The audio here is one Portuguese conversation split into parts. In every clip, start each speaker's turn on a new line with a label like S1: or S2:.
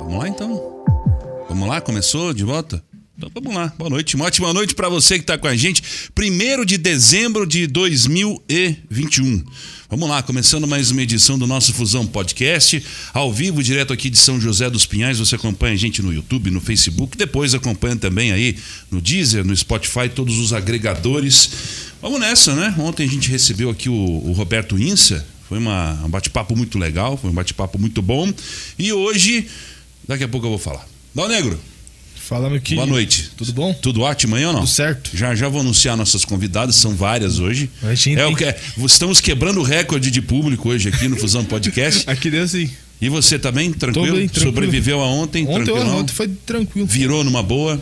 S1: Vamos lá então? Vamos lá? Começou de volta? Então vamos lá. Boa noite. Uma ótima noite para você que tá com a gente. Primeiro de dezembro de 2021. Vamos lá, começando mais uma edição do nosso Fusão Podcast, ao vivo, direto aqui de São José dos Pinhais. Você acompanha a gente no YouTube, no Facebook, depois acompanha também aí no Deezer, no Spotify, todos os agregadores. Vamos nessa, né? Ontem a gente recebeu aqui o, o Roberto Insa. Foi uma, um bate-papo muito legal, foi um bate-papo muito bom. E hoje, daqui a pouco eu vou falar. Dá o negro.
S2: Fala, meu querido.
S1: Boa noite.
S2: Tudo bom?
S1: Tudo ótimo aí ou não?
S2: Tudo certo.
S1: Já já vou anunciar nossas convidadas, são várias hoje.
S2: A gente
S1: É o
S2: tem-
S1: que é. estamos quebrando o recorde de público hoje aqui no Fusão Podcast.
S2: Aqui deu assim.
S1: E você também, tranquilo?
S2: bem, tranquilo.
S1: Sobreviveu a ontem,
S2: Ontem,
S1: tranquilo?
S2: ontem foi tranquilo.
S1: Virou numa boa.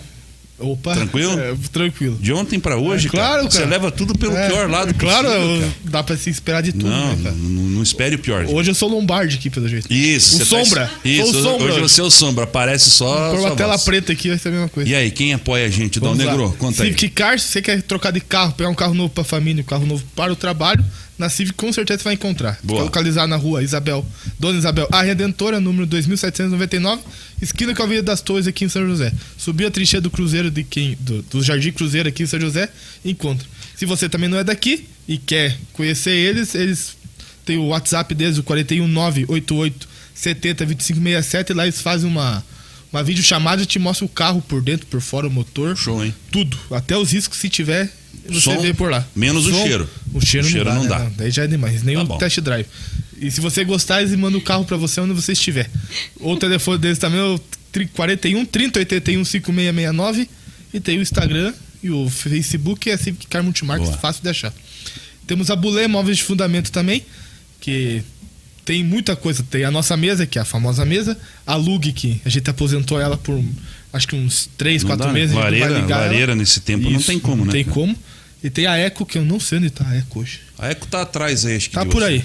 S2: Opa.
S1: Tranquilo?
S2: É, tranquilo.
S1: De ontem pra hoje,
S2: É, claro,
S1: Você
S2: cara.
S1: leva tudo pelo
S2: É,
S1: pior lado.
S2: Claro,
S1: possível, cara.
S2: dá pra se esperar de tudo,
S1: Não,
S2: né,
S1: não,
S2: cara?
S1: não espere o pior.
S2: Hoje eu sou lombarde aqui, pelo jeito.
S1: Isso.
S2: O
S1: você
S2: Sombra.
S1: Tá... Isso,
S2: Sou o
S1: hoje-
S2: Sombra.
S1: hoje você é o Sombra, aparece só.
S2: Por
S1: só
S2: uma
S1: a
S2: tela
S1: voz.
S2: preta aqui vai ser a mesma coisa.
S1: E aí, quem apoia a gente? Dá um
S2: Vamos lá.
S1: negro, conta aí.
S2: Civic Car, se você quer trocar de carro, pegar um carro novo pra família, um carro novo para o trabalho, na Civic com certeza você vai encontrar.
S1: Boa.
S2: Fica localizado na rua Isabel, Dona Isabel, a Redentora, número 2799, esquina com a Avenida das Torres aqui em São José. Subir a trincheira do Cruzeiro de quem, do, do Jardim Cruzeiro aqui em São José, encontra. Se você também não é daqui e quer conhecer eles, eles têm o WhatsApp deles, o 41988 702567, lá eles fazem uma uma videochamada e te mostra o carro por dentro, por fora, o motor.
S1: Show, hein?
S2: Tudo. Até os riscos, se tiver, você
S1: Som,
S2: vê por lá.
S1: menos o cheiro.
S2: O cheiro,
S1: O cheiro
S2: não,
S1: não
S2: dá,
S1: dá.
S2: né? Daí já é demais. Nem
S1: Tá
S2: o
S1: bom.
S2: test drive. E se você gostar, eles mandam o carro pra você onde você estiver. Ou o telefone deles também é o tri- 41 30 81 5669. E tem o Instagram e o Facebook é Civic Car Multimarcas,
S1: Boa.
S2: fácil de achar. Temos a Bulé Móveis de Fundamento também, que tem muita coisa. Tem a nossa mesa, que é a famosa mesa. A Lug, que a gente aposentou ela por um- acho que uns 3,
S1: Não
S2: 4
S1: dá, né?
S2: meses. a gente não vai
S1: Lareira-
S2: ligar ela.
S1: lareira nesse tempo não tem como, né,
S2: Não tem
S1: cara?
S2: como. E tem a Eco, que eu não sei onde tá a Eco hoje.
S1: A Eco tá atrás aí, acho que.
S2: Tá
S1: de
S2: por
S1: você. é?
S2: aí.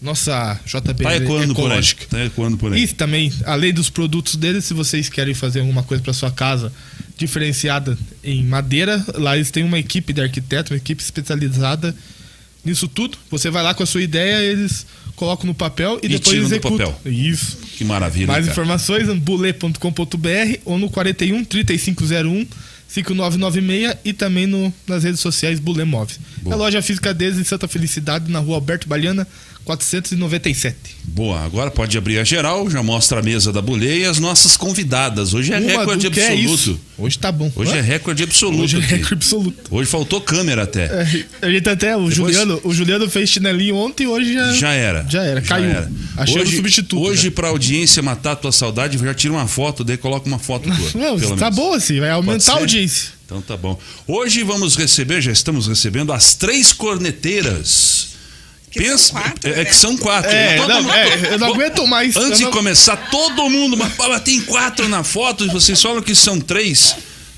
S2: Nossa JBL
S1: Tá ecoando por aí.
S2: ecológica.
S1: Tá ecoando por aí.
S2: E também, além dos produtos deles, se vocês querem fazer alguma coisa para sua casa diferenciada em madeira, lá eles têm uma equipe de arquiteto, uma equipe especializada nisso tudo. Você vai lá com a sua ideia, eles colocam no papel e, depois
S1: tiram do
S2: executam.
S1: papel.
S2: Isso.
S1: Que maravilha.
S2: Mais
S1: cara.
S2: informações no bule.com.br ou no 41 3501 5996 e também no, nas redes sociais Bule Móveis.
S1: Boa.
S2: A loja física deles em Santa Felicidade, na rua Alberto Baliana, 497.
S1: Boa, agora pode abrir a geral, já mostra a mesa da boleia e as nossas convidadas. Hoje é
S2: Uma
S1: recorde
S2: do que é
S1: absoluto.
S2: isso? Hoje tá bom.
S1: Hoje é recorde absoluto.
S2: Hoje é
S1: aqui.
S2: recorde absoluto.
S1: Hoje faltou câmera até.
S2: É, a gente até, o, Juliano, o Juliano fez chinelinho ontem e hoje já,
S1: Já era.
S2: Já era, caiu. Achei
S1: hoje,
S2: um substituto.
S1: Hoje, pra audiência matar a tua saudade, já tira uma foto, daí coloca uma foto tua.
S2: Não,
S1: pelo
S2: tá
S1: menos.
S2: bom assim, vai
S1: ser?
S2: aumentar a audiência.
S1: Então tá bom. Hoje vamos receber, já estamos recebendo as três corneteiras.
S3: Que são quatro,
S1: é, é
S3: né?
S1: que são quatro.
S2: É,
S1: Todo
S2: não,
S1: mundo-
S2: é, eu não aguento mais. eu
S1: Antes de
S2: não-
S1: começar, todo mundo. Mas, mas tem quatro na foto e vocês falam que são três.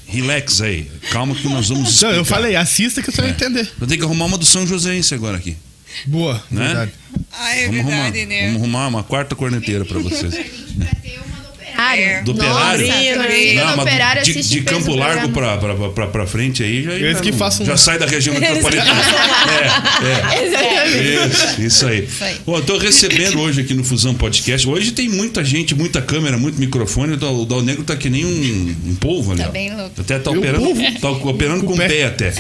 S1: Relax aí. Calma que nós vamos
S2: Não,
S1: explicar. É.
S2: eu falei, assista que você vai entender.
S1: Eu tenho que arrumar uma do São Joséense agora aqui.
S2: Boa,
S1: Né?
S2: verdade.
S3: Ah, é
S1: Vamos
S3: verdade,
S1: arrumar,
S3: né?
S1: vamos arrumar uma quarta corneteira pra vocês.
S3: É.
S1: Do
S4: Nossa,
S1: operário.
S4: Lorena
S1: mas
S4: Operário
S1: de,
S4: assiste
S1: de
S4: três
S1: campo largo pra,
S4: programas.
S1: pra, pra, pra, pra frente aí, já,
S2: Eles
S1: já
S2: que um-
S1: não-
S2: façam-
S1: já sai da região metropolitana. É, é. Isso, isso aí.
S3: aí.
S1: Bom, eu tô recebendo hoje aqui no Fusão Podcast. Hoje tem muita gente, muita câmera, muito microfone. O Dal, o Dal Negro tá que nem um, um polvo ali.
S3: Tá
S1: ó.
S3: bem louco.
S1: Até tá
S2: Eu
S1: operando,
S2: polvo?
S1: tá operando com o
S2: pé.
S1: pé até.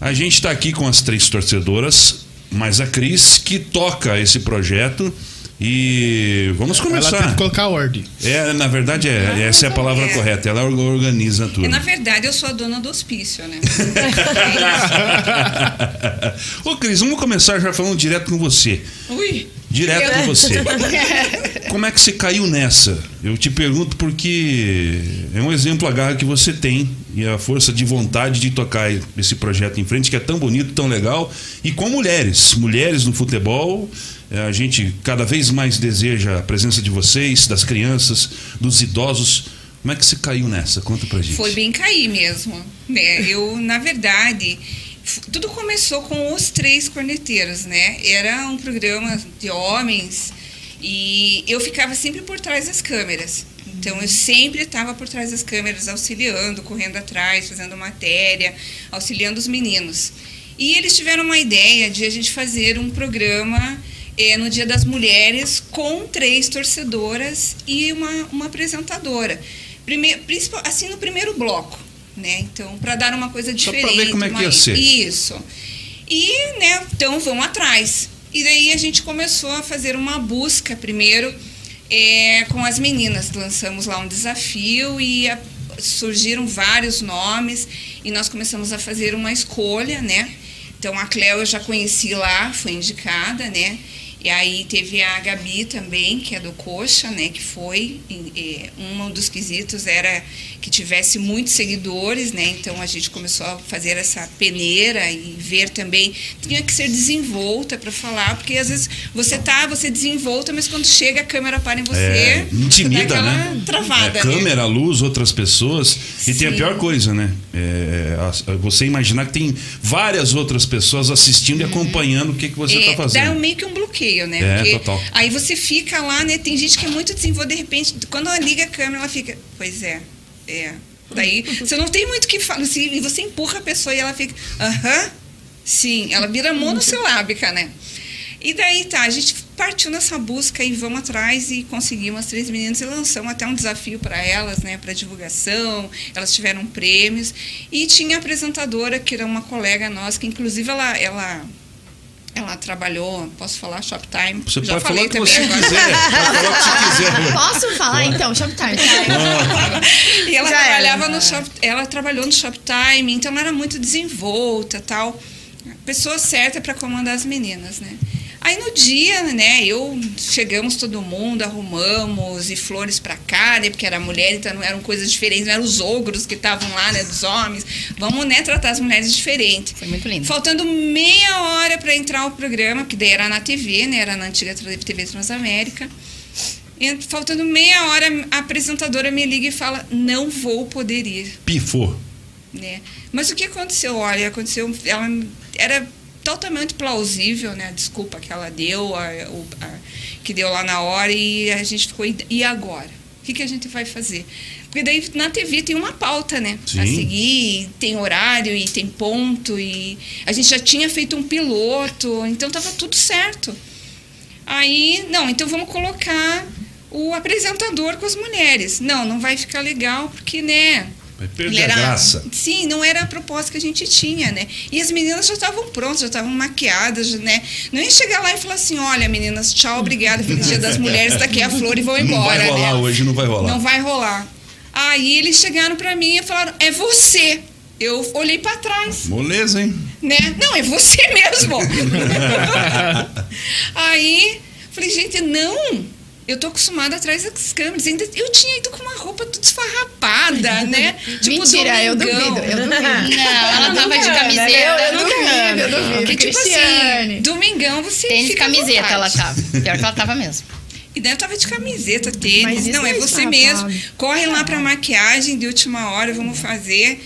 S1: A gente está aqui com as três torcedoras, mas a Cris que toca esse projeto. E vamos
S2: Ela tem
S1: começar.
S2: que colocar a ordem.
S1: É, na verdade, é, essa é a palavra correta. Ela organiza
S3: É, na
S1: tudo.
S3: verdade, eu sou a dona do hospício, né?
S1: Ô, Cris, vamos começar já falando direto com você.
S3: Ui!
S1: Direto com você. Como é que você caiu nessa? Eu te pergunto porque é um exemplo a garra que você tem e a força de vontade de tocar esse projeto em frente, que é tão bonito, tão legal, e com mulheres. Mulheres no futebol, eh, a gente cada vez mais deseja a presença de vocês, das crianças, dos idosos. Como é que você caiu nessa? Conta pra gente.
S3: Foi bem cair mesmo. né? Eu, na verdade, f- tudo começou com os três corneteiros, né? Era um programa de homens e eu ficava sempre por trás das câmeras. Então eu sempre estava por trás das câmeras, auxiliando, correndo atrás, fazendo matéria, auxiliando os meninos. E eles tiveram uma ideia de a gente fazer um programa é, no Dia das Mulheres com três torcedoras e uma, uma apresentadora. Primeiro, principal, assim, no primeiro bloco, né? Então, para dar uma coisa
S1: Só pra
S3: diferente.
S1: ver como é que ia
S3: uma-
S1: ser.
S3: Isso. E, né, então vão atrás. E daí a gente começou a fazer uma busca primeiro é, com as meninas. Lançamos lá um desafio e a- surgiram vários nomes e nós começamos a fazer uma escolha, né? Então a Cleo eu já conheci lá, foi indicada, né? E aí teve a Gabi também, que é do Coxa, né? Que foi. e, e, um dos quesitos era que tivesse muitos seguidores, né? Então a gente começou a fazer essa peneira e ver também. Tinha que ser desenvolta para falar, porque às vezes você tá, você desenvolta, mas quando chega a câmera para em você.
S1: É, intimida,
S3: você dá aquela
S1: né?
S3: Travada.
S1: É,
S3: né?
S1: câmera, luz, outras pessoas. E tem a
S3: Sim.
S1: pior coisa, né? É, a- você imaginar que tem várias outras pessoas assistindo e acompanhando o que, que você
S3: Uhum. É,
S1: está
S3: Dá
S1: fazendo.
S3: meio que um bloqueio, né?
S1: É, total.
S3: Aí você fica lá, né? Tem gente que é muito desenvolvida, de repente, quando ela liga a câmera, ela fica. Pois é, é. Daí você não tem muito o que falar. Assim, e você empurra a pessoa e ela fica. Aham, sim. Ela vira monossilábica, né? E daí tá, a gente partiu nessa busca e vamos atrás e conseguimos as três meninas e lançamos até um desafio para elas, né, para divulgação. Elas tiveram prêmios e tinha a apresentadora que era uma colega nossa que inclusive ela ela ela trabalhou, posso falar Shoptime?
S1: Você
S3: Já
S1: pode falar
S3: falei
S1: o que
S3: também
S1: você
S3: agora.
S1: quiser. Pode falar o que você quiser. né?
S4: Posso falar então? Shoptime.
S3: E ela
S4: Já era.
S3: trabalhava no shop, ela trabalhou no Shoptime, então ela era muito desenvolta, tal, pessoa certa para comandar as meninas, né? Aí no dia, né, eu chegamos todo mundo, arrumamos e flores pra cá, né, porque era mulher, então não eram coisas diferentes, não eram os ogros que estavam lá, né, dos homens. Vamos, né, tratar as mulheres diferente.
S4: Foi muito lindo.
S3: Faltando meia hora para entrar o programa, que daí era na TV, né? Era na antiga tra- TV Transamérica. E, faltando meia hora, a apresentadora me liga e fala: não vou poder ir,
S1: Pifou.
S3: né? Mas o que aconteceu? Olha, aconteceu. Ela era totalmente plausível, né? A desculpa que ela deu, a- o- a- que deu lá na hora, e a gente ficou. E agora? O que, que a gente vai fazer? Porque daí na TV tem uma pauta, né? A
S1: Sim.
S3: seguir e tem horário e tem ponto e a gente já tinha feito um piloto, então tava tudo certo. Aí, não, então vamos colocar o apresentador com as mulheres. Não, não vai ficar legal porque, né?
S1: Vai perder a graça.
S3: Sim, não era a proposta que a gente tinha, né? E as meninas já estavam prontas, já estavam maquiadas, né? Não ia chegar lá e falar assim, olha, meninas, tchau, obrigada, feliz dia das mulheres, tá aqui a flor e vão
S1: Não
S3: embora.
S1: vai rolar
S3: né?
S1: hoje, não vai rolar.
S3: Não vai rolar. Aí eles chegaram pra mim e falaram: "É você". Eu olhei pra trás,
S1: Moleza, hein?
S3: né? Não, é você mesmo. Aí falei: "Gente, não. Eu tô acostumada atrás das câmeras. Ainda eu tinha ido com uma roupa tudo esfarrapada, né?
S4: Mentira, eu
S3: domingão.
S4: duvido, eu duvido.
S5: Não, ela tava de
S4: Ana,
S6: né?
S5: camiseta.
S4: Eu, eu duvido, eu duvido.
S3: Porque, tipo assim,
S4: Cristiane.
S3: domingão você
S5: Tênis
S3: fica à
S5: camiseta
S3: vontade.
S5: ela tava. Pior que ela tava mesmo.
S3: E daí eu tava de camiseta,
S4: Mas
S3: tênis.
S4: isso
S3: Não, é
S4: não é
S3: você
S4: esfarrapado.
S3: mesmo. Corre lá
S4: Tá.
S3: pra maquiagem de última hora, vamos fazer.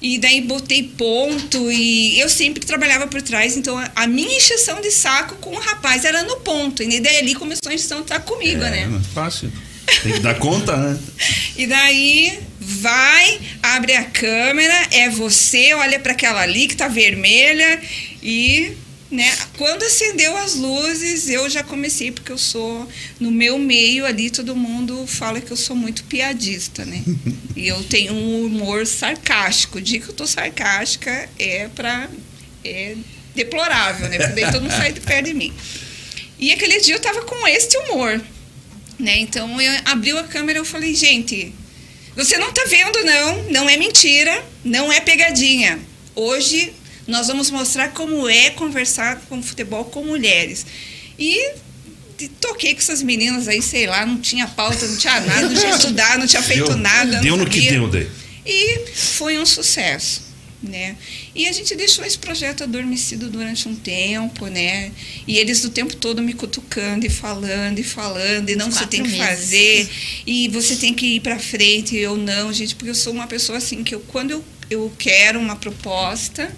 S3: E daí botei ponto e eu sempre trabalhava por trás, então a- a minha injeção de saco com o rapaz era no ponto. E daí ali começou a injeção de saco comigo,
S1: É,
S3: né?
S1: não é fácil. Tem que dar conta, né?
S3: E daí vai, abre a câmera, é você, olha para aquela ali que tá vermelha e né, quando acendeu as luzes, eu já comecei porque eu sou no meu meio ali todo mundo fala que eu sou muito piadista, né? E eu tenho um humor sarcástico. O dia que eu tô sarcástica é pra é deplorável, né? Porque daí todo mundo sai de perto de mim. E aquele dia eu tava com este humor né? Então eu abriu a câmera eu falei, gente, você não tá vendo não, não é mentira, não é pegadinha. Hoje nós vamos mostrar como é conversar com futebol com mulheres. E te- toquei com essas meninas aí, sei lá, não tinha pauta, não tinha nada, não tinha estudado, não tinha feito
S1: Deu-
S3: nada.
S1: Deu
S3: não
S1: no que
S3: sabia.
S1: deu daí.
S3: E foi um sucesso, né? E a gente deixou esse projeto adormecido durante um tempo, né? E eles o tempo todo me cutucando e falando e falando, e não, você
S4: Quatro
S3: tem que
S4: meses.
S3: fazer, e você tem que ir para frente, e eu não, gente, porque eu sou uma pessoa assim que eu, quando eu, eu quero uma proposta,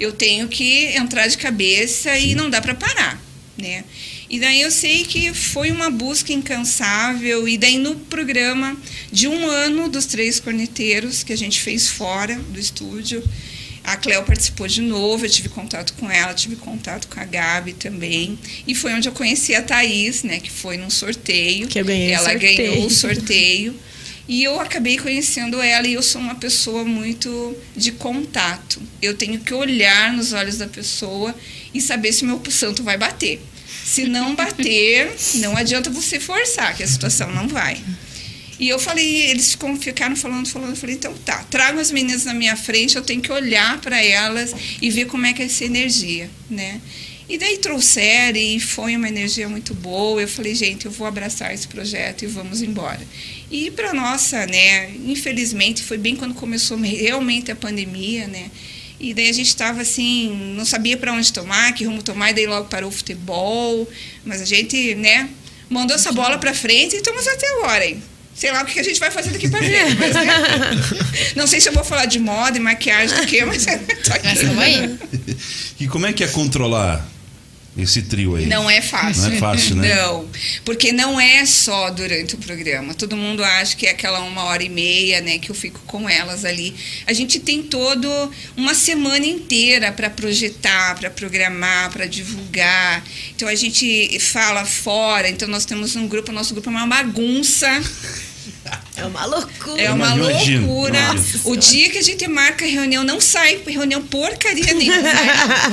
S3: eu tenho que entrar de cabeça e não dá para parar, né? E daí eu sei que foi uma busca incansável e daí no programa de um ano dos três corneteiros que a gente fez fora do estúdio, A Cleo participou de novo, eu tive contato com ela, tive contato com a Gabi também. E foi onde eu conheci a Thaís, né? Que foi num sorteio.
S6: Que eu ganhei o
S3: Ela
S6: sorteio.
S3: ganhou o sorteio. E eu acabei conhecendo ela e eu sou uma pessoa muito de contato. Eu tenho que olhar nos olhos da pessoa e saber se meu santo vai bater. Se não bater, não adianta você forçar, que a situação não vai. E eu falei, eles ficam, ficaram falando, falando. Eu falei, então tá, trago as meninas na minha frente, eu tenho que olhar para elas e ver como é que é essa energia, né? E daí trouxeram e foi uma energia muito boa. Eu falei, gente, eu vou abraçar esse projeto e vamos embora. E para nossa, né, infelizmente foi bem quando começou realmente a pandemia, né? E daí a gente estava assim, não sabia para onde tomar, que rumo tomar, e daí logo parou o futebol, mas a gente, né, mandou essa bola para frente e estamos até agora, hein? Sei lá o que que a gente vai fazer daqui para frente. mas, né, Não sei se eu vou falar de moda e maquiagem do que, mas tô aqui.
S5: Mas calma aí.
S1: E como é que é controlar esse trio aí?
S3: Não é fácil.
S1: Não é fácil, né?
S3: Não, porque não é só durante o programa. Todo mundo acha que é aquela uma hora e meia, né, que eu fico com elas ali. A gente tem todo uma semana inteira para projetar, para programar, para divulgar. Então a gente fala fora. Então nós temos um grupo, nosso grupo é uma bagunça.
S6: É uma loucura.
S3: É uma
S1: Eu imagino,
S3: loucura.
S1: imagino.
S3: O dia que a gente marca reunião, não sai reunião porcaria nenhuma. né?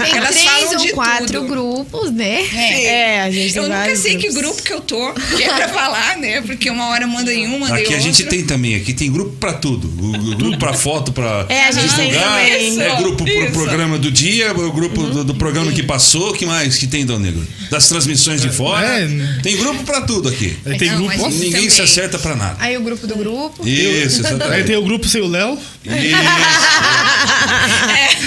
S4: Tem
S3: Elas falam
S4: três
S3: de
S4: ou quatro
S3: tudo.
S4: grupos, né?
S6: É, a gente tem
S3: Eu nunca
S6: vários
S3: sei que
S6: grupos.
S3: grupo que eu tô, que é pra falar, né? Porque uma hora manda em um, manda em
S1: Aqui
S3: outro.
S1: a gente tem também, aqui tem grupo pra tudo. O- o Grupo pra foto, pra
S6: É, a gente tem
S1: divulgar.
S6: também.
S1: É grupo pro
S3: Isso.
S1: programa do dia, o grupo do, do programa que passou, que mais que tem, Dona Negro? Das transmissões de fora.
S2: É.
S1: Tem grupo pra tudo aqui.
S2: Aí tem
S3: Não,
S2: grupo.
S3: mas-
S1: Ninguém
S3: também.
S1: se acerta pra nada.
S4: Aí o grupo do grupo.
S1: Isso,
S2: Aí
S1: exatamente.
S2: tem o grupo sem o Léo.
S1: Isso.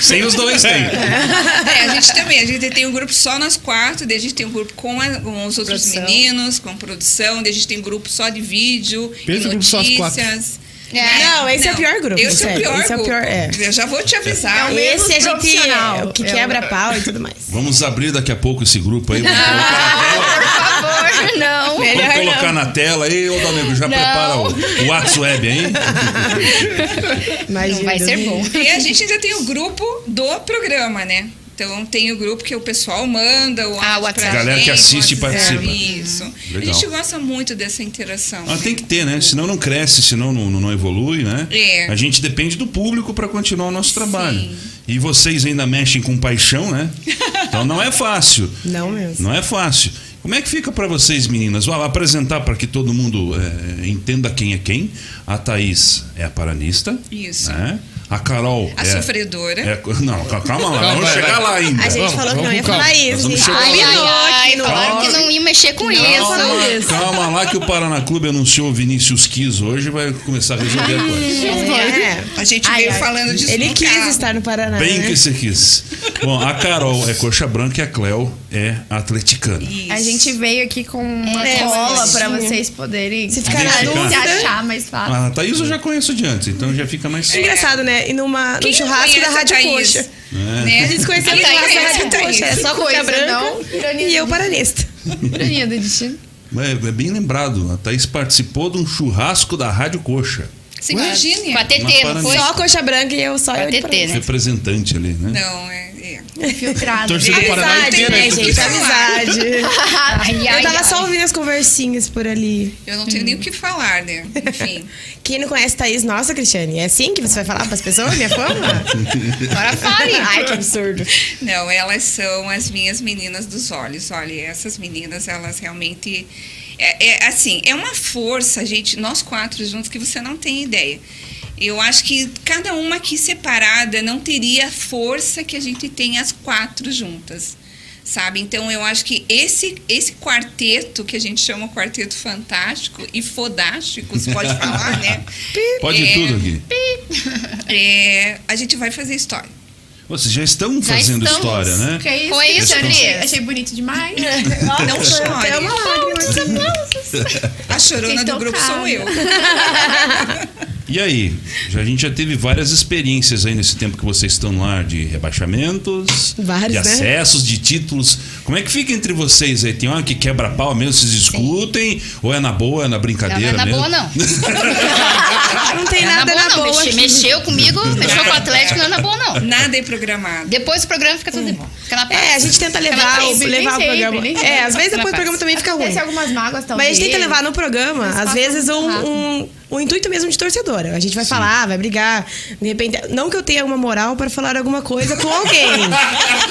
S1: Sem os dois tem.
S3: É, a gente também. A gente tem um grupo só nas quatro, daí a gente tem um grupo com, a- com os outros
S6: Produção.
S3: meninos, com produção, daí a gente tem um grupo só de vídeo, e
S2: Pensa o grupo só as quatro.
S3: notícias.
S5: É,
S6: Não, esse é o pior grupo,
S3: Esse é o
S6: sério,
S3: pior
S6: esse é o
S3: grupo.
S6: pior, é.
S3: Eu já vou te avisar.
S4: É o mesmo.
S6: Esse a gente
S4: Profissional.
S6: o que
S4: É o-
S6: quebra pau e tudo mais.
S1: Vamos abrir daqui a pouco esse grupo aí. Vamos colocar,
S4: Por favor, não.
S1: vamos colocar na tela aí. Ô, Dona Negro, já prepara o, o WhatsApp aí.
S6: Imagina,
S5: Não vai ser
S6: Deus me
S5: bom.
S6: livre.
S3: E a gente ainda tem o grupo do programa, né? Então tem o grupo que o pessoal manda, o
S5: Ah,
S3: áudio
S5: WhatsApp.
S3: pra
S1: Galera que
S3: gente,
S1: assiste e
S3: WhatsApp,
S1: participa.
S3: Isso.
S1: Legal.
S3: A gente gosta muito dessa interação.
S1: Mas tem que ter, né? Senão não cresce, senão não, não evolui, né?
S3: É.
S1: A gente depende do público para continuar o nosso trabalho.
S3: Sim.
S1: E vocês ainda mexem com paixão, né? Então não é fácil.
S6: Não mesmo.
S1: Não é fácil. Como é que fica para vocês, meninas? Vá lá apresentar para que todo mundo é, entenda quem é quem. A Thaís é a paranista.
S3: Isso.
S1: Né? A Carol
S3: A
S1: é
S3: sofredora.
S1: é- não, calma lá,
S2: Calma,
S1: vamos
S2: vai,
S1: chegar
S2: vai.
S1: lá ainda.
S6: A gente
S2: Vamos,
S6: falou que não
S2: vamos
S6: ia
S2: com calma.
S6: falar
S1: Nós
S6: isso.
S1: vamos
S6: gente.
S1: chegar lá.
S6: Ai,
S5: Ai, ai, falaram que
S1: Calma.
S5: não ia mexer com
S1: Calma,
S5: isso.
S1: calma lá que o Paraná Clube anunciou o Vinícius Quis hoje vai começar a resolver a coisa.
S6: É.
S3: A gente
S6: Ai,
S3: veio
S6: ai.
S3: falando disso
S6: Ele
S3: no
S6: quis
S3: carro.
S6: estar no Paraná.
S1: Bem
S5: É.
S6: né?
S1: que você quis. Bom, a Carol é coxa branca e a Cleo é atleticana.
S3: Isso.
S4: A gente veio aqui com uma
S6: É,
S4: cola
S6: sim.
S4: pra vocês poderem se,
S6: ficar na
S4: se
S1: dúvida.
S4: achar mais fácil.
S1: A Thaís eu já conheço de antes, então já fica mais
S6: É engraçado, né? E numa, no
S3: Quem não
S6: churrasco da
S3: conhece a
S6: Rádio
S3: Thaís?
S6: Coxa.
S1: É.
S3: Né?
S6: A gente se conheceu
S3: A
S6: no
S3: Thaís
S6: churrasco
S3: conhece
S6: da
S3: a
S6: Rádio
S3: Thaís.
S6: Coxa. É só coisa
S4: Coisa,
S6: branca
S4: não? Ironia
S6: e eu
S4: do-
S6: paranista.
S4: Ironia do destino.
S1: É, é bem lembrado, a Thaís participou de um churrasco da Rádio Coxa.
S3: Se imagine.
S5: Com a TT, não foi?
S6: Só a coxa branca e eu só
S5: Vai
S6: eu de
S5: ter,
S6: paranista.
S5: né?
S1: Representante ali, né?
S3: Não, é. é.
S4: Filtrado.
S2: Torcida do Paraná
S6: Amizade,
S2: inteira.
S6: né,
S2: aí.
S6: gente? Amizade.
S5: Ai, ai,
S6: Eu tava
S5: ai.
S6: só ouvindo as conversinhas por ali.
S3: Eu não tenho nem o que falar, né? Enfim.
S6: Quem não conhece Thaís, nossa, Cristiane, é assim que você vai falar pras pessoas, minha fama? Agora fale. Ai, que absurdo.
S3: Não, elas são as minhas meninas dos olhos. Olha, essas meninas, elas realmente. É, é, assim, é uma força, gente, nós quatro juntos, que você não tem ideia. Eu acho que cada uma aqui separada não teria a força que a gente tem as quatro juntas. Sabe? Então eu acho que esse, esse quarteto, que a gente chama quarteto fantástico e fodástico, se pode falar, né?
S1: Pode
S3: É,
S1: tudo aqui.
S3: é, a gente vai fazer história.
S1: Vocês já estão fazendo
S5: estamos.
S1: história, né?
S4: Que é isso?
S5: Foi isso,
S4: achei,
S5: Cris?
S4: achei bonito demais.
S3: Não chore.
S6: É uma lágrima.
S3: A chorona
S4: Fiquei
S3: do grupo sou
S4: tocada.
S3: eu.
S1: E aí? Já, a gente já teve várias experiências aí nesse tempo que vocês estão no ar de rebaixamentos,
S6: Vários,
S1: de
S6: né?
S1: acessos, de títulos. Como Como é que fica entre vocês aí? Tem uma que quebra pau mesmo, vocês discutem? Ou é na boa, é na
S5: Não,
S1: brincadeira
S5: não é na
S1: mesmo?
S5: boa, não.
S6: Não tem
S5: Não é
S6: nada
S5: na boa, não.
S6: na boa.
S5: Mexe-
S6: aqui.
S5: mexeu comigo, mexeu com o Atlético, não é na boa, não.
S3: Nada é programado.
S5: Depois o programa fica tudo de bom. Fica na paz.
S6: É, a gente tenta
S5: Ela
S6: levar,
S5: faz
S6: o,
S5: isso,
S4: nem
S6: levar o
S4: sempre,
S6: programa.
S4: nem
S6: É,
S4: sempre.
S6: às vezes
S5: Ela
S6: depois o
S5: faz.
S6: programa também fica ruim.
S4: Acontece algumas mágoas,
S6: Mas a gente tenta
S4: talvez.
S6: levar no programa,
S4: Mas
S6: às
S4: passa
S6: vezes, um,
S4: rápido.
S6: um, um intuito mesmo de torcedor. A gente vai falar, vai brigar. De repente, não que eu tenha uma moral pra falar alguma coisa com alguém.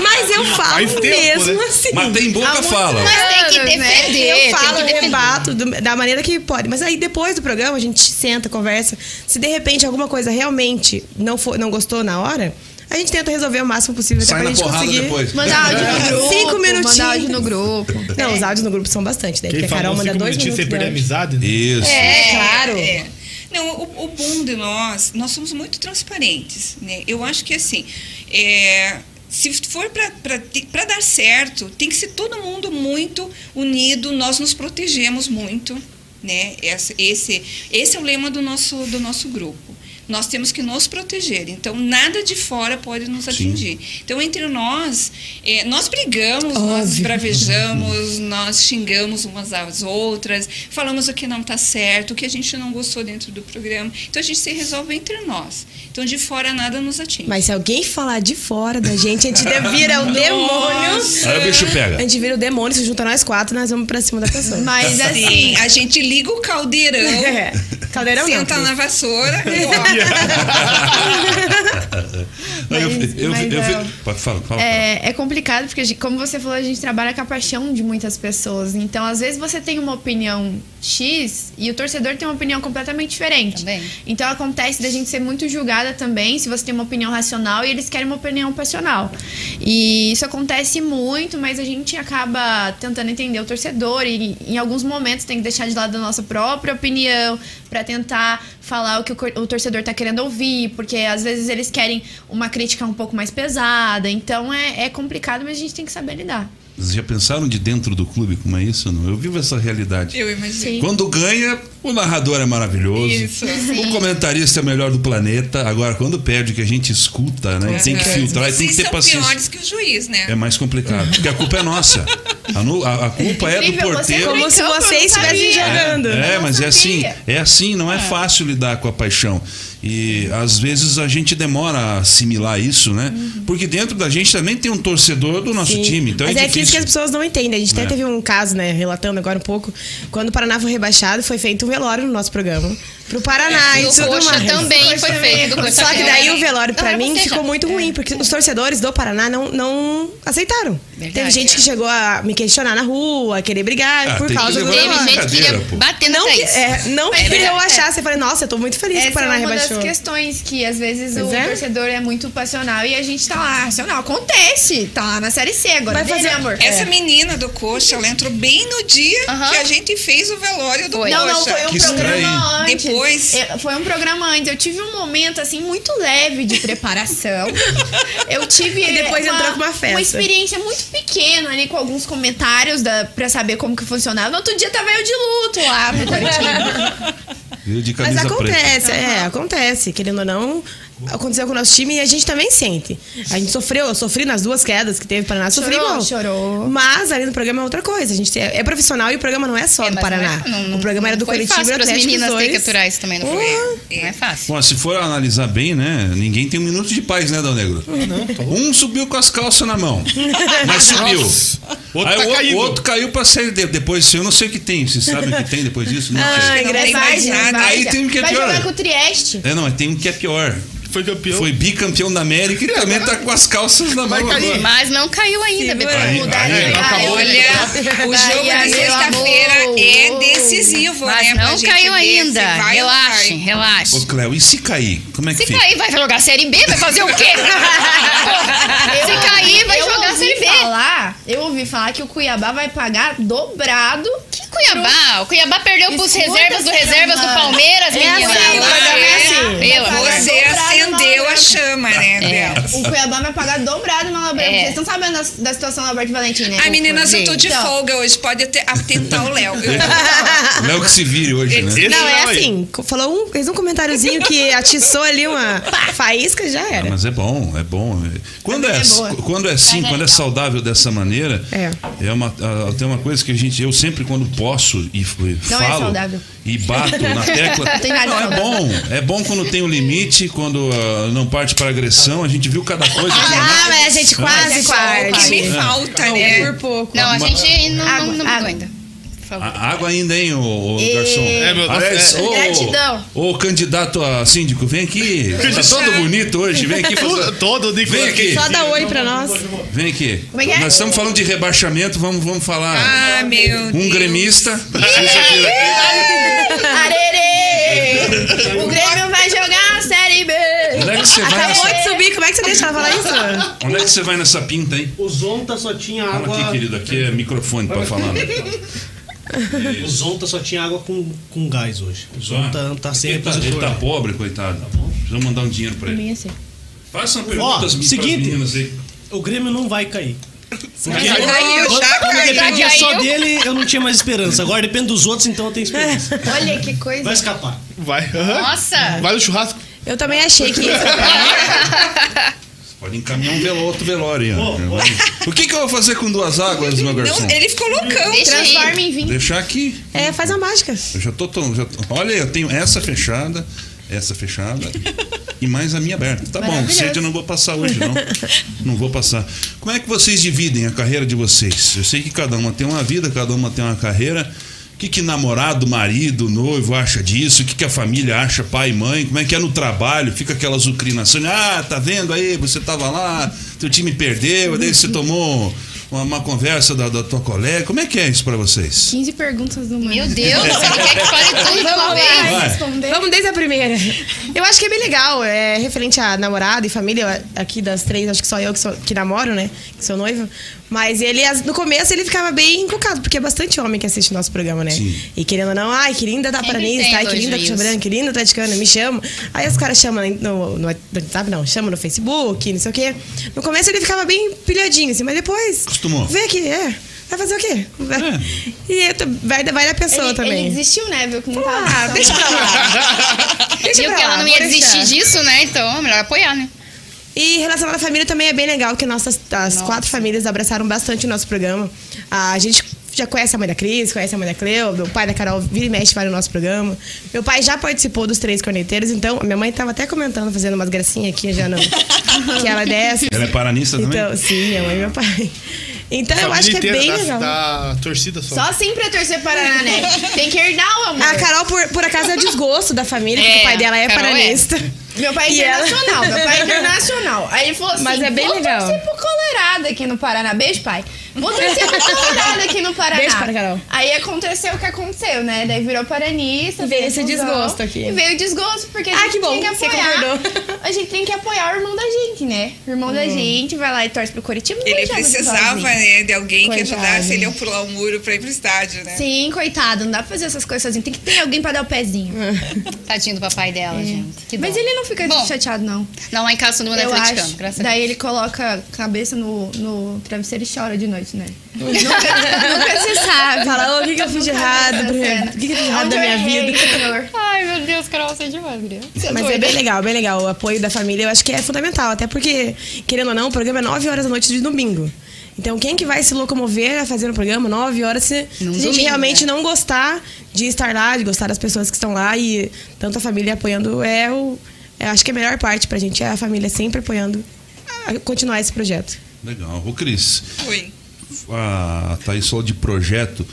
S6: mas eu falo
S2: Faz tempo,
S6: mesmo
S2: né?
S6: assim.
S1: Mas tem boca, fala.
S5: Mas tem que
S4: Anos, né?
S5: defender.
S6: Eu
S5: tem
S6: falo,
S5: que defender.
S6: debato do- da maneira que pode. Mas aí depois do programa a gente senta, conversa. Se de repente alguma coisa realmente não, for, não gostou na hora, a gente tenta resolver o máximo possível até
S1: Sai
S6: pra
S1: na
S6: gente
S1: porrada
S6: conseguir.
S1: depois.
S4: Mandar áudio no grupo.
S6: Cinco minutinhos.
S4: Mandar áudio no grupo. É,
S6: Não, os áudios no grupo são bastante, né?
S2: Quem
S6: Porque a Carol
S2: falou
S6: manda
S2: cinco
S6: dois
S2: minutinhos
S6: minutos.
S2: sem
S6: de
S2: perder a amizade,
S6: áudio.
S2: né?
S1: Isso.
S6: É, claro.
S3: É. Não, o, o bom de nós, nós somos muito transparentes, né? Eu acho que assim, é, se for para dar certo, tem que ser todo mundo muito unido, nós nos protegemos muito, né? Essa- Esse, esse é o lema do nosso, do nosso grupo. Nós temos que nos proteger, então nada de fora pode nos atingir. Então, entre nós, é, nós brigamos, nós
S6: Óbvio.
S3: esbravejamos, nós xingamos umas às outras, falamos o que não está certo, o que a gente não gostou dentro do programa. Então, a gente se resolve entre nós. Então, de fora nada nos atinge.
S6: Mas se alguém falar de fora da gente, a gente vira o demônio.
S1: Aí o bicho pega.
S6: A gente vira o demônio, se junta nós quatro, nós vamos pra cima da pessoa.
S4: Mas
S1: tá
S4: assim,
S3: Sim, a gente liga o caldeirão,
S6: É. Caldeirão não.
S3: senta na vassoura e ó,
S1: Não, eu-
S4: Mas-
S1: eu-
S4: mas,
S1: eu-
S4: é,
S1: Pode falar, fala.
S4: É, é complicado porque, a gente- como você falou, a gente trabalha com a paixão de muitas pessoas. Então, às vezes, você tem uma opinião X e o torcedor tem uma opinião completamente diferente.
S5: Também.
S4: Então, acontece da gente ser muito julgada também se você tem uma opinião racional e eles querem uma opinião passional. E isso acontece muito, mas a gente acaba tentando entender o torcedor e, em alguns momentos, tem que deixar de lado a nossa própria opinião para tentar falar o que o cor- o torcedor tá querendo ouvir, porque às vezes eles querem uma crítica um pouco mais pesada. Então é, é complicado, mas a gente tem que saber lidar.
S1: Vocês já pensaram de dentro do clube como é isso? Não? Eu vivo essa realidade.
S3: eu imagino.
S4: Sim.
S1: Quando ganha, o narrador é maravilhoso.
S3: Isso.
S1: O comentarista é o melhor do planeta. Agora, quando perde, que a gente escuta, né? Tem que
S3: Aham.
S1: filtrar e tem que
S3: Vocês
S1: ter
S3: são
S1: paciência.
S3: piores que o juiz, né?
S1: É mais complicado. Porque a culpa é nossa. A, nu- a- a culpa é do
S4: Incrível, você
S1: porteiro.
S6: Como se
S4: Então, eu não
S6: vocês estivessem
S4: sabia.
S6: jogando.
S1: É,
S4: Eu
S1: mas é assim,
S4: sabia.
S1: é assim, não é, fácil lidar com a paixão. E às vezes a gente demora a assimilar isso, né? Porque dentro da gente também tem um torcedor do nosso
S6: Uhum. Sim.
S1: time. Então
S6: Mas
S1: é,
S6: é aquilo que
S1: difícil.
S6: as pessoas não entendem. A gente até
S1: É.
S6: teve um caso, né, relatando agora um pouco, quando o Paraná foi rebaixado, foi feito um velório no nosso programa. Pro Paraná e
S5: Do
S6: tudo
S5: Coxa
S6: mais.
S5: também foi feito. do
S6: Só
S5: Coxa
S6: que
S5: também.
S6: daí o velório pra
S5: Não,
S6: mim
S5: não seja.
S6: ficou muito ruim, porque os torcedores do Paraná não, não aceitaram.
S5: Verdade,
S6: Teve gente
S5: é.
S6: que chegou a me questionar na rua, a querer brigar
S1: Ah,
S6: por
S1: tem
S6: causa
S1: que
S6: do
S1: levar
S5: Teve
S1: na
S6: velório.
S5: gente que
S1: brincadeira,
S5: ia
S1: pô.
S5: bater no
S6: Não que,
S5: três.
S6: é, não que eu achasse, eu falei, nossa, eu tô muito feliz que o
S4: Essa é
S6: Paraná
S4: uma
S6: rebaixou.
S4: das questões que às vezes
S6: Pois
S4: o
S6: é.
S4: torcedor é muito passional e a gente tá lá, racional. Acontece, tá lá na série C agora.
S6: Vai
S4: Vai
S6: fazer-
S4: fazer amor.
S3: Essa menina do coxa, ela entrou bem no dia
S5: É. Aham.
S3: que a gente fez o velório do
S5: Foi.
S3: coxa.
S4: Não, não, foi um
S1: Que
S4: programa
S1: estranho.
S4: antes.
S3: Depois.
S4: Eu- foi um programa antes. Eu tive um momento, assim, muito leve de preparação. Eu tive. é,
S6: E depois entrou com uma festa.
S4: Uma experiência muito pequena ali com alguns comentários da, pra saber como que funcionava. No outro dia tava eu de luto lá pro Curitiba.
S1: Eu de
S6: Mas
S1: camisa preta.
S6: acontece, é, acontece, querendo ou não. Aconteceu com o nosso time e a gente também sente. A gente sofreu, eu sofri nas duas quedas que teve Paraná, sofri
S4: Chorou,
S6: igual.
S4: chorou.
S6: Mas ali no programa é outra coisa. A gente é, é profissional e o programa não é só
S5: É,
S6: do
S5: mas não é-
S6: Paraná.
S5: não- não-
S6: o programa era
S5: não
S6: do
S5: foi
S6: Curitiba
S5: fácil
S6: do
S5: pras
S6: Atlético dos
S5: meninas
S6: dois.
S5: terem que aturar isso também, não foi?
S6: Porra.
S5: Não é fácil.
S1: Bom, se for analisar bem, né? Ninguém tem um minuto de paz, né, Dão Negro?
S2: Ah, tá
S1: um subiu com as calças na mão, mas subiu.
S2: Outro
S1: Aí
S2: tá
S1: o,
S2: caído.
S1: o outro caiu pra série D. Depois disso, eu não sei o que tem. Vocês sabem o que tem depois disso? Não
S6: Ah,
S1: sei.
S3: não tem mais
S6: engraçado.
S3: nada.
S1: Aí tem um que é
S4: Vai
S1: pior.
S4: jogar com o Trieste.
S1: É, não, mas tem um que é pior.
S2: Foi campeão.
S1: Foi bicampeão da América e também tá com as calças na mão
S2: Vai cair.
S1: agora.
S5: Mas não caiu ainda, Beto.
S1: Aí, aí, aí,
S4: acabou.
S3: Olha, o jogo
S4: Bahia,
S3: de
S4: meu
S3: sexta-feira
S4: amor.
S3: é decisivo, né?
S5: Mas
S3: pra
S5: não
S3: gente
S5: caiu
S3: ver se
S5: ainda.
S3: vai ou não
S5: Relaxem,
S3: vai.
S1: Ô,
S5: relaxem.
S1: Cléo, e se cair? Como é que
S5: Se
S1: fica?
S5: cair, vai jogar Série B? Vai fazer o quê? Se cair, vai
S4: eu
S5: jogar
S4: ouvi
S5: Série B.
S4: falar, Eu ouvi falar que o Cuiabá vai pagar dobrado
S5: Cuiabá, o Cuiabá perdeu pros
S4: Escuta,
S5: reservas do
S4: Cuiabá.
S5: reservas do Palmeiras,
S6: É
S5: menina.
S6: assim, o programa é assim.
S5: Pelo amor de
S3: Você
S4: Dobrado,
S3: acendeu a
S4: dobrado.
S3: chama, né, Bel?
S4: O Cuiabá vai pagar dobrado no Alberto.
S5: É.
S4: Vocês estão sabendo da, da situação do Alberto Valentim, né?
S3: Ai, meninas, eu tô de
S4: Então,
S3: folga hoje. Pode até atentar o Léo. Eu-
S1: Léo que se vire hoje, né?
S2: Esse
S6: não, é
S2: não, aí.
S6: assim. co- Falou um, fez um comentáriozinho que atiçou ali uma faísca, já
S1: Ah,
S6: era.
S1: mas é bom, é bom. Quando é,
S4: Também é boa.
S1: quando é assim,
S5: Mas é
S1: quando é
S5: legal.
S1: saudável dessa maneira, é,
S6: É.
S1: uma, ah, tem uma coisa que a gente, eu sempre quando posso e f- e
S4: Não é
S1: falo
S4: saudável.
S1: e bato na tecla.
S4: Não tem nada
S1: não, é
S4: saudável.
S1: bom, é bom quando tem um limite, quando ah, não parte para agressão. A gente viu cada coisa.
S6: Ah, mas a gente quase,
S3: é O que me
S6: quase.
S3: falta,
S6: Por
S3: né?
S6: pouco.
S5: Não, a
S1: Uma-
S5: gente não, não,
S4: Água,
S5: não
S4: água.
S5: brigou ainda. Por favor.
S1: A- Água ainda, hein, ô, ô
S4: Ei.
S1: garçom?
S4: É,
S2: meu-
S1: Aliás,
S2: é.
S1: ô,
S4: Gratidão.
S1: Ô, candidato a síndico, vem aqui. Tá todo bonito hoje, vem aqui. fazer-
S2: Tudo- Todo de
S1: Vem aqui.
S6: Só dá oi pra nós.
S1: Vem aqui.
S4: Como é que é?
S1: Nós estamos falando de rebaixamento, vamos, vamos falar.
S3: Ah, meu
S1: um
S3: Deus.
S1: gremista.
S4: Arerê! O Grêmio vai jogar a Série B!
S1: Onde é que você vai
S6: Acabou
S1: nessa,
S6: de subir, como é que você deixa ela falar isso?
S1: onde é que você vai nessa pinta, hein?
S7: O Zonta só tinha água.
S1: Fala aqui, querido, aqui é microfone pra falar. né?
S7: O Zonta só tinha água com, com gás hoje. O Zonta tá sem
S1: ele tá, ele
S7: repositor.
S1: tá pobre, coitado. Precisamos mandar um dinheiro pra ele. Façam perguntas
S7: Ó,
S1: pras
S7: seguinte.
S1: meninas aí.
S7: O Grêmio não vai cair. Porque
S3: Já caiu, já
S7: quando
S1: é
S3: caiu.
S7: dependia
S5: Já
S7: só
S5: caiu.
S7: dele, eu não tinha mais esperança. Agora depende dos outros, então eu tenho esperança.
S4: Olha que coisa.
S7: Vai escapar.
S2: Vai. aham.
S5: Nossa!
S2: Vai no churrasco.
S6: Eu também achei que.
S1: Pode encaminhar um velo, outro velório. hein,
S7: Ô,
S1: ó. O que, que eu vou fazer com duas águas, meu garçom?
S3: Não, ele ficou loucão. né?
S5: Deixa aí.
S4: Transforma em vinho.
S1: Deixar aqui.
S6: É, faz uma mágica.
S1: Eu já tô, tão- já tô- Olha, eu tenho essa fechada, essa fechada e mais a minha aberta. Tá bom,
S4: Maravilhoso.
S1: sede eu não vou passar hoje, não. Não vou passar. Como é que vocês dividem a carreira de vocês? Eu sei que cada uma tem uma vida, cada uma tem uma carreira. O que, que namorado, marido, noivo acha disso? O que, que a família acha, pai e mãe? Como é que é no trabalho? Fica aquela zucrinação. Ah, tá vendo aí? Você tava lá, teu time perdeu, daí você tomou uma, uma conversa da, da tua colega. Como é que é isso pra vocês?
S4: 15 perguntas no
S5: Meu Deus, ele quer que fale tudo de uma
S6: Vamos
S5: vez.
S1: Vai.
S4: Vai responder.
S6: Vamos desde a primeira. Eu acho que é bem legal, é referente a namorado e família. eu- Aqui das três, acho que só eu que, sou- que namoro, né? Que sou noiva. Mas ele, as- no começo, ele ficava bem encucado, porque é bastante homem que assiste nosso programa, né?
S1: Sim.
S6: E querendo ou não, ai, que linda tá
S5: Sempre
S6: paranense,
S5: tem
S6: tá? Ai, que
S5: dois
S6: linda
S5: rios.
S6: branca, que linda atleticana, me chama. Aí os caras chamam no, no WhatsApp, não, chamam no Facebook, não sei o quê. No começo ele ficava bem pilhadinho, assim, mas depois.
S1: Acostumou.
S6: Vem aqui, é. Vai fazer o quê? E é, vai, vai da pessoa
S4: Ele,
S6: também.
S4: ele desistiu, né? Viu que não tava.
S6: Ah,
S4: tava-
S6: deixa pra lá. Deixa
S5: Viu
S6: pra
S5: que
S6: lá,
S5: ela não ia
S6: vou deixar.
S5: desistir disso, né? Então, melhor apoiar, né?
S6: E relacionado à família também é bem legal, que nossas as quatro famílias abraçaram bastante o nosso programa. Ah, A gente já conhece a mãe da Cris, conhece a mãe da Cleo, meu pai da Carol vira e mexe vai no nosso programa. Meu pai já participou dos Três Corneteiros, então minha mãe tava até comentando, fazendo umas gracinhas aqui já não. que ela desce.
S1: Ela é paranista também?
S6: Então, sim, minha mãe e meu pai. Então eu acho que é
S2: Família
S6: bem
S2: inteira da,
S6: legal.
S2: Da torcida só.
S4: Só sempre a torcer Paraná, né? Tem que herdar o amor.
S6: A Carol, por, por acaso, é desgosto da família, porque
S5: É,
S6: o pai dela é
S5: Carol é.
S6: paranista.
S4: Meu pai é
S6: E ela-
S4: internacional, meu pai é internacional. Aí ele falou assim:
S6: Mas é bem
S4: vou
S6: legal.
S4: torcer pro Colorado aqui no Paraná. Beijo, pai. Vou torcer pro Colorado aqui no Paraná.
S6: Beijo, para, Carol.
S4: Aí aconteceu o que aconteceu, né? Daí virou paranista.
S6: E veio
S4: fez
S6: esse
S4: confusão.
S6: desgosto aqui.
S4: E veio o desgosto, porque a
S6: Ah,
S4: gente
S6: que bom,
S4: tem que
S6: você
S4: apoiar.
S6: concordou. Hum.
S4: A gente tem que apoiar o irmão da gente, né? O irmão da gente vai lá e torce pro Curitiba. não
S3: Ele
S4: joga
S3: precisava
S4: sozinho.
S3: né, de alguém que
S6: Coitado.
S3: ajudasse ele a pular o muro pra ir pro estádio, né?
S4: Sim, coitado, não dá pra fazer essas coisas sozinho. Tem que ter alguém pra dar o pezinho.
S6: Ah,
S5: Tadinho do papai dela, gente. Que
S4: Mas
S5: dó.
S4: ele não fica
S5: Bom,
S4: chateado, não.
S5: Não, lá em casa todo mundo é
S4: Eu
S5: atleticano,
S4: acho.
S5: graças a Deus.
S4: Daí ele coloca a cabeça no, no travesseiro e chora de noite, né? nunca, nunca se sabe. é,
S6: Fala, ô, o que, que eu fiz de errado, Breno? O que, que eu fiz de errado da minha
S5: é?
S6: vida?
S5: Ai, meu Deus, Carol, você é demais, Maria.
S6: Mas é bem legal, bem legal. O apoio da família eu acho que é fundamental. Até porque, querendo ou não, o programa é 9 horas da noite de domingo. Então, quem que vai se locomover a fazer um programa 9 horas se, se a
S5: Num
S6: gente
S5: domingo,
S6: realmente
S5: né?
S6: não gostar de estar lá, de gostar das pessoas que estão lá e tanto a família apoiando é o. é, acho que a melhor parte pra gente é a família sempre apoiando a continuar esse projeto.
S1: Legal. Ô, Cris,
S3: Foi.
S1: a Thaís falou de projeto.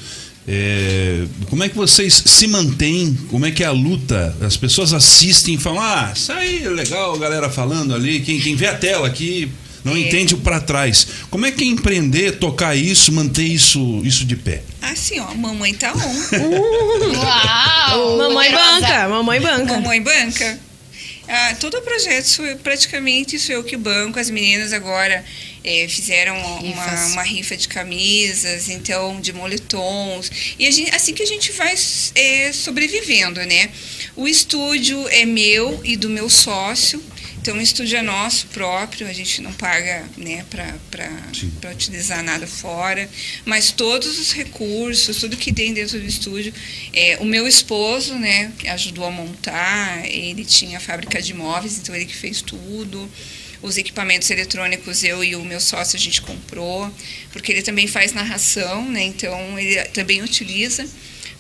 S1: É, como é que vocês se mantêm? Como é que é a luta? As pessoas assistem e falam: Ah, isso aí é legal, a galera falando ali. Quem, quem vê a tela aqui não entende o pra trás. Como é que é empreender, tocar isso, manter isso, isso de pé?
S3: Assim, ó, mamãe tá on.
S6: Uhum.
S5: Uau!
S6: mamãe
S5: poderosa.
S6: banca, mamãe banca.
S3: Mamãe banca. Ah, todo o projeto, sou eu- praticamente sou eu que banco. As meninas agora eh, fizeram uma,
S5: Rifas.
S3: uma rifa de camisas, então de moletons. E a gente- assim que a gente vai eh, sobrevivendo, né? O estúdio é meu e do meu sócio. Então o estúdio é nosso próprio, a gente não paga né,
S1: Sim.
S3: para utilizar nada fora, mas todos os recursos, tudo que tem dentro do estúdio, é, o meu esposo né, que ajudou a montar, ele tinha a fábrica de móveis, então ele que fez tudo. Os equipamentos eletrônicos eu e o meu sócio a gente comprou, porque ele também faz narração, né, então ele também utiliza.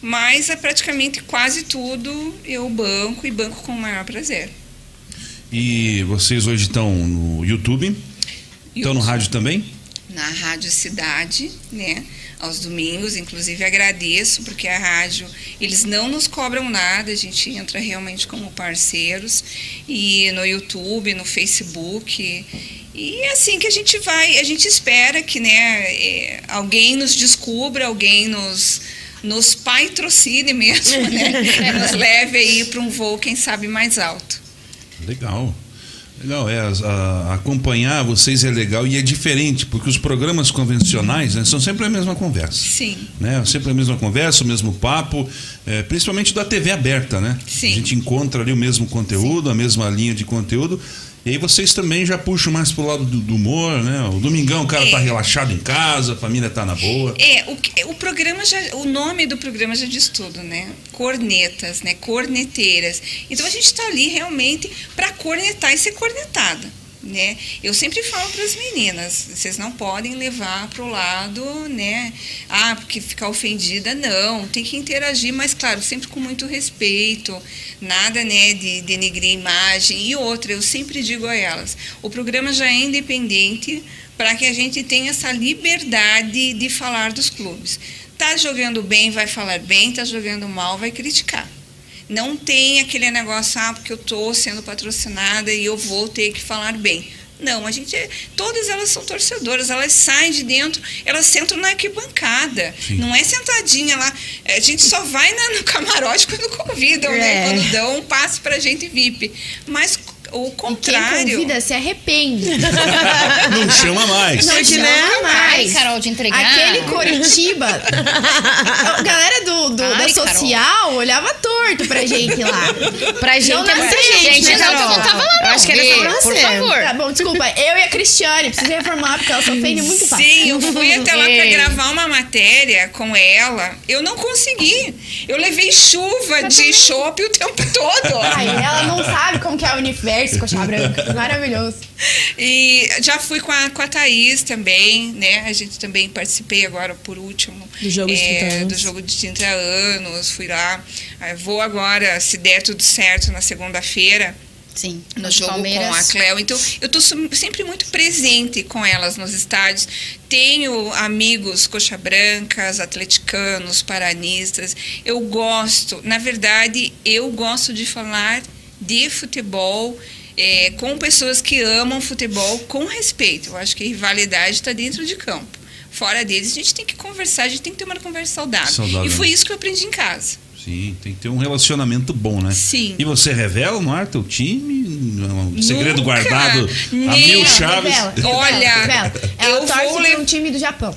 S3: Mas é praticamente quase tudo eu banco e banco com o maior prazer.
S1: E vocês hoje estão no YouTube, estão Então, no
S3: YouTube.
S1: rádio também?
S3: na Rádio Cidade, né? Aos domingos, inclusive agradeço, porque a rádio, eles não nos cobram nada, a gente entra realmente como parceiros, e no YouTube, no Facebook. E é assim que a gente vai, a gente espera que né, eh, alguém nos descubra, alguém nos, nos patrocine mesmo, né? nos leve aí para um voo, quem sabe, mais alto.
S1: Legal. Legal, é, as- a- acompanhar vocês é legal e é diferente, porque os programas convencionais né, são sempre a mesma conversa.
S3: Sim,
S1: Né? Sempre a mesma conversa, o mesmo papo, é, principalmente da TV aberta, né?
S3: Sim.
S1: A gente encontra ali o mesmo conteúdo, a mesma linha de conteúdo. E aí vocês também já puxam mais pro lado do, do humor, né? O domingão o cara tá
S3: É.
S1: relaxado em casa, a família tá na boa.
S3: É, o, que- o programa já, o nome do programa já diz tudo, né? Cornetas, né? Corneteiras. Então a gente está ali realmente para cornetar e ser cornetada, né? Eu sempre falo para as meninas, vocês não podem levar pro lado, né? Ah, porque ficar ofendida não, tem que interagir, mas claro, sempre com muito respeito, nada, né, de denegrir a imagem. E outra, eu sempre digo a elas, o programa já é independente para que a gente tenha essa liberdade de falar dos clubes. Tá jogando bem, vai falar bem, tá jogando mal, vai criticar. Não tem aquele negócio, ah, porque eu estou sendo patrocinada e eu vou ter que falar bem. Não, a gente é, todas elas são torcedoras, elas saem de dentro, elas sentam na arquibancada. Não é sentadinha lá. A gente só vai na- no camarote quando convidam, né?
S6: É.
S3: Quando dão um passe pra gente VIP. Mas o
S4: E quem
S3: contrário.
S4: convida se arrepende.
S1: Não chama mais.
S4: Não
S6: Gente,
S4: te
S6: né?
S4: né?
S5: Ai,
S4: mais.
S5: Carol, de entregar.
S4: Aquele Coritiba, a galera do, do-
S5: Ai,
S4: da social olhava torto pra gente lá.
S5: Pra gente
S4: não
S5: é muito
S4: nasce gente,
S5: gente,
S4: né,
S5: não,
S4: Carol?
S5: não tava lá,
S6: Eu
S5: não.
S6: acho que era só
S5: Vê,
S6: pra
S5: Por
S6: você.
S5: favor.
S4: Tá bom, desculpa. Eu e a Cristiane, preciso reformar, porque ela se ofende muito fácil.
S3: Sim, eu fui até lá para
S6: É.
S5: Ei.
S3: gravar uma matéria com ela. Eu não consegui. Eu levei chuva de chope o tempo
S4: Ai,
S3: todo.
S4: ela não sabe como que é o universo, coxa branca. Maravilhoso.
S3: E já fui com a, com a Thaís também, né? A gente também participei agora por último. é,
S6: Do jogo de 30 anos.
S3: Do jogo de 30 anos. Fui lá. Ah, Vou agora, se der tudo certo, na segunda-feira.
S5: Sim.
S3: no jogo com a Cleo. Então, eu estou sempre muito presente com elas nos estádios. Tenho amigos coxa brancas, atleticanos, paranistas. Eu gosto, na verdade, eu gosto de falar de futebol. eh, com pessoas que amam futebol com respeito. Eu acho que a rivalidade está dentro de campo. Fora deles, a gente tem que conversar, a gente tem que ter uma conversa saudável.
S1: Saudável.
S3: E foi isso que eu aprendi em casa.
S1: Sim, tem que ter um relacionamento bom, né?
S3: Sim.
S1: E você revela no ar teu time? Um segredo
S3: Nunca.
S1: guardado a
S3: Nem
S1: mil
S3: eu,
S1: chaves?
S4: Revela, revela,
S3: Olha,
S4: revela.
S3: eu
S4: Ela torce
S3: vou
S4: pra
S3: le-
S4: um time do Japão.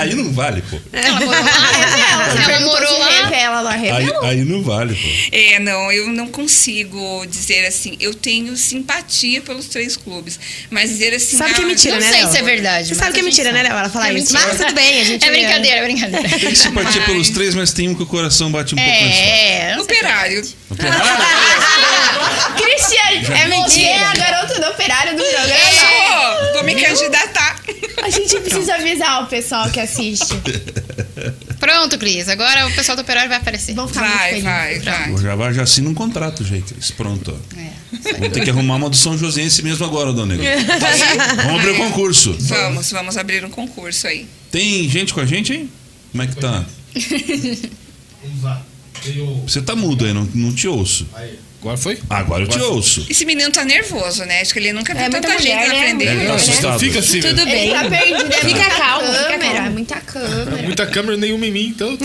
S1: aí não vale, pô.
S6: Ah, é
S5: Ela
S4: Ela, um
S5: morou lá, ela morou lá.
S4: Revela, ela
S1: Aí,
S4: revela.
S1: aí não vale, pô.
S3: É, não, eu não consigo dizer assim. Eu tenho simpatia pelos três clubes, mas dizer assim.
S6: Sabe que é
S3: ah,
S6: mentira,
S5: Não
S6: né,
S5: sei
S6: Léo?
S5: se é verdade.
S6: Você
S5: mas
S6: sabe que é
S5: a gente
S6: mentira, né,
S5: sabe.
S6: Léo? Ela fala
S5: É
S6: isso.
S5: mentira.
S6: Mas tudo bem, a gente.
S5: É brincadeira, é brincadeira.
S1: Tem que se partir
S3: Mas-
S1: pelos três, mas tem um que o coração bate um pouco mais forte.
S5: É, eu não sei se
S3: Operário.
S1: Não tem nada?
S4: Cristiane, é mentira. é a garota do operário do programa.
S3: Eu vou me candidatar.
S4: A gente precisa avisar o pessoal que assiste.
S5: é. Pronto, Cris. Agora o pessoal do Operário vai aparecer.
S4: Vão ficar
S3: Vai,
S4: Tá
S3: vai,
S4: muito
S3: vai.
S1: O Jabá já assina um contrato, já, Cris. Pronto.
S5: É.
S1: Vou ter que arrumar uma do São Joséense mesmo agora, dona Nego. Vamos abrir o concurso.
S3: Vamos, vamos abrir um concurso aí.
S1: Tem gente com a gente, hein? Como é que tá?
S2: Vamos lá. Veio.
S1: Você tá mudo aí, não, não te ouço.
S2: Aí. Agora foi?
S1: Agora eu te ouço.
S3: Esse menino tá nervoso, né? Acho que ele nunca viu
S6: É muita
S3: tanta gente
S6: mulher,
S3: na
S6: né?
S3: frente
S1: Ele
S3: dele.
S1: tá
S2: Não
S1: assustado.
S2: fica assim, velho.
S6: Tudo
S4: Ele tá
S6: bem.
S4: perdido. é
S6: Fica
S4: muita
S6: calmo, fica
S4: câmera, é
S6: calmo.
S4: Muita câmera.
S2: Muita câmera nenhuma em mim, então. eu tô-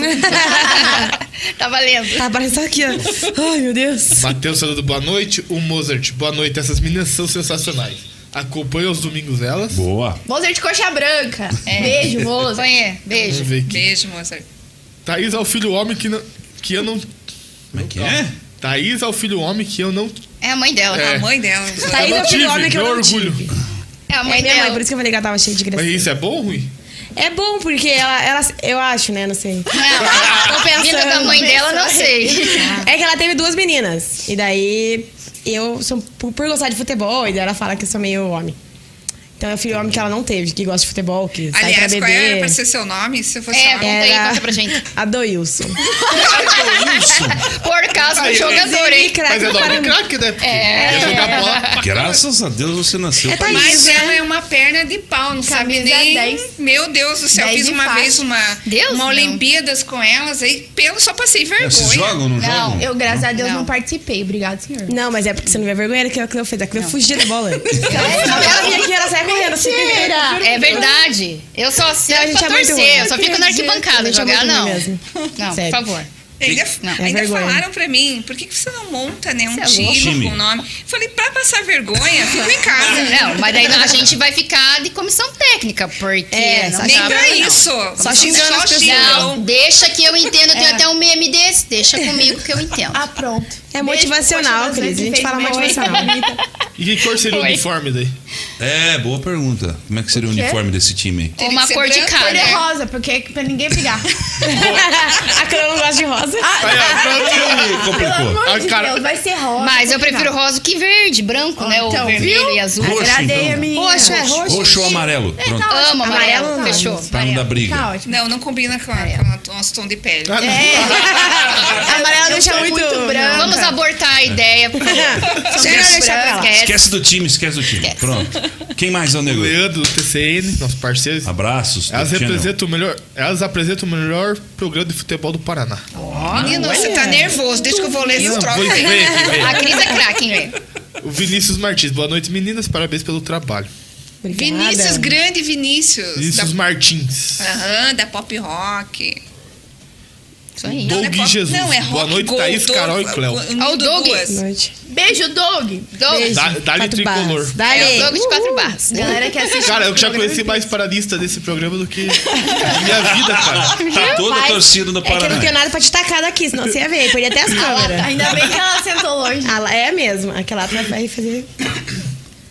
S5: Tá valendo.
S6: Tá aparecendo aqui, ó. Ai, meu Deus.
S2: É, Matheus falando boa noite. O Mozart, boa noite. Essas meninas são sensacionais. Acompanha os domingos elas.
S1: Boa.
S4: Mozart de coxa branca.
S6: É.
S4: Beijo, Mozart.
S5: Conhe,
S2: Vamos
S5: beijo.
S2: ver aqui.
S3: Beijo, Mozart.
S2: Thaís ao filho homem que não. Que eu não.
S1: Como é que é?
S2: Thaís ao filho homem que eu não.
S5: É a mãe dela.
S3: A
S2: É.
S3: mãe dela.
S6: Thaís
S2: eu
S6: é
S2: não
S6: o filho
S2: tive,
S6: homem que eu
S2: meu
S6: não tive.
S2: orgulho.
S5: É a
S6: É
S5: mãe
S6: minha mãe,
S5: dela.
S6: por isso que eu falei que ela tava cheia de graça.
S2: Mas isso é bom ou ruim?
S6: É bom, porque ela, ela. Eu acho, né? Não sei.
S5: Não, é
S6: Tô pensando.
S5: Vindo da mãe dela, não sei.
S6: É que ela teve duas meninas. E daí eu sou por, por gostar de futebol, e daí ela fala que eu sou meio homem. Então eu fui o homem que ela não teve, que gosta de futebol, que sai
S3: Aliás,
S6: pra
S3: qual
S6: beber.
S3: era pra ser seu nome? Se fosse
S5: É,
S3: homem?
S5: Conta aí, conta pra gente.
S6: A Doilson.
S5: Por causa do
S2: Aí,
S5: jogador, hein?
S2: Mas é nome craque, né? Porque ia jogar bola. pra
S1: Graças a Deus você nasceu. É pra
S6: Thaís.
S3: Mas ela é uma perna de pau, não sabe
S4: Camisa
S3: nem.
S4: 10.
S3: Meu Deus do céu,
S4: 10
S3: fiz
S4: de
S3: uma
S4: faixa.
S3: vez uma,
S5: Deus
S3: uma
S5: não.
S3: Olimpíadas com elas, aí pelo só
S2: É,
S3: passei vergonha.
S1: Vocês jogam ou não,
S5: Não,
S1: jogam?
S4: Eu, graças a Deus, não,
S5: Não.
S4: participei. Obrigado, senhor.
S6: Não, mas é porque você não vê a vergonha daquilo que eu fiz. Aquilo eu fugi da bola. ela vinha aqui, ela sai correndo. assim.
S5: É verdade. Eu só sei
S6: Não, a gente
S5: pra
S6: é muito
S5: torcer,
S6: ruim.
S5: eu só fico na
S6: A
S5: arquibancada
S6: gente é
S5: jogar,
S6: muito ruim
S5: não.
S6: mesmo.
S5: Não, por
S6: Sério.
S5: favor.
S3: Ainda,
S5: Não. É
S3: ainda
S6: vergonha.
S3: falaram pra mim, por que, que você não monta né, um
S5: Você é
S3: time,
S5: louco.
S1: Time.
S3: com nome? Falei, pra passar vergonha, fico em casa.
S5: Não, mas daí a gente vai ficar de comissão técnica, porque não
S6: É, só
S5: dá
S3: Nem
S6: Não,
S3: pra
S5: não.
S3: isso.
S6: Só xingando as pessoas.
S5: Não, deixa que eu entendo. Eu tenho até um meme desse. Deixa comigo que eu entendo.
S4: Ah, pronto.
S6: É
S4: Beijo,
S6: motivacional,
S4: coxa
S6: Cris. A
S4: branca,
S6: gente
S4: fez
S6: fala
S4: bem.
S6: motivacional.
S2: E que cor seria o
S5: Oi.
S2: uniforme daí?
S1: É, boa pergunta. Como é que seria o
S4: quê?
S1: uniforme desse time aí?
S5: Ou
S3: que
S5: uma
S3: ser
S5: cor de
S3: branco,
S5: cada.
S4: Cor de rosa, porque é pra ninguém brigar.
S6: a Clara não gosta de rosa.
S4: Ah,
S2: Aí,
S4: É,
S2: ó, pronto.
S1: Ih,
S4: Pelo
S1: Complicou.
S4: amor
S2: Ah,
S4: de
S2: cara.
S4: Deus, vai ser rosa.
S5: Mas eu
S4: Não.
S5: prefiro rosa que verde, branco, né? Ou
S4: Então,
S5: vermelho e azul.
S1: Roxo,
S4: Agradei
S1: então.
S4: a menina.
S6: Roxo, é roxo.
S1: Roxo ou amarelo? Pronto.
S4: tá
S5: Amo amarelo,
S4: Amarelo não,
S5: fechou.
S1: Pra não dar briga.
S4: Tá ótimo.
S3: Não, não combina com, a, com a- com o nosso tom de pele.
S2: Ah, não.
S5: É.
S4: Amarelo
S6: deixa muito-
S4: branco.
S5: Vamos abortar a ideia. por favor. Somos
S2: é
S6: Deixa pra lá.
S5: brancas.
S1: Esquece do time, esquece do time. Pronto. Quem mais é o
S2: O
S1: nego?
S2: Leandro, do TCN, nossos parceiros.
S1: Abraços.
S2: Elas
S1: Tatiana.
S2: representam o melhor. Elas apresentam o melhor programa de futebol do Paraná.
S3: Menino, você tá nervoso, deixa que eu vou ler
S2: Não,
S3: esse troço
S2: vou
S3: aí.
S2: ver aqui,
S5: A
S2: velho.
S5: Cris é craque, hein, velho?
S2: O Vinícius Martins, boa noite, meninas. Parabéns pelo trabalho.
S3: Vinícius, grande Vinícius.
S2: Vinícius
S3: da,
S2: Martins.
S3: Aham, da pop rock.
S5: Isso aí.
S2: Doug
S3: Não é pop-
S2: Jesus.
S3: Não, é rock
S2: Boa noite,
S3: gold,
S2: Thaís,
S3: Doug.
S2: Carol e Cléo.
S3: Eu
S5: Ó, o
S3: mudo
S5: Doug.
S3: duas.
S6: Noite.
S4: Beijo, Doug.
S5: Doug.
S2: Dá- Dá-lhe
S6: Quatro
S2: tricolor.
S6: barras.
S5: É o
S6: Dá-lhe.
S5: Doug de quatro barras.
S4: Galera que assiste.
S2: Cara, eu já
S4: programa
S2: conheci
S4: de
S2: mais paranista desse programa do que a minha vida, cara.
S1: Tá toda
S6: Rapaz,
S1: torcida no
S6: É que eu não tenho
S1: Paraná.
S6: nada pra te tacar daqui, senão você ia ver. Perdi até as
S4: pesca.
S6: câmeras.
S4: Ainda bem que ela sentou longe.
S6: Ah, lá- é mesmo. Aquela lá vai fazer.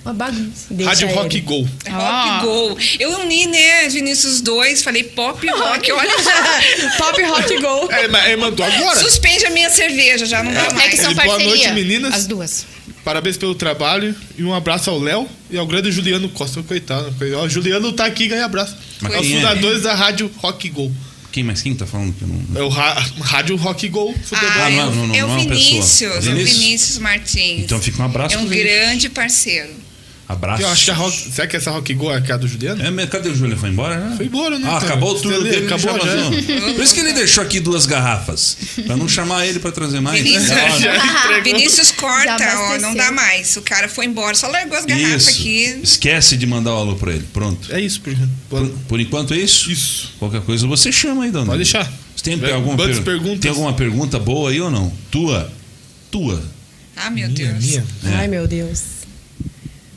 S4: Uma bagunça.
S6: deixa
S2: Rádio
S6: ele.
S2: Rock Gol.
S3: Rock Go. é Eu uni, né, Vinícius os dois, falei pop rock, olha só.
S6: Pop Rock Gol.
S2: É, mas ele mandou agora.
S3: Suspende a minha cerveja, já não dá
S5: É que
S3: mais.
S5: são
S2: Boa
S5: parceria.
S2: noite, meninas.
S5: As duas.
S2: Parabéns pelo trabalho e um abraço ao Léo e ao grande Juliano Costa. Coitado. coitado. O Juliano tá aqui, ganha abraço.
S1: Mas
S2: É os
S1: quem é?
S2: fundadores da Rádio Rock Gol.
S1: Quem mais? Quem tá falando que eu não.
S2: É o ra- Rádio Rock Gol. Futebol.
S1: Ah, não, não,
S3: eu-
S1: não,
S3: é
S1: não é
S3: o
S1: uma pessoa.
S3: Vinícius, é o
S1: Vinícius?
S3: Vinícius Martins.
S1: Então fica um abraço
S3: É um
S1: pro Vinícius.
S3: grande parceiro.
S1: Abraço.
S2: Eu acho que a Rock... Será que essa Rock Gol é a do Juliano?
S1: É, mas cadê o Júlio? Ele Foi embora? né?
S2: Foi embora, né,
S1: Ah,
S2: cara?
S1: acabou o turno
S2: Você
S1: dele,
S2: acabou
S1: acabou
S2: já.
S1: Por isso que ele deixou aqui duas garrafas. Pra não chamar ele pra trazer mais.
S3: Vinícius,
S1: Da hora.
S2: entregou.
S3: Vinícius corta, ó,
S4: abasteceu.
S3: não dá mais. O cara foi embora, só largou as garrafas
S1: Isso.
S3: aqui.
S1: Esquece de mandar o alô pra ele. Pronto.
S2: É isso, por exemplo.
S1: Por, por enquanto é isso?
S2: Isso.
S1: Qualquer coisa você chama aí, Dona.
S2: Pode deixar.
S1: Você tem
S2: Vai-
S1: alguma,
S2: quantas
S1: per-
S2: perguntas?
S1: tem alguma pergunta boa aí ou não? Tua. Tua.
S3: Ah, meu
S2: Minha,
S3: Deus.
S2: minha.
S1: É.
S6: Ai, meu Deus.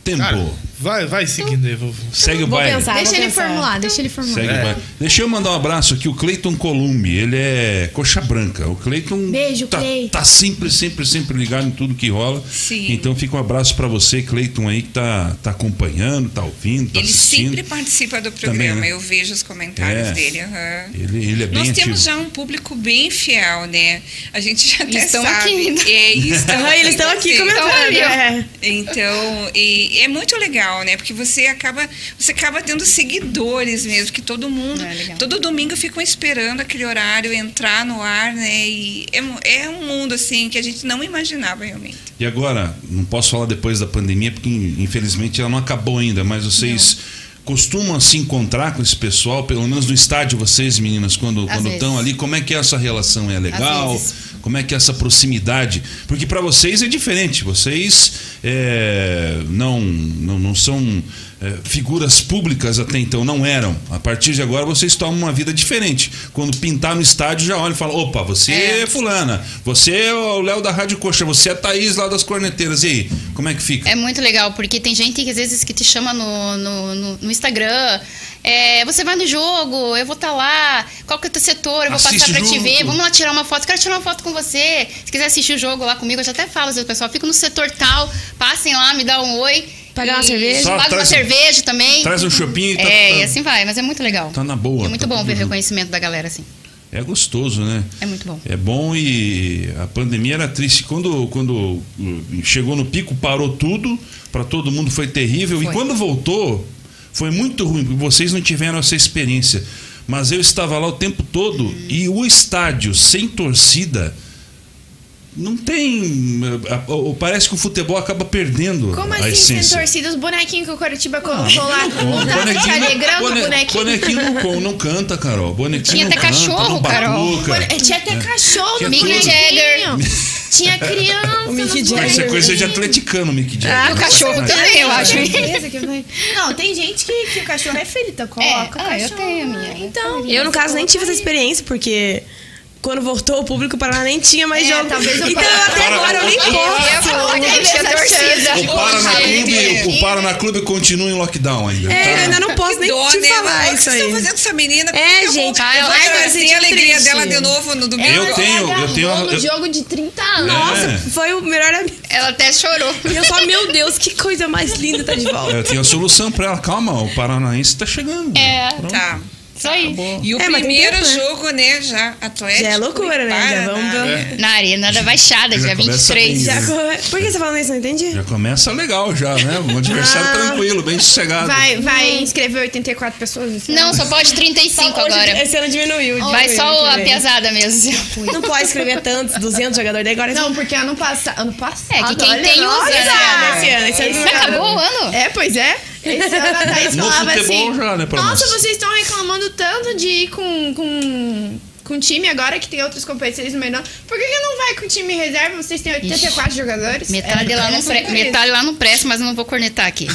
S1: Tempo.
S2: Cara, vai, vai seguindo aí. Vou...
S1: Segue o
S6: Vou
S1: baile.
S6: pensar.
S4: Deixa
S6: vou
S4: ele
S6: pensar.
S4: formular, deixa ele formular.
S1: Segue o
S2: É.
S1: baile. Deixa eu mandar um abraço aqui. O Cleiton Columbi. Ele é coxa branca. O Cleiton.
S4: Beijo,
S1: tá,
S4: Cleiton.
S1: tá sempre, sempre, sempre ligado em tudo que rola.
S3: Sim.
S1: Então fica um abraço pra você, Cleiton, aí que tá, tá acompanhando, tá ouvindo, tá
S3: Ele
S1: assistindo.
S3: sempre participa do
S1: Também,
S3: programa,
S1: né?
S3: eu vejo os comentários
S1: É.
S3: dele. aham.
S1: Ele, ele é bem
S3: Nós
S1: ativo.
S3: temos já um público bem fiel, né? A gente já até
S5: estão
S3: sabe.
S5: aqui ainda.
S3: É, e estão
S6: Aham, eles estão aqui
S3: sim.
S6: comentando.
S5: ali, ó.
S6: é.
S3: Então, e é muito legal, né? Porque você acaba, você acaba tendo seguidores mesmo, que todo mundo,
S5: É,
S6: Ah,
S5: legal.
S3: todo domingo ficam esperando aquele horário entrar no ar, né? E é, mu- é um mundo assim que a gente não imaginava realmente.
S1: E agora, não posso falar depois da pandemia, porque in- infelizmente ela não acabou ainda, mas vocês costumam se encontrar com esse pessoal, pelo menos no estádio, vocês meninas, quando,
S5: Às
S1: quando
S5: vezes.
S1: estão ali, como é que é essa relação? É legal?
S5: vezes.
S1: Como é que é essa proximidade? Porque para vocês é diferente. Vocês é, não, não, não são é, figuras públicas até então, não eram. A partir de agora vocês tomam uma vida diferente. Quando pintar no estádio, já olha e fala: opa, você é, Fulana, você é o Léo da Rádio Coxa, você é a Thaís lá das Corneteiras. E aí, como é que fica?
S5: É muito legal, porque tem gente que às vezes que te chama no, no, no- no Instagram. é, você vai no jogo, eu vou estar lá, qual que é o teu setor, eu vou
S1: Assiste
S5: passar pra te
S1: junto.
S5: ver, vamos lá tirar uma foto, quero tirar uma foto com você. Se quiser assistir o jogo lá comigo, eu já até falo, às vezes, pessoal, fico no setor tal, passem lá, me dá um oi.
S6: Pagar uma
S5: E
S6: cerveja.
S1: Só
S5: Paga uma
S1: traz-
S5: cerveja também.
S1: Traz um chopinho e tá-
S5: É,
S1: tá-
S5: e assim vai, mas é muito legal.
S1: Tá na boa,
S5: É muito
S1: tá
S5: bom
S1: tudo
S5: ver o
S1: junto.
S5: reconhecimento da galera, assim.
S1: É gostoso, né?
S5: É muito bom.
S1: É bom e a pandemia era triste. Quando, quando uh, chegou no pico, parou tudo, para todo mundo foi terrível. E
S5: Foi.
S1: quando voltou, foi muito ruim, porque vocês não tiveram essa experiência. Mas eu estava lá o tempo todo e o estádio sem torcida. Não tem. eh, a- o- Parece que o futebol acaba perdendo.
S4: Como
S1: a
S4: assim, sem
S1: essência.
S4: torcida? Os bonequinhos que o Curitiba colocou lá. Não dá pra te
S1: Ah, Bonequinho-
S4: alegrar com é o
S1: bone-
S4: bonequinho.
S1: bonequinho não, con- não canta, Carol. Bonequinho
S5: Tinha
S1: não
S5: até
S1: canta,
S5: cachorro,
S1: não
S5: Carol.
S1: batuca.
S4: Bone- Tinha até cachorro
S1: É. Tinha
S4: no
S1: tudo.
S4: bonequinho.
S5: Mick
S4: Tinha criança.
S6: O Mick
S4: nos
S6: Jagger.
S1: Isso é coisa de
S4: bonequinhos.
S1: atleticano, Mick Jagger.
S5: Ah, o cachorro também, eu acho. hein?
S4: Certeza que vai- Não, tem gente que, que o cachorro é frita, coloca
S5: É,
S4: o cachorro.
S5: ah, eu tenho a minha.
S4: Então,
S6: Eu, no caso, nem tive essa experiência, porque quando voltou o público para lá nem tinha mais
S4: É,
S6: jogo.
S4: talvez eu
S6: então
S4: pa-
S6: eu até agora eu nem
S5: Eu ia
S6: posso.
S5: falar que
S4: Teve
S5: ele tinha
S4: essa
S5: torcida.
S4: chance.
S1: O Paraná
S5: Gente,
S1: Clube, o Paraná Clube continua em lockdown ainda.
S6: É, eu
S1: tá?
S6: ainda não posso nem
S3: Dó,
S6: te
S3: né? Olha
S6: falar
S3: o que
S6: isso
S3: vocês
S6: aí.
S3: estão fazendo com essa menina?
S6: É,
S3: Eu vou-
S6: gente,
S5: ah, eu
S3: Eu vou
S5: acho
S3: trazer
S6: muito
S3: a alegria
S6: triste.
S3: dela de novo no domingo.
S1: Eu tenho- eu
S4: agarrou
S1: tenho-
S4: no
S1: eu-
S4: jogo de 30 anos.
S1: É.
S6: Nossa, foi o melhor amigo.
S5: Ela até chorou.
S1: Tá
S6: E eu só, meu Deus, que coisa mais linda tá de volta.
S1: Eu tenho É, a solução pra ela. Calma, o Paranaense tá chegando.
S5: É.
S1: Pronto.
S3: Tá.
S5: Isso aí.
S3: E o
S6: É, mas tem
S3: primeiro
S6: tempo, né?
S3: jogo, né, já Atlético.
S6: Já é loucura,
S3: e
S6: né? Já
S3: Paraná,
S6: vamos-
S3: né?
S5: Na arena da Baixada,
S1: Já
S5: dia
S1: começa
S5: 23.
S1: bem,
S6: Já
S1: né?
S6: co- Por que você falando isso? Não entendi.
S1: Já começa legal já, né? Um
S5: Ah,
S1: adversário tranquilo, bem sossegado.
S4: Vai, vai inscrever 84 pessoas? isso?
S5: Não, só pode 35 agora.
S6: Esse ano diminuiu.
S5: Vai
S6: diminuiu,
S5: só a
S6: que bem.
S5: piazada mesmo.
S6: Não pode escrever tantos, 200 jogadores. Daí agora é
S4: Não, porque ano passado. Ano passado.
S5: É que quem
S4: olha,
S5: tem
S4: nossa.
S5: usa,
S6: Esse ano, esse ano, esse ano
S5: Mas
S6: diminuiu.
S5: acabou o ano?
S4: É, pois é. Esse ano a Thaís
S1: No
S4: falava
S1: futebol
S4: assim.
S1: já, né, pra
S4: Nossa,
S1: nós."
S4: vocês estão reclamando tanto de ir com. com... Com time agora que tem outras competições no menor, por que, que não vai com time reserva? Vocês têm 84 jogadores? É,
S5: Metade lá, não
S4: não
S5: pre... metade lá não presta, mas eu não vou cornetar aqui.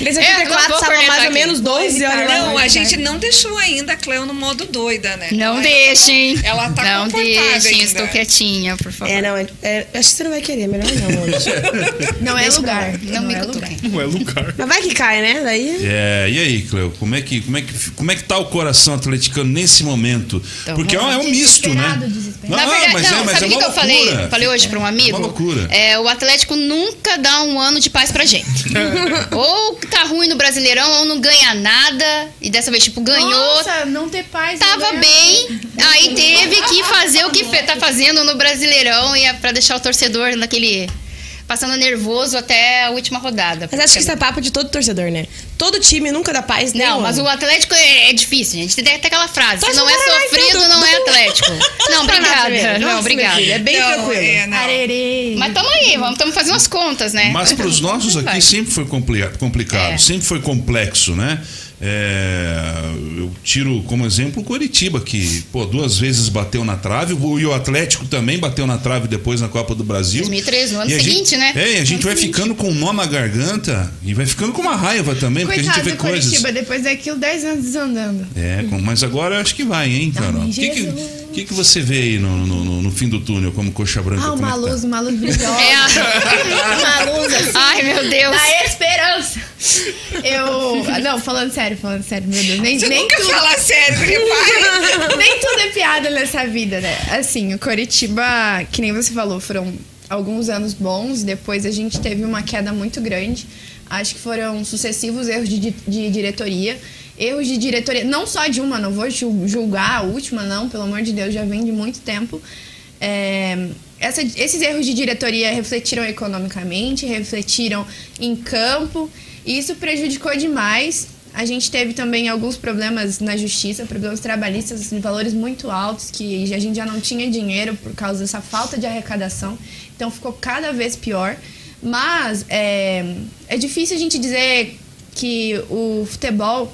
S6: Nesse
S5: É, eu não
S6: 84
S5: vou cornetar
S6: estavam mais ou
S5: aqui. tá
S6: menos 12 horas. lá.
S3: Não, a gente não deixou ainda a Cleo no modo doida, né?
S5: Não
S3: Ela-
S5: deixem.
S3: Ela tá
S5: Não
S3: comportada
S5: deixem,
S3: ainda.
S5: estou quietinha, por favor.
S6: É, não, é, é, acho que você não vai querer, melhor não hoje.
S4: Não é
S6: Deixa
S4: lugar.
S6: pra
S5: Não, me
S4: é
S5: cutuquem.
S2: Não é lugar.
S6: Mas vai que cai, né? Daí.
S1: É, e aí, Cleo, como é que como é que como é que tá o coração atleticano nesse momento? Porque é um, é um misto, né?
S4: Então, Desesperado, desesperado.
S1: Não,
S5: Na verdade,
S1: mas é,
S5: não,
S1: mas
S5: sabe
S1: é
S5: o que,
S1: uma
S5: que eu
S1: loucura.
S5: falei? Falei hoje para um amigo.
S1: É uma loucura.
S5: É, o Atlético nunca dá um ano de paz pra gente. ou tá ruim no Brasileirão, ou não ganha nada. E dessa vez, tipo, ganhou,
S4: Nossa, não ter paz. não
S5: tava
S4: ganha.
S5: bem. Aí teve que fazer o que fe- tá fazendo no Brasileirão e é pra deixar o torcedor naquele. passando nervoso até a última rodada.
S6: Mas acho que isso é papo de todo torcedor, né? Todo time nunca dá paz, né?
S5: Não, mas o Atlético é, é difícil, gente. Tem até aquela frase:
S6: Torce
S5: não é
S6: pro Paraná, então,
S5: sofrido,
S6: do-
S5: não é
S6: do-
S5: Atlético.
S6: um
S5: Não, obrigada. Não,
S6: É
S5: obrigada.
S6: bem
S3: Não,
S6: tranquilo.
S3: é, não.
S4: Arerê.
S5: Mas tamo aí, vamos tamo fazendo as contas, né?
S1: Mas para os nossos
S5: Vai.
S1: aqui sempre foi compli- complicado,
S5: É.
S1: sempre foi complexo, né? É, eu tiro como exemplo o Coritiba, que pô, duas vezes bateu na trave, o- e o Atlético também bateu na trave depois na Copa do Brasil.
S5: 2013, no ano
S1: E a
S5: seguinte,
S1: gente-
S5: né?
S1: É, e a gente
S5: Ano
S1: vai
S5: seguinte.
S1: ficando com um nó na garganta e vai ficando com uma raiva também, É, porque a gente
S4: Coitado
S1: vê
S4: do
S1: coisas.
S4: Curitiba, depois daquilo 10 anos desandando.
S1: É, com- mas agora eu acho que vai, hein, Carol? O que, que, que que você vê aí no, no- no- no fim do túnel como coxa branca?
S4: Ah,
S1: como é
S4: uma
S1: que tá?
S4: luz, uma luz brilhosa.
S5: É a-
S4: uma luz assim.
S5: Ai, meu Deus.
S4: Da esperança. Eu. ah, Não, falando sério, falando sério, meu Deus. Nem,
S3: Você
S4: nem
S3: nunca
S4: tudo.
S3: fala sério, ele vai.
S4: Nem tudo é piada nessa vida, né? Assim, o Coritiba, que nem você falou, foram alguns anos bons, depois a gente teve uma queda muito grande. Acho que foram sucessivos erros de, di- de diretoria. Erros de diretoria, não só de uma, não vou ju- julgar a última, não, pelo amor de Deus, já vem de muito tempo. É, essa- esses erros de diretoria refletiram economicamente, refletiram em campo, e isso prejudicou demais. A gente teve também alguns problemas na justiça, problemas trabalhistas de valores muito altos, que a gente já não tinha dinheiro por causa dessa falta de arrecadação. Então ficou cada vez pior. Mas é, é difícil a gente dizer que o futebol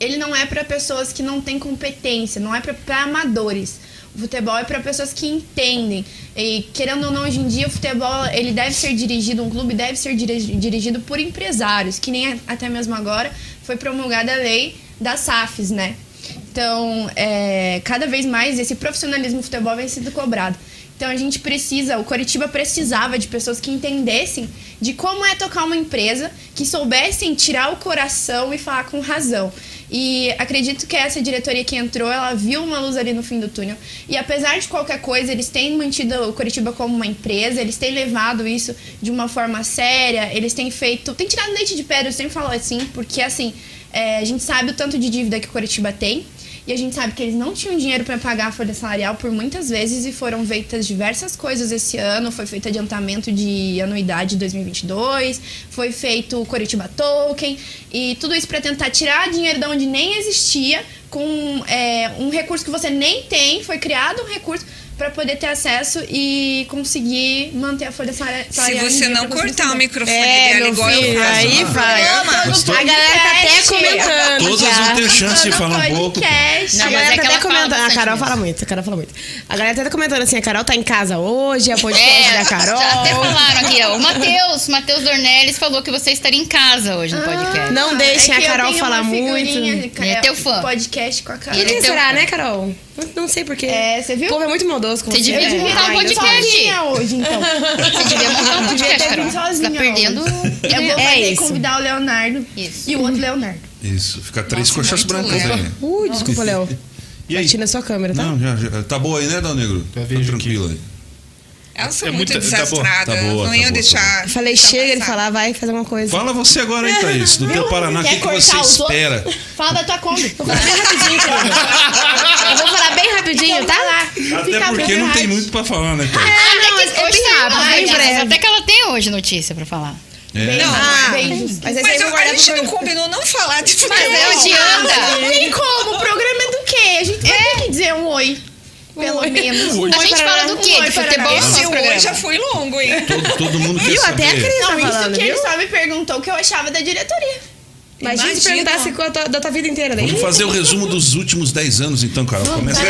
S4: ele não é para pessoas que não têm competência, não é para amadores. futebol é para pessoas que entendem. E querendo ou não, hoje em dia o futebol ele deve ser dirigido, um clube deve ser diri- dirigido por empresários, que nem a- até mesmo agora foi promulgada a lei das SAFs, né? Então, é, cada vez mais esse profissionalismo do futebol vem sendo cobrado. Então a gente precisa, o Coritiba precisava de pessoas que entendessem de como é tocar uma empresa, que soubessem tirar o coração e falar com razão. E acredito que essa diretoria que entrou, ela viu uma luz ali no fim do túnel. E apesar de qualquer coisa, eles têm mantido o Coritiba como uma empresa, eles têm levado isso de uma forma séria, eles têm feito, têm tirado leite de pedra, eu sempre falo assim, porque assim, é, a gente sabe o tanto de dívida que o Coritiba tem. E a gente sabe que eles não tinham dinheiro para pagar a folha salarial por muitas vezes e foram feitas diversas coisas esse ano. Foi feito adiantamento de anuidade 2022, foi feito o Coritiba Token e tudo isso para tentar tirar dinheiro de onde nem existia com é, um recurso que você nem tem. Foi criado um recurso para poder ter acesso e conseguir manter a folha salar-
S3: Se
S4: salarial. em
S3: você
S4: dia
S3: não
S4: pra vocês
S3: cortar o
S4: poderem.
S3: microfone
S6: É,
S3: dela
S6: meu
S3: igual eu
S6: filho,
S3: faço,
S6: aí vai.
S1: Mas
S6: A galera tá até comentando.
S1: Todas
S6: já.
S1: vão ter chance de
S4: Todo
S1: falar um pouco.
S4: podcast.
S5: Não,
S6: a
S5: mas é
S6: galera
S5: que
S6: tá
S5: ela fala
S6: até comentando. A
S5: bastante
S6: Carol
S5: mesmo.
S6: fala muito, a Carol fala muito. A galera tá até comentando assim, a Carol tá em casa hoje, é podcast da Carol.
S5: Até falaram aqui, ó. O Matheus, Matheus Dornelles falou que você estaria em casa hoje no podcast.
S6: Não
S4: Ah,
S6: deixem
S4: é que
S6: a
S4: eu
S6: Carol
S4: tenho
S6: falar
S4: uma figurinha,
S6: muito.
S4: cara,
S5: Ele é teu fã.
S4: Podcast com a Carol.
S6: E
S5: Ele
S6: quem
S5: tem-
S6: será, né, Carol? Não, não sei porquê.
S4: É, você viu?
S6: O povo é muito maldoso com
S5: Você
S6: você.
S5: devia
S6: né?
S5: montar um
S6: Ai, eu só-
S5: podcast.
S4: sozinha hoje, então.
S5: Você devia montar um
S4: Devia
S5: podcast,
S4: ter
S5: Carol.
S4: vindo
S5: Você tá
S4: sozinha.
S5: perdendo.
S4: hoje. Eu vou
S6: É
S4: fazer
S6: isso.
S4: convidar o Leonardo
S5: Isso.
S4: e o outro Leonardo.
S1: Isso, fica três
S5: Nossa,
S1: coxas
S5: muito
S1: brancas
S5: legal.
S1: aí.
S6: Ui, desculpa, Léo.
S1: E aí?
S6: Bati na sua câmera, tá?
S1: Não, já, já. Tá boa aí, né, Dal Negro?
S2: Já
S1: Tá
S2: vejo
S1: tranquila aí.
S3: Elas são
S2: É
S3: muito,
S2: muito- tá boa,
S3: desastradas.
S1: tá boa,
S3: não
S1: tá
S3: iam
S1: boa, tá
S3: deixar.
S6: Eu falei,
S3: deixar
S6: chega, ele
S3: passar.
S6: falar, vai fazer uma coisa.
S1: Fala você agora aí, Thaís, do teu Paraná, o que, que você espera?
S4: Fala da tua Kombi.
S6: Eu vou falar bem rapidinho, tá?
S4: lá.
S1: Até porque não tem muito pra falar, né, cara?
S5: Até Ah, que
S6: é
S5: hoje
S6: bem
S5: saiu
S6: rápido,
S5: mais,
S6: bem
S5: né?
S6: breve.
S5: Até que ela tem hoje notícia pra falar.
S1: É.
S3: Não,
S6: Ah,
S4: Beijos.
S6: mas esse aí
S3: mas
S6: eu
S3: eu-
S6: vou
S3: a
S6: guardar
S3: gente
S6: pro-
S3: não combinou não falar de futebol.
S5: Mas é onde anda.
S4: Não tem como. O programa é do quê? A gente vai ter que dizer um oi. Pelo
S1: Um
S4: menos.
S5: A gente fala do quê?
S4: Oi,
S5: De
S4: Paraná.
S5: futebol no
S6: é
S4: Esse
S5: nosso
S3: Esse hoje é já
S5: programa?
S3: foi longo, hein?
S1: Todo, todo mundo quer
S6: Viu? Até a
S1: saber.
S6: Cris
S4: Não,
S6: tá
S4: isso
S6: falando,
S4: que ele
S6: viu?
S4: só me perguntou o que eu achava da diretoria.
S6: Imagina se
S3: Imagina.
S6: perguntasse qual a tua- da tua vida inteira, né?
S1: Vamos fazer o resumo dos últimos 10 anos, então, Carol. Começa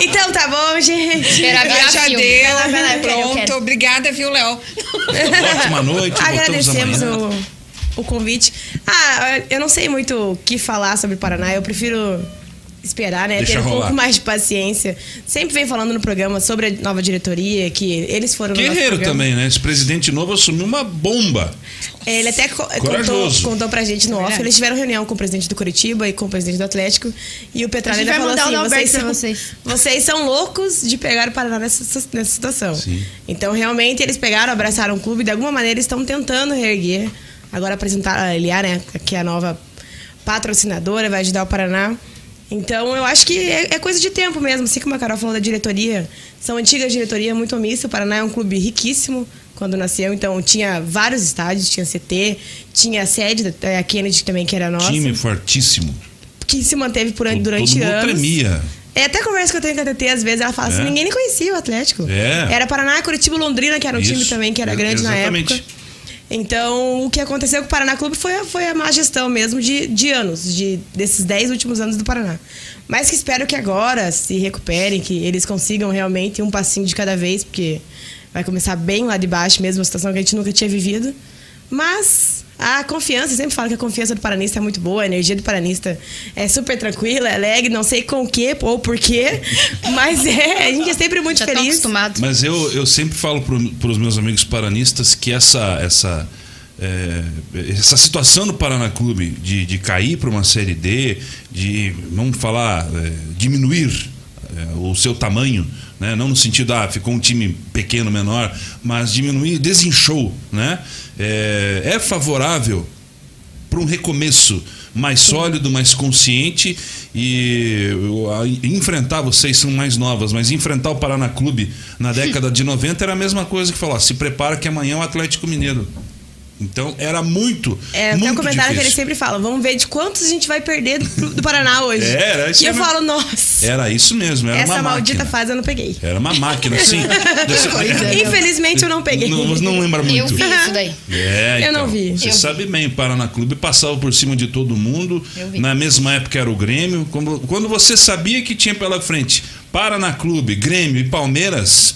S6: Então tá bom, gente.
S5: Esperar virar
S3: Mas já
S5: filme.
S3: deu.
S4: lá, vai lá, eu quero, eu
S3: Pronto,
S4: quero.
S3: obrigada, viu, Léo?
S1: Ótima noite, voltamos
S6: Agradecemos
S1: amanhã.
S6: o, o convite. Ah, eu não sei muito o que falar sobre o Paraná. Eu prefiro esperar, né?
S1: Deixa
S6: Ter um
S1: rolar.
S6: pouco mais de paciência. Sempre vem falando no programa sobre a nova diretoria, que eles foram no nosso
S1: Guerreiro
S6: programa.
S1: também, né? Esse presidente novo assumiu uma bomba.
S6: Ele até co- contou,
S1: Corajoso.
S6: contou pra gente no off. Eles tiveram reunião com o presidente do Curitiba e com o presidente do Atlético. E o Petralha
S4: A gente
S6: ainda
S4: vai
S6: falou
S4: mandar
S6: assim:
S4: o
S6: vocês
S4: Norberto
S6: são,
S4: pra
S6: vocês. são loucos de pegar o Paraná nessa, nessa situação.
S1: Sim.
S6: Então, realmente, eles pegaram, abraçaram o clube. De alguma maneira, eles estão tentando reerguer. Agora apresentaram a Eliar, né? Que é a nova patrocinadora, vai ajudar o Paraná. Então, eu acho que é, é coisa de tempo mesmo. Assim como a Carol falou da diretoria, são antigas diretoria muito omissa. O Paraná é um clube riquíssimo quando nasceu. Então, tinha vários estádios, tinha CT, tinha a sede, da- eh, a Kennedy também, que era nossa.
S1: Time fortíssimo.
S6: Que se manteve por,
S1: todo
S6: durante
S1: mundo
S6: anos.
S1: tremia.
S6: É até a conversa que eu tenho com a TT, às vezes, ela fala assim,
S1: É.
S6: ninguém nem conhecia o Atlético.
S1: É.
S6: Era Paraná, Curitiba e Londrina, que era um time
S1: Isso.
S6: também, que era
S1: É,
S6: grande
S1: exatamente.
S6: na época. Então, o que aconteceu com o Paraná Clube foi, a- foi a má gestão mesmo de, de anos, de, desses 10 últimos anos do Paraná. Mas que espero que agora se recuperem, que eles consigam realmente um passinho de cada vez, porque vai começar bem lá de baixo mesmo, uma situação que a gente nunca tinha vivido. Mas a confiança, eu sempre falo que a confiança do paranista é muito boa, a energia do paranista é super tranquila, é alegre, não sei com o que ou por quê, mas é, a gente é sempre muito
S5: Já tá estão
S6: feliz.
S5: acostumados.
S1: Mas eu, eu sempre falo para os meus amigos paranistas que essa essa é, essa situação do Paraná Clube de, de cair para uma série D, de vamos falar é, diminuir é, o seu tamanho, né? não no sentido ah ficou um time pequeno menor, mas diminuir desinchou, né? É, é favorável para um recomeço mais sólido, mais consciente e eu, a, enfrentar vocês são mais novas, mas enfrentar o Paraná Clube na década de 90 era a mesma coisa que falar, se prepara que amanhã é o Atlético Mineiro. Então era muito.
S6: É, tem
S1: muito
S6: um comentário que ele
S1: difícil.
S6: sempre fala: vamos ver de quantos a gente vai perder do, do Paraná hoje.
S1: É, era isso
S6: E eu
S1: mesmo.
S6: falo, nossa,
S1: Era isso mesmo, era
S6: essa
S1: uma
S6: maldita
S1: máquina.
S6: fase eu não peguei.
S1: Era uma máquina, assim.
S6: é. Infelizmente eu não peguei.
S1: Não, não lembra muito.
S5: Eu vi isso daí.
S1: É,
S6: Eu não
S1: então,
S6: vi.
S1: Você
S5: Eu
S1: sabe bem, o Paraná Clube passava por cima de todo mundo.
S5: Eu vi.
S1: Na mesma época era o Grêmio. Como- Quando você sabia que tinha pela frente Paraná Clube, Grêmio e Palmeiras,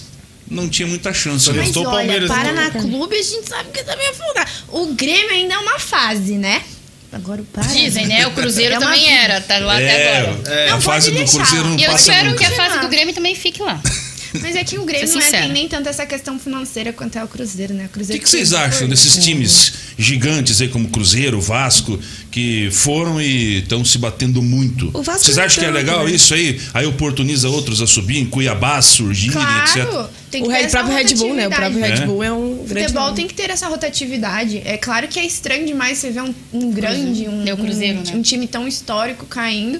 S1: não tinha muita chance. né?
S4: Mas
S2: Estou
S4: olha,
S2: Palmeiras, né?
S4: Paraná Clube, a gente sabe que também é afundar. O Grêmio ainda é uma fase, né? Agora o Paraná.
S5: Dizem, né? O Cruzeiro
S4: É uma
S5: também
S4: vida.
S5: era, tá lá até agora.
S1: é, a
S4: Não,
S1: fase
S4: pode
S1: do
S4: deixar.
S1: Cruzeiro não
S5: E eu
S1: passa
S5: espero
S1: nunca.
S5: que a fase
S4: Continuar.
S5: do Grêmio também fique lá.
S4: Mas é que o Grêmio
S5: Ser
S4: não é,
S5: sincera.
S4: tem nem tanto essa questão financeira quanto é o Cruzeiro, né? O
S1: O que,
S4: Cruzeiro
S1: que vocês acham desses times gigantes aí como Cruzeiro, Vasco, que foram e estão se batendo muito?
S6: O Vasco
S1: Vocês
S6: não
S1: acham que é
S6: tanto,
S1: legal
S6: né?
S1: isso aí? Aí oportuniza outros a subir, Cuiabá, surgirem, etc.
S4: Claro, tem que
S6: O
S4: ter
S6: Red-
S4: essa
S6: próprio Red Bull, né? O próprio
S4: rotatividade.
S1: É.
S6: Red Bull é um
S4: O
S6: grande.
S4: futebol
S6: nome.
S4: tem que ter essa rotatividade. É claro que é estranho demais você ver um, um grande, um,
S5: É o Cruzeiro,
S4: um,
S5: né?
S4: um time tão histórico caindo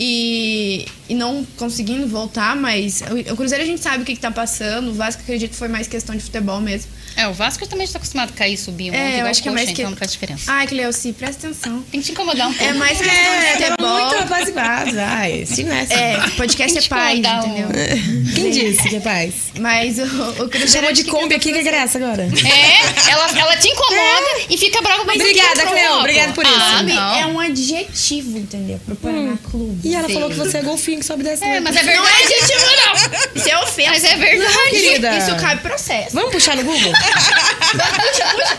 S4: e, e não conseguindo voltar, mas o, o Cruzeiro a gente sabe o que, que tá passando. O Vasco acredito que foi mais questão de futebol mesmo.
S5: É, o Vasco também está acostumado a cair e subir. um monte,
S4: É, eu
S5: igual
S4: acho que é
S5: coxa,
S4: mais que.
S5: Então não faz diferença.
S4: Ai, Cleuci, presta atenção.
S5: Tem que te incomodar um pouco.
S4: É mais questão
S6: É,
S4: de
S6: tava
S4: futebol.
S6: muito base base. Ai, esse não é assim.
S4: É, podcast
S5: Tem
S4: é
S5: que
S4: paz,
S5: incomodar um-
S4: entendeu?
S6: Quem disse que é paz?
S4: Mas o, o Cruzeiro.
S6: Chamou
S4: acho
S6: de
S4: que-
S6: Kombi aqui, que é graça agora.
S5: É, ela, ela te incomoda e fica brava mas
S6: Obrigada,
S5: eu te
S6: Cleo,
S5: provoco.
S6: obrigada por
S5: Ah,
S6: isso.
S5: não.
S4: É um adjetivo, entendeu? Pro Paraná Clube.
S6: E ela
S5: Sim.
S6: falou que você é golfinho que sobe dessa.
S5: É, Hum. mas é verdade.
S4: Não é adjetivo, não. Isso é ofensa.
S5: Mas é verdade.
S6: querida.
S4: Isso cabe processo.
S6: Vamos puxar no Google?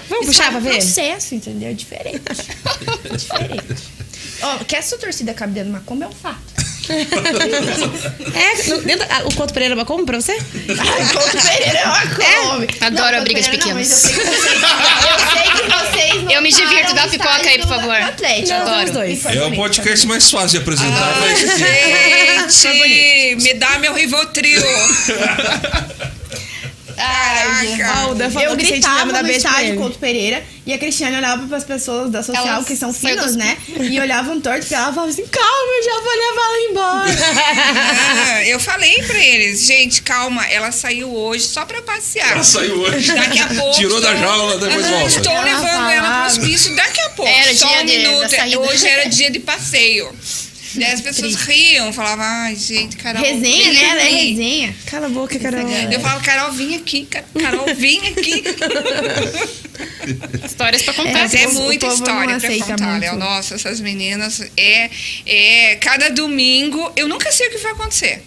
S6: Vamos puxar pra ver?
S4: Processo, entendeu? É Diferente. Diferente. Ó, que essa torcida cabe dentro de uma Kombi é um fato.
S6: É, no- dentro, ah, o Couto Pereira é uma Kombi pra você?
S4: Ai, Couto Pereira é uma Kombi.
S5: Adoro
S4: Não, Couto
S5: brigas
S4: Pereira não, mas
S5: pequenas.
S4: eu sei que vocês- Eu sei que vocês não
S5: Eu me divirto, dá
S4: param no
S5: pipoca aí,
S4: estádio
S5: por favor.
S4: do Atlético.
S5: Não,
S6: Os
S5: Adoro.
S6: dois.
S4: Foi
S1: É o
S4: bonito, foi bonito.
S1: podcast mais fácil de apresentar.
S3: Ai,
S1: mas- Tá
S3: gente, me dá meu Rivotril.
S5: Ai,
S3: Caraca.
S6: Ó, o Dan falou
S4: Eu
S6: que sente
S4: gritava
S6: mesmo da
S4: no
S6: beijo pra
S4: estádio
S6: ele.
S4: Couto Pereira e a Cristiane olhava para as pessoas da social
S5: Elas
S4: que são
S5: saiu
S4: finas,
S5: dos-
S4: né? E olhavam torto porque ela falava assim: calma, eu já vou levar ela embora.
S3: Ah, eu falei pra eles, gente, calma, ela saiu hoje só pra passear.
S1: Ela saiu hoje.
S3: Daqui a pouco.
S1: Tirou da
S3: estou-
S1: jaula, depois
S3: Ah,
S1: volta.
S3: Estou
S4: Ela
S3: levando ela pros
S4: falava.
S3: bichos daqui a pouco.
S5: Era
S3: só
S5: dia
S3: um
S5: de- da
S3: minuto.
S5: saída.
S3: hoje era dia de passeio. Daí as pessoas riam, falavam, ai, gente, Carol.
S4: Resenha, né? Ela é
S3: vem."
S4: resenha.
S6: Cala a boca, Carol.
S3: Eu falo, Carol, vem aqui, Ca- Carol, vem aqui.
S5: Histórias pra contar.
S3: Mas é
S4: o povo
S3: muita
S4: não
S3: história pra
S4: aceita
S3: contar,
S4: muito.
S3: Léo. Nossa, essas meninas. É, é. Cada domingo, eu nunca sei o que vai acontecer.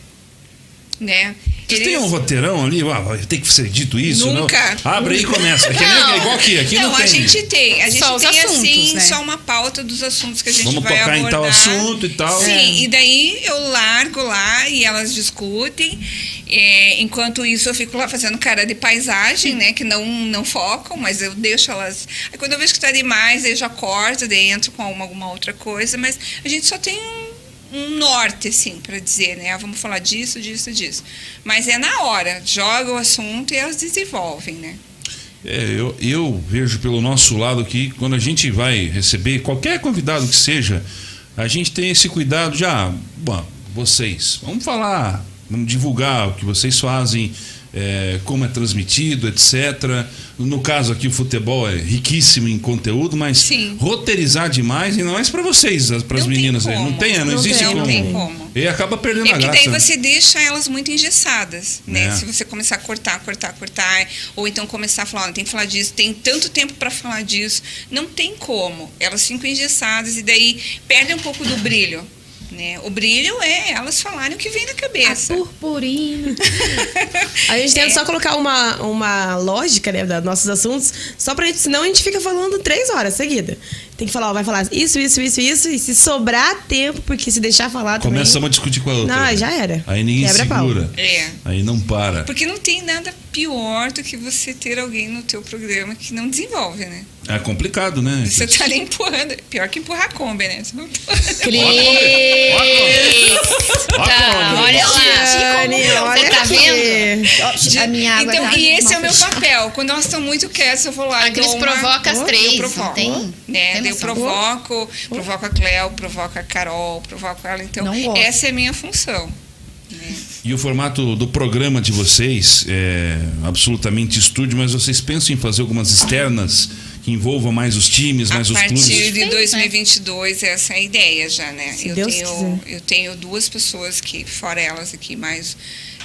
S3: Né?
S1: Vocês
S3: Eles-
S1: têm um roteirão ali? Ah, vai ter que ser dito isso?
S3: Nunca.
S1: Não? Abre aí e começa. Aqui
S5: Não.
S1: é igual aqui. Aqui não,
S3: não,
S1: tem.
S3: a gente tem. A gente
S5: Só os
S3: tem,
S5: assuntos,
S3: assim,
S5: né?
S3: só uma pauta dos assuntos que a gente
S1: Vamos
S3: vai
S1: tocar em
S3: abordar.
S1: tal assunto e tal.
S3: Sim,
S5: É.
S3: e daí eu largo lá e elas discutem. É, enquanto isso, eu fico lá fazendo cara de paisagem, né? Que não, não focam, mas eu deixo elas... Aí quando eu vejo que tá demais, aí eu já corto, daí entro com alguma, alguma outra coisa. Mas a gente só tem um um norte, assim, para dizer, né? Ah, vamos falar disso, disso, disso. Mas é na hora, joga o assunto e elas desenvolvem, né?
S1: É, eu, eu vejo pelo nosso lado que quando a gente vai receber qualquer convidado que seja, a gente tem esse cuidado já, bom, vocês, vamos falar, vamos divulgar o que vocês fazem, é, como é transmitido, etc. No caso aqui o futebol é riquíssimo em conteúdo, mas
S3: Sim.
S1: roteirizar demais e não é para vocês, para as
S3: Não tem
S1: meninas, aí. não
S3: como.
S1: tem, não,
S3: Não
S1: existe
S3: tem,
S1: como.
S3: não tem como.
S1: E acaba perdendo
S3: É
S1: a
S3: porque
S1: graça.
S3: daí você deixa elas muito engessadas, né?
S1: É.
S3: Se você começar a cortar, cortar, cortar, ou então começar a falar, "Olha, tem que falar disso, tem tanto tempo para falar disso, não tem como. Elas ficam engessadas e daí perdem um pouco do brilho, né? O brilho é elas falarem o que vem na cabeça.
S4: Purpurina.
S6: A gente tenta só colocar uma, uma lógica, né, dos nossos assuntos, só pra gente, senão a gente fica falando três horas seguida. Tem que falar, ó, vai falar isso, isso, isso, isso, e se sobrar tempo, porque se deixar falar também...
S1: Começamos a discutir com a outra.
S6: Não, já era.
S1: Aí ninguém
S6: Quebra pau.
S1: segura.
S3: É.
S1: Aí não para.
S3: Porque não tem nada pior do que você ter alguém no teu programa que não desenvolve, né?
S1: É complicado, né?
S3: Você tá ali empurrando. Pior que empurrar a Kombi, né? Você não
S5: Tá, olha lá.
S6: Dani,
S5: Você
S6: olha
S5: tá
S6: aqui.
S5: vendo?
S4: A minha água
S3: então,
S4: tá
S3: e esse é o
S4: mal
S3: meu papel. Quando elas estão muito quietas, eu vou lá.
S5: A
S3: e dou
S5: Cris
S3: uma-
S5: provoca as
S3: Eu
S5: três, não
S3: provoco,
S5: tem-
S3: Né?
S5: tem
S3: Daí eu
S5: noção.
S3: provoco, provoco a Cleo, provoco a Carol, provoco ela. Então,
S4: Não gosto.
S3: essa é a minha função.
S1: E o formato do programa de vocês é absolutamente estúdio, mas vocês pensam em fazer algumas externas que envolva mais os times, mais
S3: a
S1: os
S3: partir
S1: clubes.
S5: Sim,
S3: de
S5: né?
S3: 2022 essa é a ideia já, né?
S6: Se
S3: eu,
S6: Deus
S3: tenho, eu tenho duas pessoas que, fora elas aqui, mais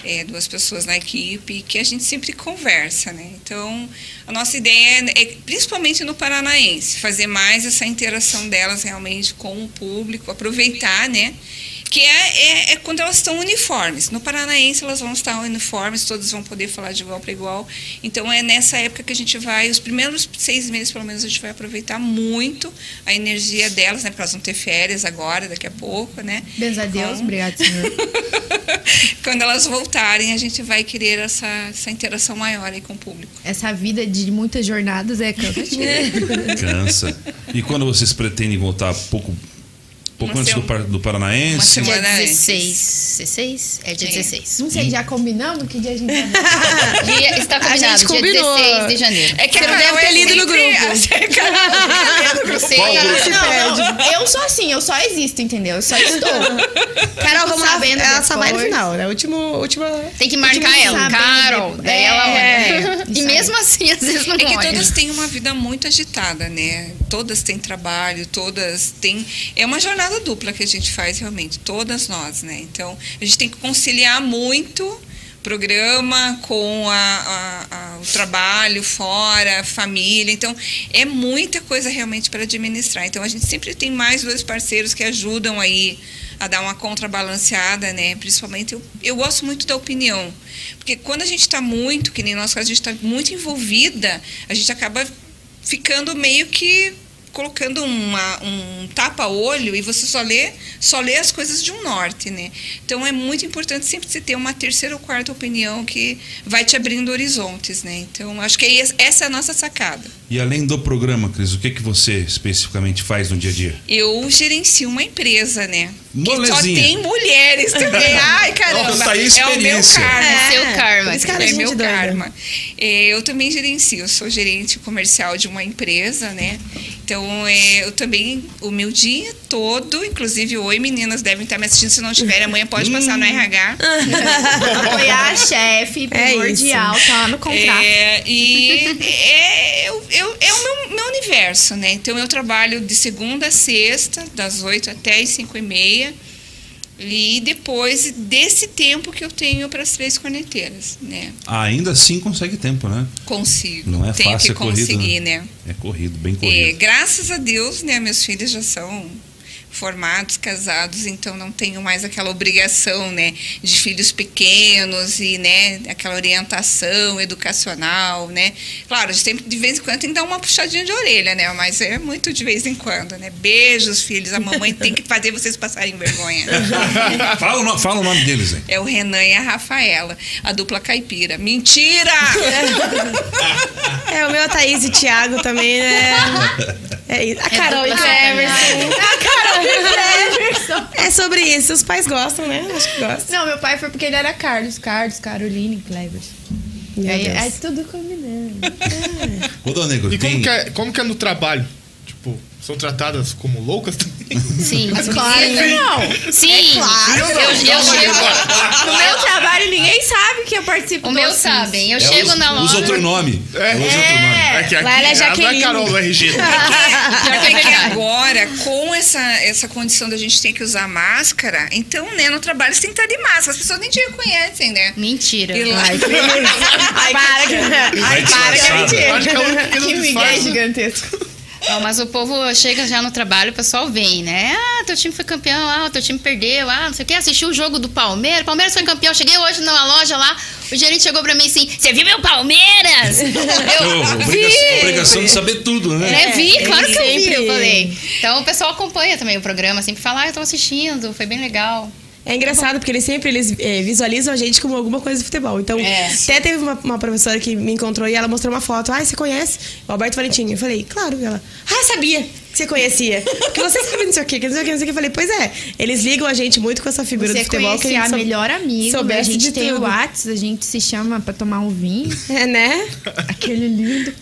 S3: é, duas pessoas na equipe, que a gente sempre conversa, né? Então, a nossa ideia é, é, principalmente no Paranaense, fazer mais essa interação delas realmente com o público, aproveitar, né? Que é, é- é quando elas estão uniformes. No Paranaense elas vão estar uniformes, todos vão poder falar de igual para igual. Então é nessa época que a gente vai, os primeiros seis meses pelo menos a gente vai aproveitar muito a energia delas, né? Porque elas vão ter férias agora, daqui a pouco, né?
S4: Bens a Deus,
S3: Então,
S4: obrigado, senhor.
S3: Quando elas voltarem a gente vai querer essa, essa interação maior aí com o público.
S4: Essa vida de muitas jornadas é cansativa.
S1: Cansa. E quando vocês pretendem voltar pouco, pouco
S3: Uma
S1: antes do,
S3: sema-
S1: par- do Paranaense?
S3: uma
S5: Dia
S6: né,
S3: Semana antes.
S5: 16. 16? É dia
S3: É.
S5: 16.
S4: Não sei, já combinamos que dia a gente vai
S5: Dia, está combinado,
S6: gente combinou.
S5: dia 16 de janeiro.
S3: É que
S6: Você
S3: a
S6: não
S3: Carol
S6: deve ter
S3: é
S6: lido no
S3: sempre-
S6: grupo.
S5: Você
S1: Qual
S5: e a-
S1: grupo?
S4: não, não. Eu sou assim, eu só existo, entendeu? Eu só estou.
S6: Carol, vamos lá.
S4: Sabendo
S6: Ela só vai no
S4: depois.
S6: final, né? Último, última.
S5: Tem que
S4: Tem
S5: marcar
S4: que
S5: ela.
S4: saber,
S5: Carol.
S4: né?
S5: Daí ela
S4: É,
S5: manda.
S4: isso
S5: E
S4: aí.
S5: mesmo assim, às vezes não
S3: É que
S5: olha.
S3: todas têm uma vida muito agitada, né? Todas têm trabalho, todas têm. É uma jornada dupla que a gente faz realmente, todas nós, né? Então a gente tem que conciliar muito programa com a- a- a- o trabalho fora, família. Então é muita coisa realmente para administrar. Então a gente sempre tem mais dois parceiros que ajudam aí a dar uma contrabalanceada, né? Principalmente eu, eu gosto muito da opinião, porque quando a gente está muito, que nem no nosso caso, a gente está muito envolvida, a gente acaba ficando meio que colocando uma- um tapa-olho e você só lê, só lê as coisas de um norte, né? Então é muito importante sempre você ter uma terceira ou quarta opinião que vai te abrindo horizontes, né? Então acho que é es- essa é a nossa sacada.
S1: E além do programa, Cris, o que, que você especificamente faz no dia a dia?
S3: Eu gerencio uma empresa, né? Que só
S1: Molezinha.
S3: tem mulheres também. Ai, caramba.
S1: Nossa, aí
S3: é o meu
S1: experiência.
S3: karma.
S5: É. Seu karma.
S6: Esse cara
S3: é
S6: é gente
S3: meu
S6: doida.
S3: karma. É, eu também gerencio, eu sou gerente comercial de uma empresa, né? Então, é, eu também, o meu dia todo, inclusive, oi meninas, devem estar me assistindo, se não tiverem, amanhã pode passar no
S1: Hum.
S3: RH.
S4: apoiar a chefe
S6: É
S4: primordial, tá lá no contrato.
S3: É, e é, eu, eu- é o meu, meu universo, né? Então eu trabalho de segunda a sexta, das 8 até as 5 e meia. E depois desse tempo que eu tenho para as três corneteiras, né?
S1: Ainda assim consegue tempo, né?
S3: Consigo.
S1: Não é
S3: tenho
S1: fácil,
S3: que
S1: é corrido,
S3: conseguir, né?
S1: É corrido, bem
S3: É,
S1: corrido.
S3: graças a Deus, né, meus filhos já são formados, casados, então não tenho mais aquela obrigação, né, de filhos pequenos e, né, aquela orientação educacional, né. Claro, a gente sempre, de vez em quando tem que dar uma puxadinha de orelha, né, mas é muito de vez em quando, né. Beijos, filhos, a mamãe tem que fazer vocês passarem vergonha.
S1: fala, o no- fala o nome deles, hein?
S3: É o Renan e a Rafaela, a dupla caipira. Mentira!
S6: É, o meu é a Thaís e o Thiago também, né? É isso. A Carol e o
S5: dupla
S6: Cleverson.
S4: Ah,
S6: A Carol e o Cleverson. É sobre isso. Os pais gostam, né? Acho que gostam.
S4: Não, meu pai foi porque ele era Carlos, Carlos, Caroline, Clevers.
S5: É,
S6: Meu
S4: Aí,
S6: Deus.
S5: assim,
S4: aí tudo combinando.
S1: Ô, Dona Negro,
S2: E
S1: tem...
S2: como que, é, como que é no trabalho? Tipo, são tratadas como loucas também?
S5: Sim.
S4: Claro que não.
S5: Sim.
S6: claro.
S5: Eu, eu chego,
S4: No meu trabalho ninguém sabe que eu participo
S5: o
S4: do
S5: meu
S4: Assis.
S5: sabem. Eu
S1: É,
S5: chego
S1: usa-
S5: na hora.
S1: Usa outro nome.
S2: É.
S1: Ela usa outro nome.
S4: É.
S2: que aqui,
S6: lá ela é
S2: ela não é
S6: Jaqueline.
S2: Carol do RG.
S5: Pior que é
S3: É que
S5: verdade.
S3: agora, com essa, essa condição da gente ter que usar máscara, então, né, no trabalho você tem que estar de máscara. As pessoas nem te reconhecem, né?
S5: Mentira.
S3: E lá-
S6: Ai, para que...
S1: Vai
S6: Ai, para que é
S1: disfarçada.
S6: mentira.
S2: Acho que é o único que não
S4: Que Miguel
S2: disfarça.
S4: gigantesco.
S5: Ó, mas o povo chega já no trabalho, o pessoal vem, né? Ah, teu time foi campeão, ah, teu time perdeu, ah, não sei o quê. Assistiu o jogo do Palmeiras, Palmeiras foi campeão. Cheguei hoje numa loja lá, o gerente chegou pra mim assim, você viu meu Palmeiras?
S1: Ô,
S5: Eu
S1: obrigação,
S5: vi!
S1: obrigação de saber tudo, né?
S5: Né? Vi, claro que eu vi,
S6: sempre-
S5: eu falei. Então o pessoal acompanha também o programa, sempre fala, ah, eu tô assistindo, foi bem legal.
S6: É engraçado, porque eles sempre eles, eh, visualizam a gente como alguma coisa de futebol. Então,
S5: É.
S6: até teve uma, uma professora que me encontrou e ela mostrou uma foto. Ah, você conhece? O Alberto Valentim. Eu falei, claro. Ela, ah, sabia que você conhecia. Porque você sabe não sei o quê, que não sei o quê, não sei o quê. Eu falei, pois é. Eles ligam a gente muito com essa figura
S4: Você
S6: do futebol.
S4: conhece a
S6: sou-
S4: melhor amiga, a
S6: soubesse
S4: gente
S6: de
S4: tem o
S6: tudo.
S4: Whats, a gente se chama pra tomar um vinho.
S6: É, né?
S4: Aquele lindo.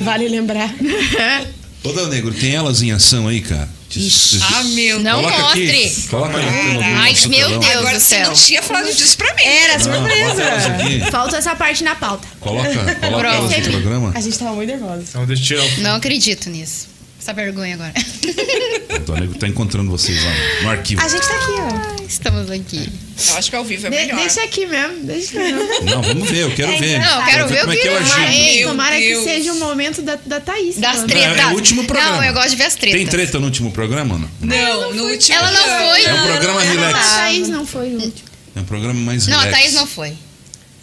S6: Vale lembrar.
S5: É.
S1: Ô, Dona Negro, tem elas em ação aí, cara? Isso.
S3: Ah, meu
S5: Não
S1: Coloca
S5: mostre.
S1: aqui. Coloca aí.
S3: Caraca.
S1: tem um
S5: Ai,
S1: nosso
S5: meu
S1: telão.
S5: Deus
S3: Agora
S5: do
S3: você
S5: céu.
S3: não tinha falado disso pra mim.
S6: Era
S1: Não, coloca elas
S6: surpresa.
S1: aqui.
S4: Falta essa parte na pauta.
S1: Coloca, coloca
S5: Pronto.
S1: elas no programa.
S6: A gente tava muito nervosa.
S2: Então, deixa eu tirar.
S5: Não acredito nisso. Essa vergonha agora.
S1: O Tonego tá encontrando vocês lá no arquivo.
S6: A gente tá aqui, ó.
S5: Estamos aqui.
S3: Eu acho que ao vivo é
S4: De-
S3: melhor.
S4: deixa aqui mesmo. Deixa aqui mesmo.
S1: Não, vamos ver, eu quero ver.
S5: não, eu quero ver
S1: como
S5: o
S1: é
S5: que
S1: que eu
S5: ele
S1: agindo.
S5: vai-
S4: Tomara,
S3: Meu
S4: tomara que
S3: Deus.
S4: seja o momento da, da Thaís.
S5: Das
S4: falando.
S5: tretas.
S1: é o último programa.
S5: Não, eu gosto de ver as tretas.
S1: Tem treta no último programa ou não?
S3: Não, no último.
S5: Ela não
S3: ano.
S5: foi.
S1: É um programa
S5: Não,
S4: A
S1: relax.
S4: Thaís não foi o último.
S1: É um programa mais
S5: Não,
S1: relax.
S5: a Thaís não foi.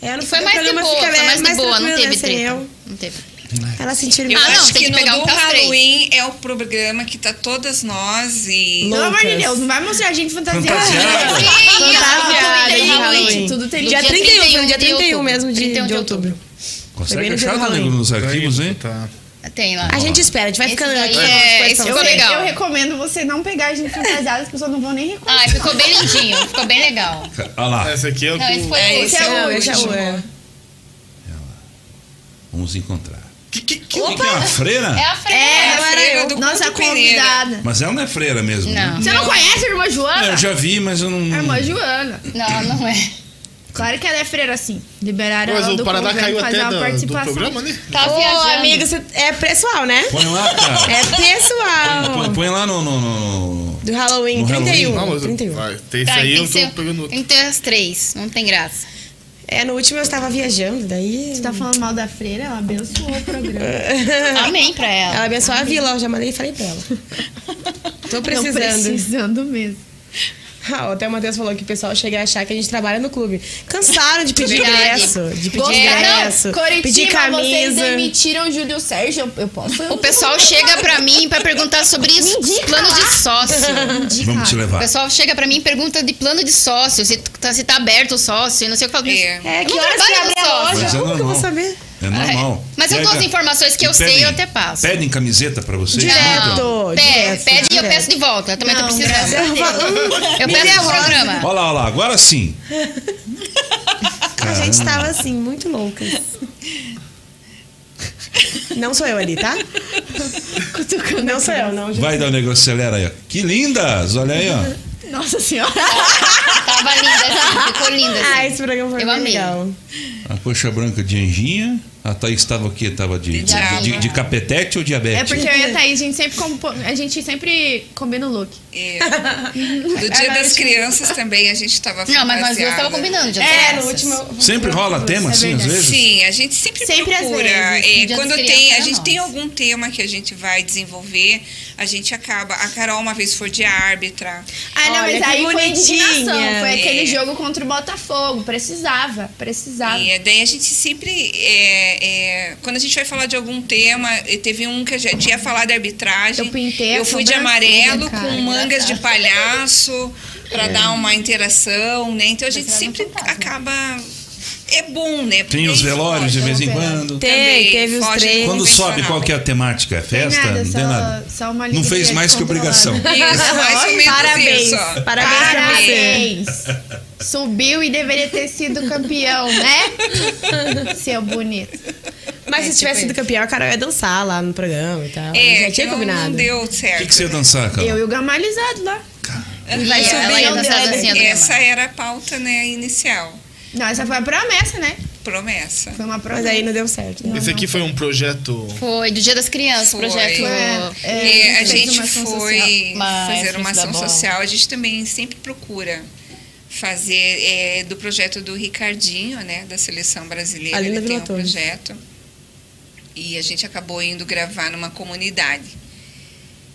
S6: Ela
S5: Foi mais de boa, foi mais de boa, não teve treta. Não teve.
S6: né, Ela sentiu
S3: Eu
S5: Ah, não,
S3: acho
S5: tem
S3: que
S5: que
S3: no
S5: pegar um
S3: do
S5: com as três.
S3: Halloween é o programa que tá todas nós e.
S4: Pelo amor de
S6: Loucas.
S4: Deus, não vai mostrar a gente fantasiada.
S1: Fantasiada.
S5: Que isso,
S4: Fantasiada de
S5: Halloween.
S4: Halloween. Tudo tem
S5: Dia
S6: Dia 31, dia 31
S5: 31
S6: mesmo de,
S5: 31 de
S6: de outubro.
S1: Consegue
S6: Foi bem no dia
S1: achar
S6: do
S1: o Tonego
S6: Halloween.
S1: nos arquivos, hein?
S2: Tá.
S5: Tem lá.
S6: A gente espera, a gente vai
S5: Esse
S6: ficando
S5: daí
S6: aqui.
S5: é-
S6: ó,
S5: esse
S6: pra
S5: ficou
S6: vocês.
S5: legal.
S4: Eu recomendo você não pegar a gente fantasiada, as pessoas não vão nem reconhecer.
S5: Ai, ficou bem lindinho. Ficou bem legal.
S1: Olha lá.
S2: Essa aqui é o
S5: Não, esse
S2: que.
S5: foi
S3: É,
S5: o
S3: esse
S5: último.
S3: é
S6: Não,
S3: o
S6: esse é o-
S3: último.
S6: é.
S1: Vamos encontrar.
S2: Que, que, que...
S1: Quem que é uma freira?
S5: É a freira.
S4: É,
S3: a
S4: ela
S3: freira
S4: era
S3: do
S4: nossa
S3: Couto Pereira.
S4: convidada.
S1: Mas ela não é freira mesmo.
S5: Não.
S1: né? É,
S4: Você não Ah, conhece a irmã Joana?
S1: Eu já vi, mas eu não.
S4: A irmã Joana.
S5: Não, não é.
S4: Claro que ela é freira, sim. Liberaram
S2: Mas
S4: ela
S2: o
S4: do
S2: Paraná
S4: convento
S2: caiu
S4: fazer
S2: até
S4: uma
S2: da- do
S4: participação.
S2: programa, né?
S5: Tá
S6: Ô,
S5: viajando.
S6: amiga, você é pessoal, né?
S1: Põe lá, cara.
S6: É pessoal.
S1: Põe, põe lá no. no, no- no-
S6: Do Halloween,
S1: No Halloween.
S6: 31.
S2: Não, Ah, mas eu-
S6: 31.
S2: vai, tem isso
S5: Tá,
S2: aí,
S5: tem,
S2: eu
S5: que
S2: tô
S5: ser-
S2: pegando outro.
S5: tem que ter as três. Não tem graça.
S6: É, no último eu estava viajando, daí.
S4: Você tá falando mal da freira? Ela abençoou o programa.
S5: Amém pra ela.
S6: Ela abençoou a vila, eu já mandei e falei pra ela. Tô
S4: Não
S6: precisando.
S4: precisando mesmo.
S6: Ah, até o Matheus falou que o pessoal chega a achar que a gente trabalha no clube. Cansaram de pedir
S5: Verdade.
S6: ingresso, de pedir
S5: Gostei.
S6: ingresso,
S4: Coritiba,
S6: pedir
S4: vocês
S6: camisa.
S4: demitiram o Júlio Sérgio? Eu posso?
S5: O pessoal chega pra mim pra perguntar sobre isso.
S4: indica
S5: Plano de sócio.
S1: Vamos te
S5: O
S1: levar.
S5: pessoal chega pra mim e pergunta de plano de sócio, se tá, se tá aberto o sócio, e não sei o que eu falo.
S3: É.
S5: mas
S6: É,
S5: eu
S6: que
S5: não
S6: horas que
S5: trabalho no
S6: abre a
S5: sócio.
S1: Mas é
S6: Como que eu vou
S1: normal.
S6: saber?
S1: É normal.
S5: É. Mas eu
S1: Pega-
S5: todas as informações que eu
S1: e
S5: sei, eu até passo.
S1: Pedem camiseta pra vocês? então.
S6: Direto.
S1: Olha
S5: Não, pe-
S6: direto,
S5: pede e eu
S6: direto.
S5: peço de volta. Eu também
S4: Não,
S5: tô precisando.
S4: graças
S5: Eu peço no programa.
S1: lá, olha lá, agora sim.
S6: A gente tava assim, muito loucas. Não sou eu ali, tá? Não sou eu, não.
S1: Vai dar o negócio, acelera aí. ó. Que lindas! Olha aí, ó.
S4: Nossa senhora.
S5: Tava linda, assim, ficou linda. assim.
S6: Ah, esse programa foi
S5: Eu
S6: bem
S5: amei.
S6: legal.
S1: A coxa branca de anjinha. A Thaís estava o quê? Tava de, de,
S3: diabo.
S1: de- de capetete ou diabete?
S4: É porque eu e a Thaís, a gente sempre, compo- a gente sempre combina o look.
S3: É. Do dia das crianças também a gente tava
S5: é Não, mas nós
S3: fantasiada.
S5: duas tava combinando, já
S4: É,
S5: graças.
S4: no último- é
S1: Sempre rola tema, assim, às
S4: verdade.
S1: vezes?
S3: Sim, a gente sempre,
S4: Sempre às
S3: procura.
S4: vezes,
S3: é,
S5: no dia
S3: quando
S5: das
S3: tem,
S5: crianças
S3: a
S5: é
S3: gente tem
S5: nós.
S3: algum tema que a gente vai desenvolver, a gente acaba. A Carol uma vez foi de árbitra.
S4: Ah, não,
S6: Olha
S4: mas
S6: que
S4: aí foi
S6: bonitinha.
S4: indignação. Foi
S3: É.
S4: aquele jogo contra o Botafogo. Precisava, precisava.
S3: E é, daí a gente sempre. é, é, quando a gente vai falar de algum tema, e teve um que a gente ia falar da arbitragem.
S4: Eu pintei a
S3: Eu fui de
S4: sobrancelha,
S3: amarelo
S4: cara,
S3: com mangas de palhaço
S1: É.
S3: pra dar uma interação, né? Então a gente sempre acaba. É bom, né?
S1: Tem
S3: Porque
S1: os velórios de vez em quando.
S6: Tem,
S3: Também,
S6: teve os
S3: foge do
S6: três.
S1: Quando
S3: convencional.
S1: sobe, qual que é a temática? É festa?
S4: nada,
S1: não
S4: só-
S1: tem nada.
S4: só uma
S1: não
S4: alegria
S1: fez mais que
S4: descontrolada.
S1: obrigação.
S3: Isso, mais ou menos
S6: Parabéns.
S3: isso. ó.
S6: Parabéns pra você.
S4: Parabéns! Subiu e deveria ter sido campeão, né? Seu bonito.
S1: Tá
S6: Mas se tivesse sido campeão, a Carol ia dançar lá no programa e tal.
S3: É,
S6: já tinha
S3: não- Não
S6: combinado.
S3: deu
S1: O
S3: certo.
S1: que, que você ia dançar, cara?
S4: Eu e o gamalizado lá.
S5: Vai
S3: E
S5: subir,
S3: ela ia
S5: não deu,
S3: dançar
S5: né?
S3: dancinha do Essa
S5: Neymar.
S3: era a pauta, né, inicial.
S4: Não, essa foi a promessa, né?
S3: Promessa.
S4: Foi uma promessa.
S6: Mas aí não deu certo. né?
S2: Esse aqui foi um projeto.
S5: Foi do Dia das Crianças,
S3: Foi.
S5: projeto.
S4: Foi. É,
S3: E
S4: a
S3: a
S4: gente
S3: gente
S4: fez uma ação
S3: foi
S5: social. Uma
S3: fazer uma
S5: frente da
S3: ação
S5: bola.
S3: social. A gente também sempre procura fazer é, do projeto do Ricardinho, né, da seleção brasileira.
S6: Ali na
S3: Ele tem
S6: Vila
S3: um
S6: Torres.
S3: projeto. E a gente acabou indo gravar numa comunidade.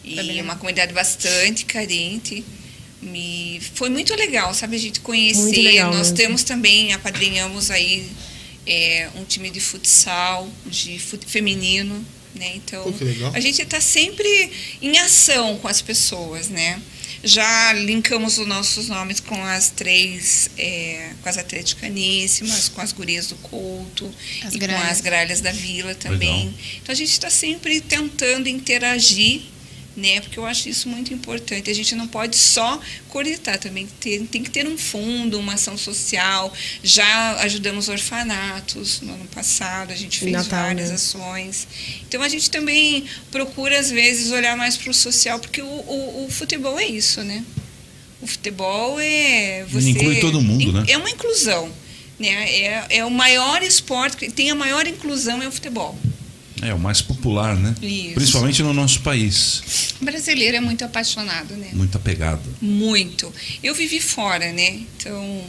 S3: E uma comunidade bastante carente. Me... Foi muito legal, sabe, a gente conhecer.
S6: Muito legal
S3: Nós
S6: mesmo.
S3: temos também, apadrinhamos aí é, um time de futsal, de fut... feminino, né? Então,
S2: Pô, que legal.
S3: a gente está sempre em ação com as pessoas, né? Já linkamos os nossos nomes com as três, é, com as atleticaníssimas, com as gurias do culto
S5: As
S3: e com
S5: gralhas.
S3: as gralhas da vila também.
S1: Legal.
S3: Então a gente está sempre tentando tá interagir né? Porque eu acho isso muito importante. A gente não pode só cornetar, também tem, tem que ter um fundo, uma ação social. Já ajudamos orfanatos no ano passado, a gente fez
S6: Natal,
S3: várias
S6: né?
S3: ações. Então a gente também procura, às vezes, olhar mais para o social, porque o, o- o futebol é isso, né? O futebol é. Você
S1: Inclui todo mundo,
S3: In-
S1: né?
S3: É uma inclusão. Né? É, é o maior esporte, que tem a maior inclusão é o futebol.
S1: É, o mais popular, né?
S3: Isso.
S1: Principalmente no nosso país.
S3: O brasileiro é muito apaixonado, né?
S1: Muito apegado.
S3: Muito. Eu vivi fora, né? Então,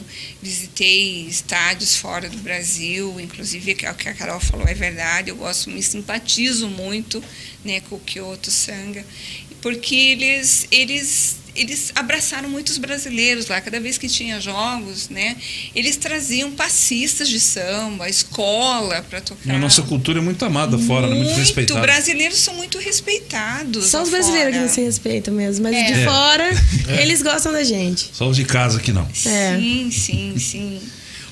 S3: visitei estádios fora do Brasil, inclusive o que a Carol falou é verdade, eu gosto, me simpatizo muito né, com o Kyoto Sanga, porque eles, eles, eles abraçaram muitos brasileiros lá, cada vez que tinha jogos, né? Eles traziam passistas de samba, escola para tocar.
S1: A nossa cultura é muito amada fora, né? muito respeitada.
S3: brasileiros são muito respeitados.
S6: Só
S3: lá
S6: os brasileiros que
S3: fora.
S6: não se respeitam mesmo, mas os de
S1: É.
S6: fora, eles gostam da gente.
S1: Só os de casa que não.
S6: É.
S3: Sim, sim, sim.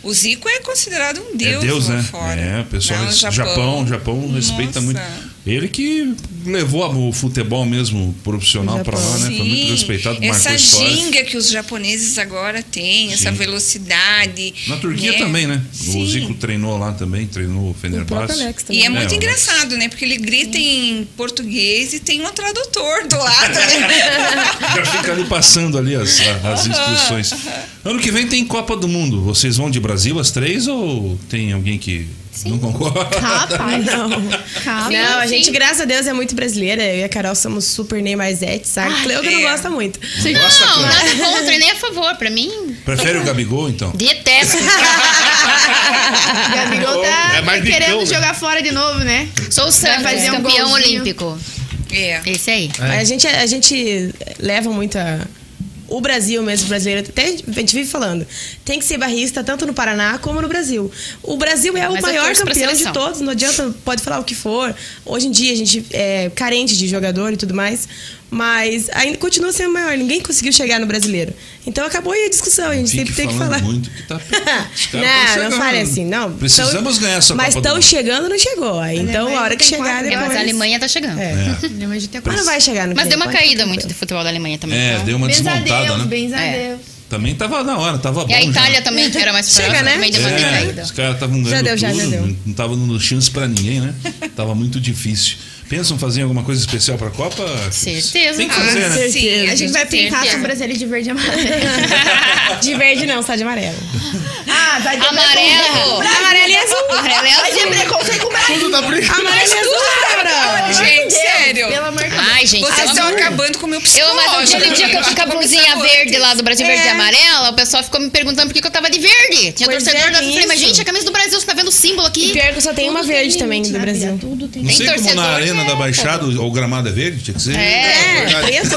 S3: O Zico é considerado um deus,
S1: é Deus,
S3: lá
S1: né?
S3: fora.
S1: É, o pessoal
S3: Lá
S1: do
S3: no
S1: Japão, Japão, né? respeita
S3: Nossa.
S1: muito. Ele que levou o futebol mesmo profissional pra lá, né? Foi muito
S3: Sim.
S1: respeitado,
S3: Essa
S1: marcou história.
S3: ginga que os japoneses agora têm, essa
S1: Sim.
S3: velocidade.
S1: Na Turquia também, né?
S3: É. Sim.
S1: O Zico treinou lá também, treinou o
S6: O próprio
S1: Fenerbahçe.
S6: Alex também.
S3: E é muito
S1: É, o-
S3: engraçado, né? Porque ele grita em português e tem um tradutor do lado, né?
S1: Já fica ali passando ali as, as instruções. Ano que vem tem Copa do Mundo. Vocês vão de Brasil às três ou tem alguém que não concorda?
S5: Ah, tá.
S4: Rapaz. Calma.
S6: Ah, tá. Não, a gente,
S4: sim.
S6: graças a Deus, é muito brasileira. Eu e a Carol somos super Neymazete, sabe?
S5: Ah,
S4: Ai,
S6: Cleo que não
S3: é.
S6: gosta muito.
S1: Gosta
S5: Não,
S1: como?
S5: nada contra, nem a favor. Pra mim,
S1: Prefere o Gabigol, então?
S5: detesto.
S4: Gabigol tá
S2: É mais
S4: querendo
S2: bicão, né?
S4: jogar fora de novo, né?
S5: Sou o Santos,
S4: fazer um
S5: campeão
S4: golzinho.
S5: olímpico.
S3: é.
S5: Esse aí.
S6: A, gente, a gente leva muito a- O Brasil mesmo, o brasileiro, até a gente vive falando, tem que ser barrista tanto no Paraná como no Brasil. O Brasil é o
S5: Mas eu
S6: maior
S5: torço pra
S6: campeão de
S5: seleção.
S6: todos, não adianta, pode falar o que for. Hoje em dia a gente é carente de jogador e tudo mais, mas ainda continua sendo maior, ninguém conseguiu chegar no brasileiro. Então acabou aí a discussão, a gente
S1: Fique
S6: sempre tem que
S1: falando
S6: falar.
S1: muito que tá- os caras tão
S6: não,
S1: chegando.
S6: não fale assim, não.
S1: Precisamos
S6: Tão-
S1: ganhar essa
S6: Mas
S1: Copa do
S6: estão
S1: Mundo.
S6: chegando, não chegou. Aí, então, a hora que
S4: tem
S6: chegar,
S4: quatro
S5: É,
S6: depois...
S5: mas a Alemanha tá chegando.
S6: É.
S4: Mas de ter
S6: Mas não vai chegar no
S5: Mas
S6: que
S5: deu
S6: vem,
S5: uma
S6: pode ficar
S5: caída muito
S6: tranquilo.
S5: do futebol da Alemanha também.
S1: É,
S5: então.
S1: deu uma
S4: Benza a
S1: desmontada,
S4: Deus,
S1: né?
S4: benza a
S5: É.
S4: Deus.
S1: Também tava na hora, tava bom.
S5: E a
S1: já.
S5: Itália tá também, que era mais
S6: Chega,
S5: fraca,
S6: né?
S5: também deu uma
S1: É,
S5: decaída.
S1: os caras estavam ganhando
S6: Já deu, já,
S1: tudo,
S6: já deu.
S1: não- não tava dando chance pra ninguém, né? Tava muito difícil. Pensam em fazer alguma coisa especial pra Copa?
S5: Certeza.
S1: Tem que fazer, né?
S3: Sim,
S4: A gente vai pintar a
S5: Certeza.
S4: sobrancelha de verde e amarelo.
S6: De verde não, só de amarelo.
S4: Ah, vai ter
S5: Amarelo!
S6: Amarelo e azul.
S5: Amarelo é
S4: Vai ter
S5: azul.
S4: preconceito com o Brasil.
S2: Tudo dá briga.
S6: Amarelo e
S5: é
S6: azul, Carol.
S3: Gente, sério.
S4: Pelo amor de Deus.
S5: Ai, gente.
S3: Vocês
S5: pelo
S3: estão
S5: amor de Deus.
S3: acabando com o meu
S5: Eu,
S3: psicológico.
S5: mas aquele dia que eu fui com a
S3: tá
S5: blusinha verde lá do Brasil Verde e Amarela, o pessoal ficou me perguntando por que, que eu tava de verde. Tinha
S6: É. Pois
S5: torcedor
S6: é,
S5: da
S6: tem
S5: eu falei, mas
S6: isso.
S5: gente, a camisa do Brasil, você tá vendo o símbolo
S6: E
S5: aqui?
S6: pior que só tem uma verde também do Brasil.
S4: é Tudo tem.
S1: Não
S5: Tem
S1: sei como
S5: torcedor
S1: na arena
S5: que
S1: da
S5: é,
S1: Baixada o o gramado é verde, tinha que ser.
S5: É.
S6: preto,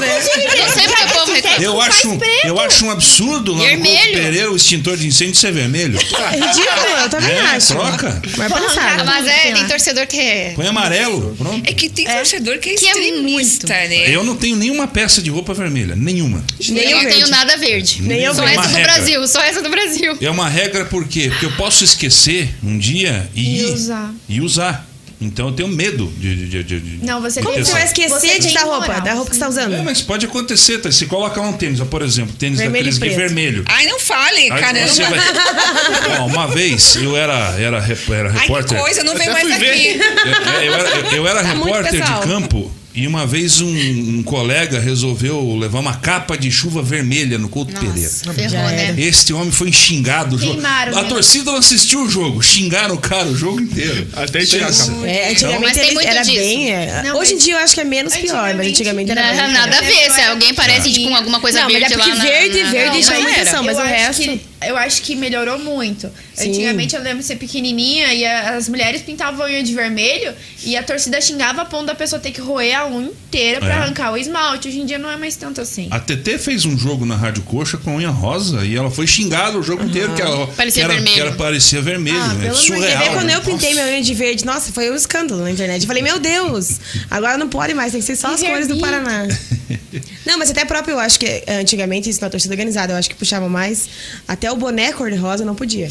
S6: né?
S5: Não sei porque o povo reclama.
S1: Eu acho, um, eu acho um absurdo lá no Couto
S5: Vermelho.
S1: Pereira o extintor de incêndio ser vermelho.
S6: É ridículo, eu também
S1: É,
S6: acho.
S1: troca.
S6: Mas pensado.
S5: Mas é, tem torcedor que é.
S1: Põe amarelo, pronto.
S3: É que tem torcedor que é
S5: Que é
S3: extremista, né?
S1: Eu não tenho nenhuma peça de roupa vermelha, nenhuma.
S6: Nem
S5: eu
S6: o
S5: não
S6: verde.
S5: tenho nada verde.
S1: Nem eu
S5: só
S1: verde.
S5: essa
S1: Uma
S5: do
S1: regra.
S5: Brasil, só essa do Brasil.
S1: É uma regra por quê? Porque eu posso esquecer um dia e,
S4: E
S1: ir
S4: usar.
S1: E usar. Então eu tenho medo de. de, de, de
S4: Não, você
S1: de ter
S4: tem
S6: Como
S4: que-
S6: você
S1: essa-
S6: vai esquecer
S4: Você
S6: de
S4: tem
S6: da roupa?
S4: moral,
S6: Da roupa que você tá
S1: É,
S6: usando?
S1: mas pode acontecer, tá? Se colocar um tênis, ó, por exemplo, tênis da
S6: Vermelho e
S1: Cris que é
S6: preto.
S1: vermelho.
S3: Ai, não fale,
S1: Aí
S3: caramba.
S1: você vai- Ó, uma vez eu era, era, rep- era
S3: Ai, que
S1: repórter.
S3: coisa, não vem
S2: Até
S3: mais
S2: fui
S3: aqui.
S2: ver.
S1: Eu- Eu era, eu era
S6: Tá muito
S1: repórter
S6: pessoal.
S1: de campo e uma vez um, um colega resolveu levar uma capa de chuva vermelha no Couto Pereira.
S5: Nossa, ferrou, né?
S1: Este homem foi xingado. o jogo.
S4: Queimaram,
S1: a
S4: né?
S1: torcida não assistiu o jogo. Xingaram o cara o jogo inteiro.
S2: Até tirar a
S1: Pensa.
S2: capa.
S6: É,
S5: Mas
S6: antigamente
S5: tem
S6: ele
S5: muito
S6: era
S5: disso.
S6: bem. é.
S4: Não,
S6: Hoje em
S4: mas-
S6: dia eu acho que é menos pior, mas antigamente era
S4: Antigamente-
S6: bem.
S5: Nada a ver, se alguém parece de- com alguma coisa
S6: é Não, mas é
S5: verde lá
S6: porque
S5: na,
S6: verde,
S5: na-
S6: verde
S5: não,
S6: já é
S5: não
S6: uma
S5: era.
S6: questão. mas
S4: eu
S6: o
S4: acho
S6: resto-
S4: que- eu acho que melhorou muito.
S6: Sim.
S4: Antigamente eu lembro de ser pequenininha e a- as mulheres pintavam a unha de vermelho e a torcida xingava a ponto da pessoa ter que roer a unha inteira pra
S1: É.
S4: arrancar o esmalte. Hoje em dia não é mais tanto assim.
S1: A TT fez um jogo na Rádio Coxa com unha rosa e ela foi xingada o jogo inteiro que ela
S5: Parecia
S1: que era,
S5: vermelho.
S1: que ela parecia vermelho.
S4: Ah,
S1: é
S4: pelo amor de
S1: surreal.
S4: Deus,
S6: Vê quando
S1: né?
S6: eu pintei minha unha de verde, nossa, foi um escândalo na internet. Eu falei, meu Deus, agora não pode mais, tem que ser só
S4: E
S6: as cores do
S4: vermelho.
S6: Paraná. Não, mas até próprio, eu acho que eh, antigamente isso na torcida organizada, eu acho que puxavam mais. Até o boné cor-de-rosa não podia.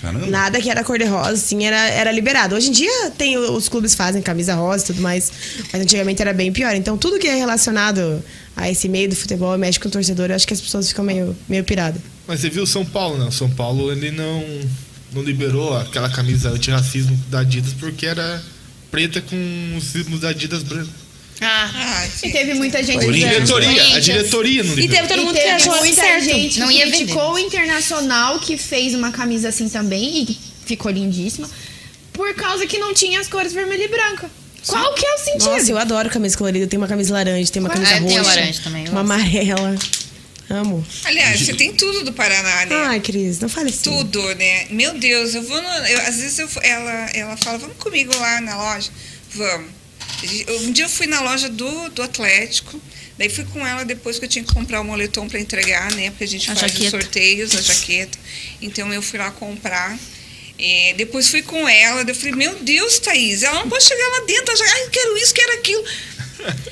S1: Caramba.
S6: Nada que era cor-de-rosa, assim, era, era liberado. Hoje em dia tem, os clubes fazem camisa rosa e tudo mais, mas antigamente era bem pior. Então tudo que é relacionado a esse meio do futebol e mexe com o torcedor, eu acho que as pessoas ficam meio, meio piradas.
S2: Mas você viu o São Paulo, né? O São Paulo ele não, não liberou aquela camisa antirracismo da Adidas porque era preta com os símbolos da Adidas branco.
S5: Ah,
S3: Ah,
S4: E
S3: gente.
S4: teve muita gente.
S1: Corinthians. né?
S4: usando.
S2: Diretoria, a
S5: Corinthians.
S2: diretoria não
S6: E
S2: liberou.
S6: teve
S4: é,
S6: todo
S4: E
S6: mundo que
S4: teve
S6: achou
S4: muita
S6: certo.
S4: gente
S5: Não
S4: que
S5: ia vender.
S4: criticou o Internacional, que fez uma camisa assim também e ficou lindíssima, por causa que não tinha as cores vermelha e branca. Qual que é o sentido?
S6: Nossa, eu adoro camisa colorida. Tem uma camisa laranja, tem uma camisa
S5: Ah, eu
S6: roxa.
S5: tenho laranja também, eu
S6: Uma
S5: gosto.
S6: amarela. Amo.
S3: Aliás, você tem tudo do Paraná, né?
S6: Ai, Cris, não fale assim.
S3: Tudo, né? Meu Deus, eu vou no, eu- às vezes eu, vou- ela, ela fala, vamos comigo lá na loja? Vamos. Eu- Um dia eu fui na loja do, do Atlético, daí fui com ela depois que eu tinha que comprar o moletom para entregar, né? Porque a gente
S5: A
S3: faz os
S5: jaqueta.
S3: sorteios, a jaqueta. Então eu fui lá comprar. É, depois fui com ela, daí eu falei, meu Deus, Thaís, ela não pode chegar lá dentro, ela já, ai, quero isso, quero aquilo.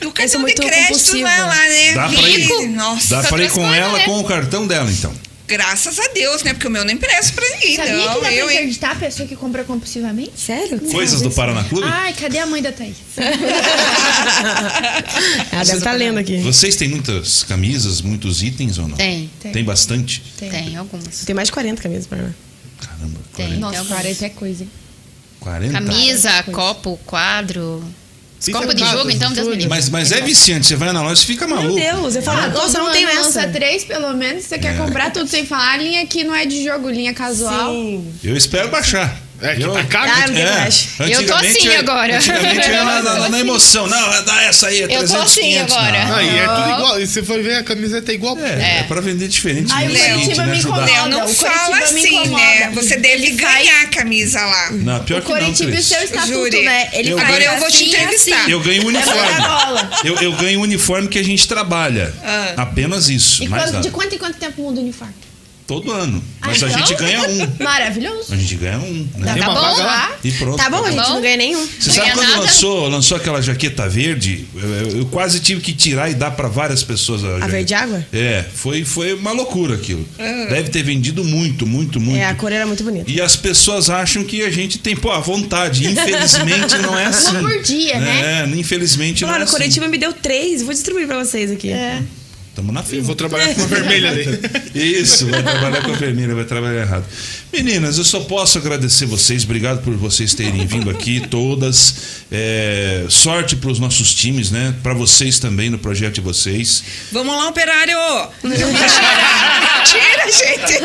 S3: No
S5: é
S3: cartão de
S6: muito
S3: crédito
S6: compulsiva.
S3: vai lá, né?
S1: Dá pra ir,
S3: Vem, Nossa, tá
S5: Dá
S1: dá pra ir
S5: outras
S1: com
S5: coisas,
S1: ela
S5: né?
S1: com o cartão dela, então.
S3: graças a Deus, né? Porque o meu não empresta pra ir.
S4: Sabia
S3: não,
S4: que dá
S3: eu,
S4: pra
S3: hein?
S4: interditar a pessoa que compra compulsivamente?
S6: Sério?
S1: Coisas do Paraná Clube?
S4: Ai, cadê a mãe da Thaís?
S6: Ela deve estar lendo aqui.
S1: Vocês têm muitas camisas, muitos itens ou não?
S5: tem.
S1: Tem, bastante?
S5: Tem, algumas.
S6: Tem mais de 40 camisas pra mim.
S1: Caramba,
S5: Tem.
S1: 40.
S5: Tem
S4: Nossa,
S5: algumas.
S4: cara, isso é coisa, hein?
S1: 40?
S5: Camisa, copo, quadro.
S2: Isso
S5: copo
S2: é
S5: de
S2: nada,
S5: jogo, então, Deus me
S2: tudo.
S5: livre.
S1: Mas, mas é viciante, você vai na loja e fica
S6: Meu
S1: maluco.
S6: Deus, eu falo, nossa, não tenho
S4: Comprando
S6: essa.
S4: Lança três, pelo menos, você
S2: É.
S4: quer comprar tudo sem falar. A linha aqui não é de jogo, linha casual.
S6: Sim.
S1: Eu espero baixar.
S2: É, que
S1: eu...
S2: tá caro.
S6: Ah, não tem flash.
S5: Eu tô
S1: antigamente
S5: assim
S1: era-
S5: agora.
S1: Antigamente era na, na- na emoção. Não, dá essa aí, é
S5: tô
S1: 300,
S5: assim
S1: 500.
S5: agora.
S1: Não.
S2: Ah, e é tudo igual. E se for ver, a camiseta é igual.
S1: É, é.
S5: É.
S1: pra vender diferente.
S4: Aí o
S1: né,
S3: Léo,
S1: gente,
S4: Curitiba
S1: né,
S4: me
S1: ajudar.
S4: incomoda.
S3: Léo, não
S4: O Curitiba
S3: fala
S4: me
S3: assim,
S4: incomoda.
S3: né? Você deve ganhar a camisa lá.
S1: Não, pior
S4: o
S1: que não,
S4: Coritiba e o
S1: Cris.
S4: seu estatuto,
S3: Jure.
S4: né? Ele
S1: Eu
S4: fala
S1: ganho-
S3: Agora eu vou te
S4: assim,
S3: entrevistar.
S4: assim.
S1: Eu ganho o
S4: É
S1: uniforme.
S4: bola.
S1: Eu, eu ganho o uniforme que a gente trabalha. Apenas isso.
S4: E
S1: mais
S4: quando- de
S1: nada.
S4: quanto em quanto tempo muda o uniforme?
S1: Todo ano. Mas
S4: Ah,
S1: a
S4: então?
S1: gente ganha um.
S4: Maravilhoso.
S1: A gente ganha um. Né?
S2: uma
S5: Tá bom?
S2: vaga lá?
S4: Tá?
S1: E pronto.
S6: Tá bom, a gente
S5: bom?
S6: não ganha nenhum.
S1: Você sabe
S5: Ganha
S1: quando
S5: nada.
S1: lançou, lançou aquela jaqueta verde? Eu, eu- eu quase tive que tirar e dar pra várias pessoas. A, jaqueta.
S6: verde água?
S1: É, foi, foi uma loucura aquilo. Deve ter vendido muito, muito, muito.
S6: É, a cor era muito bonita.
S1: E as pessoas acham que a gente tem, pô, a vontade. Infelizmente não é assim.
S4: Uma por dia, né?
S1: É, infelizmente
S6: Falaram,
S1: não é assim.
S6: Curitiba me deu três, vou distribuir pra vocês aqui.
S4: É.
S1: Tamo na fila.
S2: Eu vou trabalhar com uma vermelha ali.
S1: Isso, vai trabalhar com a vermelha, vai trabalhar errado. Meninas, eu só posso agradecer vocês, obrigado por vocês terem vindo aqui, todas. É, sorte para os nossos times, né? Para vocês também, no projeto de vocês.
S3: Vamos lá, operário! Mentira, gente!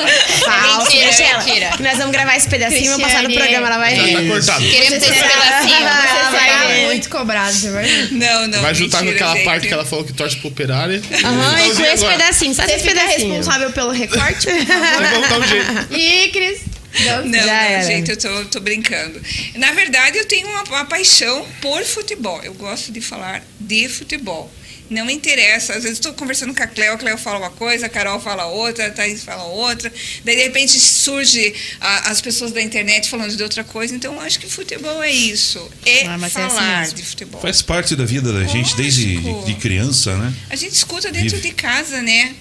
S6: Falso,
S5: Mentira,
S6: deixa ela.
S5: mentira.
S6: Que Nós vamos gravar esse pedacinho e vamos passar Assim, no
S4: Cristiane.
S6: programa, ela vai
S2: Já
S6: ver.
S2: tá cortado.
S5: Queremos esse pedacinho.
S6: Ah,
S4: Você
S6: vai
S4: será
S6: ver.
S4: muito cobrado, você vai ver.
S3: Não, não.
S2: Vai juntar com
S3: mentira,
S2: aquela
S3: gente.
S2: parte que ela falou que torce pro operário.
S6: Aham, e com esse
S2: Agora.
S6: pedacinho, só
S4: Você
S6: esse
S4: fica
S6: pedacinho.
S4: responsável pelo recorte,
S2: Vai
S4: por favor.
S2: voltar um jeito.
S4: E Cris, deu-
S3: Não,
S6: Já
S3: não,
S6: era.
S3: gente, eu tô, tô brincando. Na verdade, eu tenho uma, uma paixão por futebol. Eu gosto de falar de futebol. Não me interessa. Às vezes estou conversando com a Cleo, a Cleo fala uma coisa, a Carol fala outra, a Thaís fala outra. Daí, de repente, surge a- as pessoas da internet falando de outra coisa. Então, eu acho que futebol é isso. É
S5: Ah, mas é assim
S3: falar
S5: mesmo.
S3: de futebol.
S1: Faz parte da vida da gente desde de,
S3: Lógico.
S1: de criança, né?
S3: A gente escuta dentro
S1: Vive.
S3: de casa, né?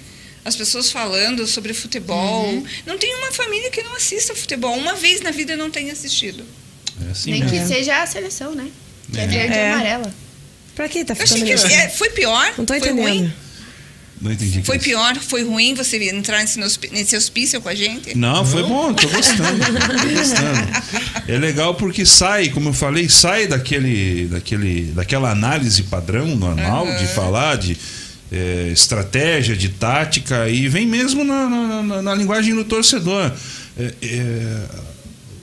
S3: As pessoas falando sobre futebol.
S5: Uhum.
S3: Não tem uma família que não assista futebol. Uma vez na vida não tenha assistido.
S1: É assim
S4: nem
S1: mesmo.
S4: que seja a seleção, né? Que é verde e
S6: É.
S4: amarela.
S6: Pra que tá
S3: Eu achei
S6: ficando
S3: que
S6: melhor?
S3: é, foi pior.
S6: Não tô
S3: foi ruim.
S6: entendendo.
S1: Não entendi.
S3: Foi
S1: Cris.
S3: pior, foi ruim você entrar nesse, hosp- nesse hospício com a gente.
S1: Não, foi bom, tô gostando. tô gostando. É legal porque sai, como eu falei, sai daquele, daquele, daquela análise padrão normal de falar de é, estratégia, de tática, e vem mesmo na, na- na- na linguagem do torcedor. É, é,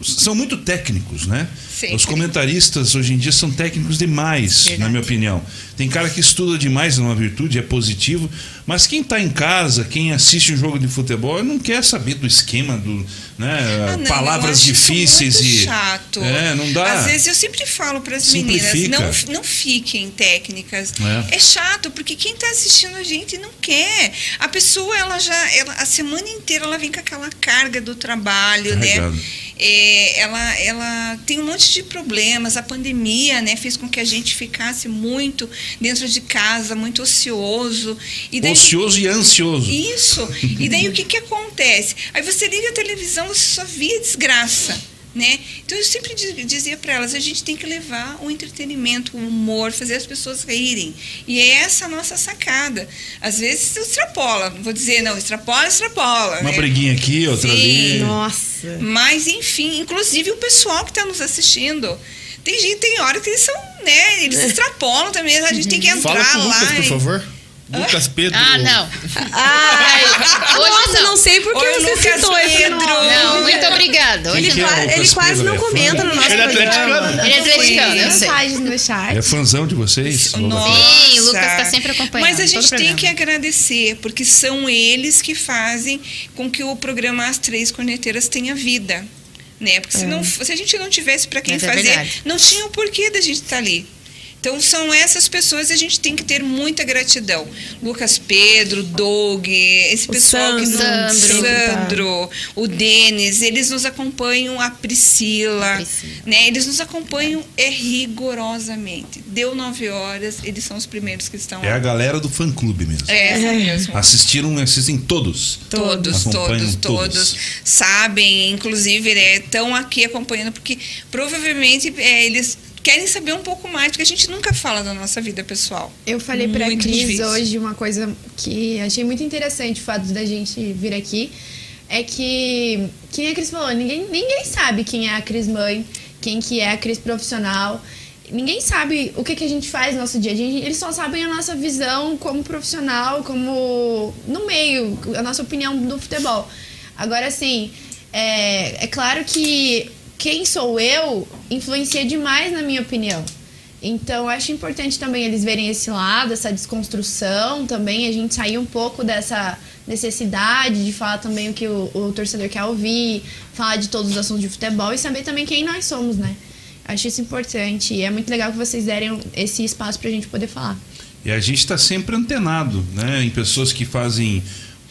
S1: são muito técnicos, né?
S3: Sempre.
S1: Os comentaristas hoje em dia são técnicos demais, na minha opinião. Tem cara que estuda demais, é uma virtude, é positivo, mas quem está em casa, quem assiste um jogo de futebol, não quer saber do esquema, do, né,
S3: Ah, não, eu
S1: palavras
S3: acho isso
S1: difíceis
S3: muito
S1: e
S3: chato.
S1: É, não dá.
S3: Às vezes eu sempre falo para as meninas,
S1: Simplifica.
S3: não, não fiquem técnicas.
S1: É.
S3: É. chato porque quem está assistindo a gente não quer. A pessoa ela já ela- a semana inteira ela vem com aquela carga do trabalho,
S1: Carregado.
S3: né? é, ela, ela tem um monte de problemas. A pandemia né, fez com que a gente ficasse muito dentro de casa, muito ocioso. E daí-
S1: Ocioso e ansioso.
S3: Isso. E daí o que, que acontece? Aí você liga a televisão, você só via desgraça. Né? Então eu sempre di- dizia para elas, a gente tem que levar o entretenimento, o humor, fazer as pessoas rirem. E é essa a nossa sacada. Às vezes extrapola, não vou dizer não, extrapola, extrapola.
S1: Uma
S3: né?
S1: briguinha aqui, outra ali.
S3: Sim.
S6: Nossa.
S3: Mas, enfim, inclusive o pessoal que está nos assistindo. Tem gente, tem hora que eles são, né? Eles extrapolam também, a gente tem que entrar
S2: É. Fala com o Lucas,
S3: lá.
S2: por
S3: e-
S2: favor. Lucas Pedro.
S5: Ah, não.
S6: Ah,
S5: Hoje
S6: nossa,
S5: não.
S6: não sei por que
S3: Oi,
S6: você
S3: Lucas
S6: citou esse
S3: Pedro.
S6: nome.
S5: Não, muito obrigada. Hoje
S6: Ele,
S1: Quem que é
S6: qua-
S1: o
S6: ele
S1: Lucas
S6: quase
S1: Pedro,
S6: não
S1: é fã?
S6: comenta no nosso
S2: Ele é
S6: programa.
S2: atleticano.
S5: Ele é atleticano, eu sei.
S4: mensagens no chat.
S1: É fãzão de vocês?
S3: Nossa.
S5: Sim, o Lucas tá sempre acompanhando
S3: Mas a
S5: todo
S3: gente
S5: o
S3: tem
S5: programa.
S3: que agradecer, porque são eles que fazem com que o programa As Três Corneteiras tenha vida. Né? Porque se, não, se a gente não tivesse para quem
S5: É. Mas é
S3: fazer,
S5: verdade.
S3: não tinha o porquê da gente estar ali. Então são essas pessoas e a gente tem que ter muita gratidão. Lucas Pedro, Doug, esse
S6: O
S3: pessoal que
S6: Sandro.
S3: nos-
S6: Sandro.
S3: Sandro, o Denis, eles nos acompanham, a Priscila,
S5: A Priscila.
S3: né? Eles nos acompanham é rigorosamente. Deu nove horas, eles são os primeiros que estão
S1: É a
S3: lá.
S1: galera do fã clube mesmo.
S3: É, essa mesmo.
S1: Assistiram, assistem todos.
S3: Todos,
S1: Acompanham
S3: todos,
S1: todos.
S3: todos sabem, inclusive, né, estão aqui acompanhando, porque provavelmente é, eles querem saber um pouco mais, porque a gente nunca fala da nossa vida pessoal.
S4: Eu falei pra
S3: Muito
S4: Cris
S3: difícil.
S4: hoje uma coisa que achei muito interessante o fato da gente vir aqui. É que, quem a Cris falou, ninguém, ninguém sabe quem é a Cris mãe, quem que é a Cris profissional. Ninguém sabe o que, que a gente faz no nosso dia a dia. Eles só sabem a nossa visão como profissional, como no meio, a nossa opinião do futebol. Agora, assim, é, é claro que quem sou eu influencia demais na minha opinião. Então, acho importante também eles verem esse lado, essa desconstrução também, a gente sair um pouco dessa necessidade de falar também o que o, o torcedor quer ouvir, falar de todos os assuntos de futebol e saber também quem nós somos, né? Acho isso importante e é muito legal que vocês derem esse espaço pra gente poder falar.
S1: E a gente está sempre antenado, né? Em pessoas que fazem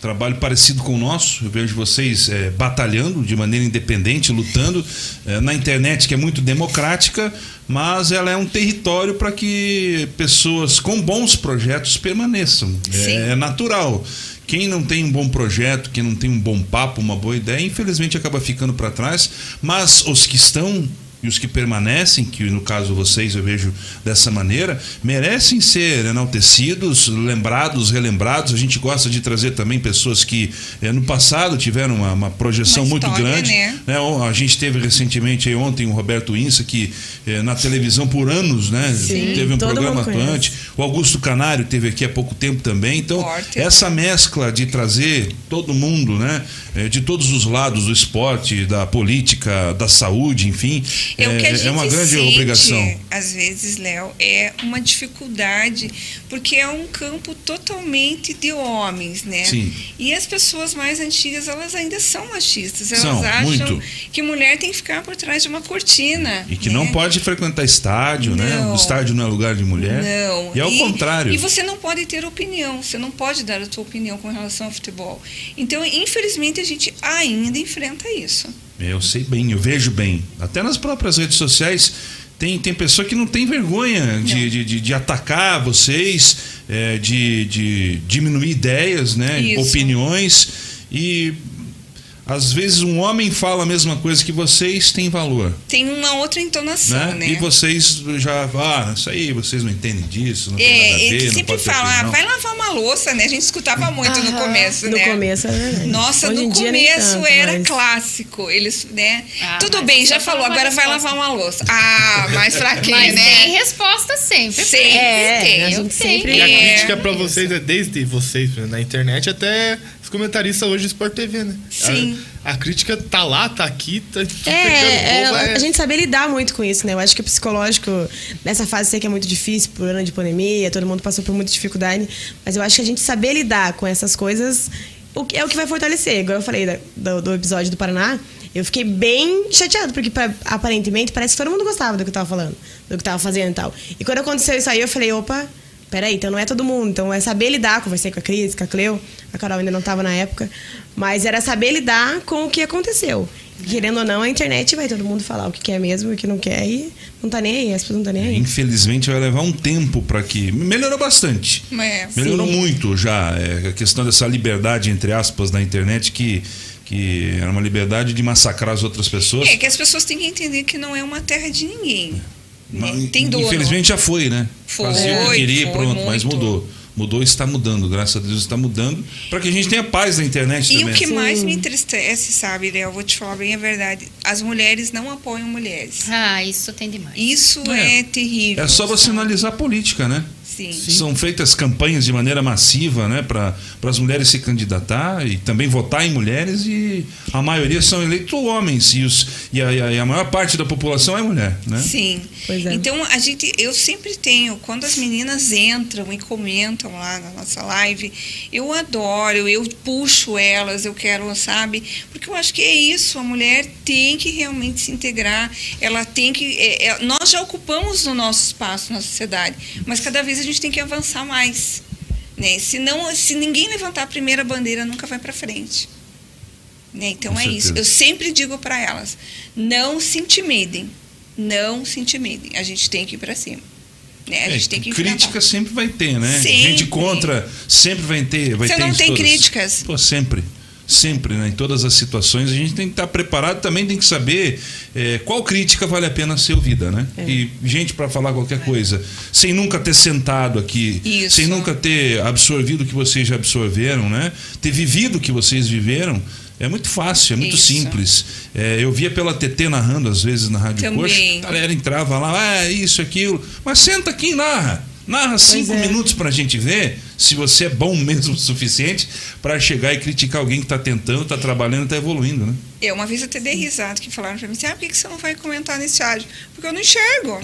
S1: trabalho parecido com o nosso. Eu vejo vocês eh, batalhando de maneira independente, lutando eh, na internet, que é muito democrática, mas ela é um território para que pessoas com bons projetos permaneçam.
S3: Sim.
S1: É, é natural. Quem não tem um bom projeto, quem não tem um bom papo, uma boa ideia, infelizmente acaba ficando para trás. Mas os que estão e os que permanecem, que no caso vocês eu vejo dessa maneira, merecem ser enaltecidos, lembrados, relembrados. A gente gosta de trazer também pessoas que eh, no passado tiveram uma, uma projeção
S3: Uma
S1: muito
S3: história,
S1: grande.
S3: né?
S1: né? O- A gente teve recentemente aí ontem o Roberto Insa, que eh, na televisão por anos, né? teve um
S6: todo
S1: programa
S6: mundo conhece.
S1: atuante. O Augusto Canário teve aqui há pouco tempo também. Então,
S3: Forte.
S1: essa mescla de trazer todo mundo, né? eh, De todos os lados, do esporte, da política, da saúde, enfim.
S3: É, o que a gente
S1: uma grande
S3: sente,
S1: obrigação.
S3: Às vezes, Léo, é uma dificuldade, porque é um campo totalmente de homens, né?
S1: Sim.
S3: E as pessoas mais antigas, elas ainda são machistas. Elas
S1: São,
S3: acham
S1: muito.
S3: que mulher tem que ficar por trás de uma cortina.
S1: E que
S3: né?
S1: não pode frequentar estádio, né?
S3: Não.
S1: O estádio não é lugar de mulher.
S3: Não.
S1: E ao contrário.
S3: E você não pode ter opinião, você não pode dar a sua opinião com relação ao futebol. Então, infelizmente, a gente ainda enfrenta isso.
S1: É, Eu sei bem, eu vejo bem. Até nas próprias redes sociais tem, tem pessoa que não tem vergonha de, de, de- de atacar vocês, é, de, de diminuir ideias, né?
S3: Isso.
S1: Opiniões. E às vezes um homem fala a mesma coisa que vocês tem valor.
S3: Tem uma outra entonação,
S1: Né?
S3: né?
S1: E vocês já. Ah, isso aí, vocês não entendem disso, não tem nada
S3: É,
S1: a ver,
S3: ele
S1: não
S3: sempre
S1: pode ter
S3: fala, ah,
S1: opinião.
S3: vai lavar uma louça, né? A gente escutava muito no
S4: Aham,
S3: começo,
S6: No
S3: né?
S6: começo, é verdade.
S3: Nossa,
S6: Hoje em
S3: no
S6: dia nem
S3: começo
S6: tanto,
S3: era
S6: mas-
S3: clássico. Eles, né?
S5: Ah,
S3: Tudo
S5: mas
S3: bem, já
S5: só
S3: falou,
S5: uma
S3: agora vai
S5: resposta.
S3: lavar uma louça. Ah, mais pra quem,
S5: Mas tem
S3: né?
S5: resposta sempre.
S3: Sempre
S5: tem,
S6: tem, a
S5: eu
S6: gente
S5: tenho.
S6: sempre-
S2: E a
S3: É,
S2: crítica pra vocês é desde vocês né, na internet até os comentaristas hoje do Sport TV, né?
S3: Sim.
S2: A, a crítica tá lá, tá aqui, tá tá
S6: É,
S2: pegando
S6: é,
S2: bola,
S6: a
S2: é-
S6: gente saber lidar muito com isso, né? Eu acho que o psicológico, nessa fase, sei que é muito difícil, por ano de pandemia, todo mundo passou por muita dificuldade, mas eu acho que a gente saber lidar com essas coisas o que- é o que vai fortalecer. Igual eu falei da- do, do episódio do Paraná, eu fiquei bem chateada, porque pra- aparentemente parece que todo mundo gostava do que eu tava falando, do que eu tava fazendo e tal. E quando aconteceu isso aí, eu falei, opa, Peraí, então não é todo mundo. Então é saber lidar. Conversei com a Cris, com a Cleo. A Carol ainda não estava na época. Mas era saber lidar com o que aconteceu. querendo ou não, a internet vai todo mundo falar o que quer mesmo e o que não quer. E não tá nem aí, as pessoas não tá nem aí.
S1: Infelizmente vai levar um tempo para que. Melhorou bastante.
S3: É.
S1: Melhorou muito já. é, a questão dessa liberdade, entre aspas, na internet, que, que era uma liberdade de massacrar as outras pessoas.
S3: É que as pessoas têm que entender que não é uma terra de ninguém.
S1: Mas,
S3: Tem dono.
S1: Infelizmente já foi, né?
S3: Foi,
S1: Fazia o que queria,
S3: foi
S1: pronto, mas
S3: muito.
S1: mudou. Mudou e está mudando, graças a Deus está mudando, para que a gente tenha paz na internet
S3: E
S1: também.
S3: o que mais me entristece, sabe, Léo? Vou te falar bem a verdade. As mulheres não apoiam mulheres.
S5: Ah, isso tem demais.
S3: Isso
S1: É.
S3: é, terrível.
S1: É só você
S3: sabe?
S1: analisar a política, né?
S3: Sim.
S1: São feitas campanhas de maneira massiva, né, para as mulheres se candidatar e também votar em mulheres e a maioria são eleitos homens e, os, e, a, e a- e a maior parte da população é mulher, né?
S3: Sim.
S6: Pois é.
S3: Então a gente, eu sempre tenho, quando as meninas entram e comentam lá na nossa live, eu adoro, eu puxo elas, eu quero, sabe? Porque eu acho que é isso, a mulher tem que realmente se integrar, ela tem que. é, é, nós já ocupamos o nosso espaço na sociedade, mas cada vez a gente tem que avançar mais. Né? Se, não, se ninguém levantar a primeira bandeira, nunca vai para frente. Né? Então
S1: Com
S3: é
S1: certeza.
S3: isso. Eu sempre digo para elas: não se intimidem. Não se intimidem. A gente tem que ir para cima. Né? A gente
S1: É,
S3: tem que
S1: crítica
S3: enfrentar.
S1: sempre vai ter, né?
S3: Sempre.
S1: Gente contra sempre vai ter. Vai
S3: Você
S1: ter
S3: não
S1: isso
S3: tem
S1: todas.
S3: críticas?
S1: Pô, sempre. Sempre, né? Em todas as situações, a gente tem que estar preparado, também tem que saber eh, qual crítica vale a pena ser ouvida, né?
S3: É.
S1: E gente para falar qualquer coisa, sem nunca ter sentado aqui,
S3: Isso.
S1: sem nunca ter absorvido o que vocês já absorveram, né? Ter vivido o que vocês viveram, é muito fácil, é muito
S3: Isso.
S1: simples. Eh, eu via pela TT narrando às vezes na Rádio
S3: Também.
S1: Coxa, a galera entrava lá, ah, isso, aquilo, mas senta aqui e narra. Narra cinco
S3: é.
S1: minutos pra gente ver se você é bom mesmo o suficiente pra chegar e criticar alguém que tá tentando, tá trabalhando, tá evoluindo, né?
S3: É, uma vez eu até dei risada que falaram para mim assim: ah, por que que você não vai comentar nesse áudio? Porque eu não enxergo.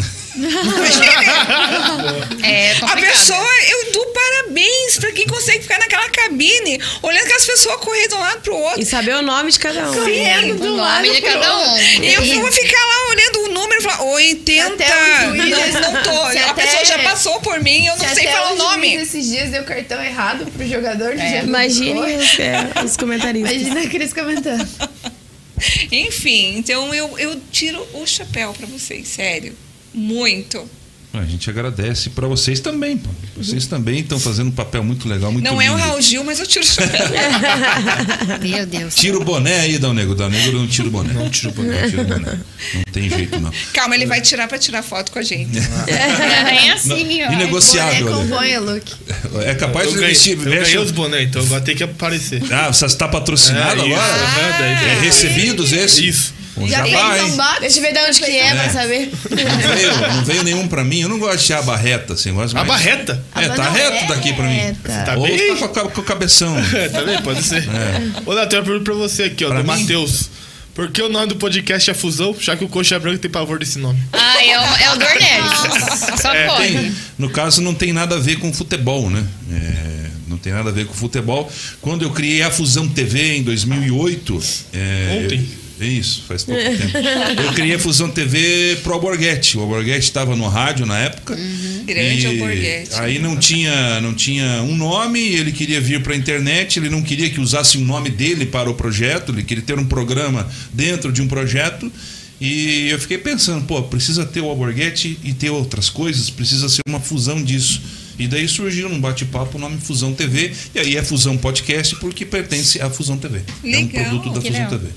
S5: É
S3: A
S5: complicado.
S3: pessoa, eu dou parabéns para quem consegue ficar naquela cabine, olhando aquelas pessoas correndo de um lado pro outro.
S6: E saber o nome de cada um.
S4: Correndo do
S5: O
S4: lado.
S5: nome de
S4: pro
S5: cada
S4: outro.
S5: um.
S3: Eu assim, vou ficar lá olhando o número e falar 80.
S4: Até o juiz-
S3: Não, não tô.
S4: Se
S3: a
S4: até-
S3: pessoa já passou por mim, eu não
S4: Se
S3: sei
S4: até
S3: falar o
S4: juiz
S3: nome.
S4: Esses dias deu cartão errado pro jogador de é.
S6: Imagine os, é, os comentaristas.
S4: Imagina a Cris comentando.
S3: Enfim, então eu, eu tiro o chapéu pra vocês, sério. Muito.
S1: A gente agradece pra vocês também, pô. Vocês também estão fazendo um papel muito legal, muito
S3: não é o
S1: lindo.
S3: Raul Gil, mas eu tiro o chapéu.
S5: É. Meu Deus. tá
S1: Tira o boné aí, Dal Negro. Dal Negro não tira o boné. Não tira o boné. Não, tira o boné. não tem jeito, não.
S3: Calma, ele vai tirar pra tirar foto com a gente.
S5: É assim, ó.
S1: Não, inegociável,
S4: Boné
S1: né?
S4: compõe o look.
S1: É capaz
S2: Eu
S1: de
S2: ganhei,
S1: vestir.
S2: eu ganhei
S1: veste-
S2: os bonés, então agora tem que aparecer.
S1: Ah, você está patrocinado
S2: É, isso,
S1: agora?
S2: aham, daí
S1: É
S2: tem-
S3: Ah,
S1: recebidos esse?
S2: Isso.
S1: Bom,
S4: Já
S1: já
S4: um tem
S1: vai.
S3: um
S1: hein?
S4: tombox?
S6: Deixa eu ver de onde que é pra
S1: É.
S6: saber.
S1: Não veio, não veio nenhum pra mim. Eu não gosto de aba reta, assim. eu Gosto
S2: A
S1: mais-
S2: barreta.
S1: É, tá
S4: Não,
S1: reto daqui pra mim.
S4: reta.
S2: Tá
S1: Ou
S2: bem?
S1: tá com, a- com o cabeção.
S2: É, também pode ser. Ô, Léo, tem uma pergunta pra você aqui, ó,
S1: É. Pra
S2: do
S1: mim?
S2: Matheus. Por que o nome do podcast é Fusão, já que o Coxa Branco tem pavor desse nome?
S5: Ah, é o, é o
S3: Ah,
S5: Dornelles.
S2: É,
S5: Só pode.
S1: Tem- no caso, não tem nada a ver com futebol, né? É, não tem nada a ver com futebol. Quando eu criei a Fusão TV em 2008... É,
S2: Ontem.
S1: eu- isso, faz pouco tempo. Eu criei a Fusão TV pro Alborguete. O Alborguete estava no rádio na época.
S3: Grande
S1: E
S3: hamburguete.
S1: Aí não tinha, não tinha um nome, ele queria vir para a internet, ele não queria que usasse o nome dele para o projeto, ele queria ter um programa dentro de um projeto. E eu fiquei pensando, pô, precisa ter o Alborguete e ter outras coisas, precisa ser uma fusão disso. E daí surgiu num bate-papo o nome Fusão TV, e aí é Fusão Podcast porque pertence à Fusão TV. é
S3: Legal,
S1: um produto da
S5: que
S1: Fusão
S5: legal.
S1: TV.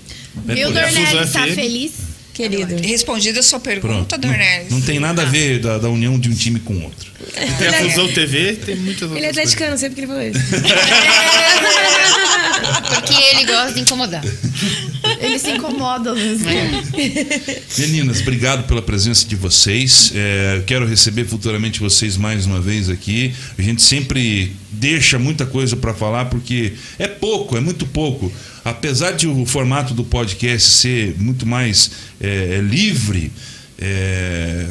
S1: É
S4: Viu,
S1: por isso.
S2: Fusão
S4: Dornelles? Tá
S2: FM.
S4: feliz?
S6: Querido.
S3: Respondida a sua pergunta,
S1: Pronto. Não,
S5: né?
S3: Dornelis.
S1: não tem
S5: Ah.
S1: nada a ver da, da união de um time com o outro.
S2: Tem a Fusão TV, tem muitas
S6: Ele é
S2: outras coisas.
S6: atleticano, não sei porque ele falou isso.
S5: É. Porque ele gosta de incomodar. né?
S4: Ele se incomoda, Luiz.
S2: Hum.
S1: Meninas, obrigado pela presença de vocês. É, quero receber futuramente vocês mais uma vez aqui. A gente sempre deixa muita coisa para falar porque é pouco, é muito pouco. Apesar de o formato do podcast ser muito mais é, é, livre, é,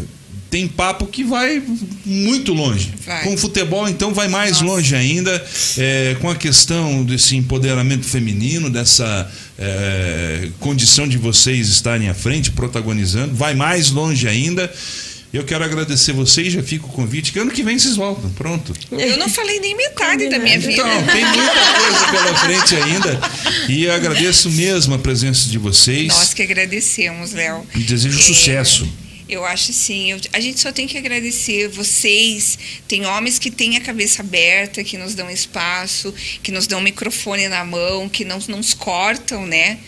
S1: tem papo que vai muito longe.
S3: Vai.
S1: Com o futebol, então, vai mais longe ainda. é, com a questão desse empoderamento feminino, dessa é, condição de vocês estarem à frente, protagonizando, vai mais longe ainda. Eu quero agradecer vocês, já fica o convite, que ano que vem vocês voltam. Pronto.
S3: Eu não falei nem metade da minha É vida.
S1: Então, tem muita coisa pela frente ainda. E eu agradeço mesmo a presença de vocês.
S3: Nós É. que agradecemos, Léo.
S1: E desejo sucesso.
S3: Eu acho sim. Eu- a gente só tem que agradecer vocês. Tem homens que têm a cabeça aberta, que nos dão espaço, que nos dão microfone na mão, que não não nos cortam, né?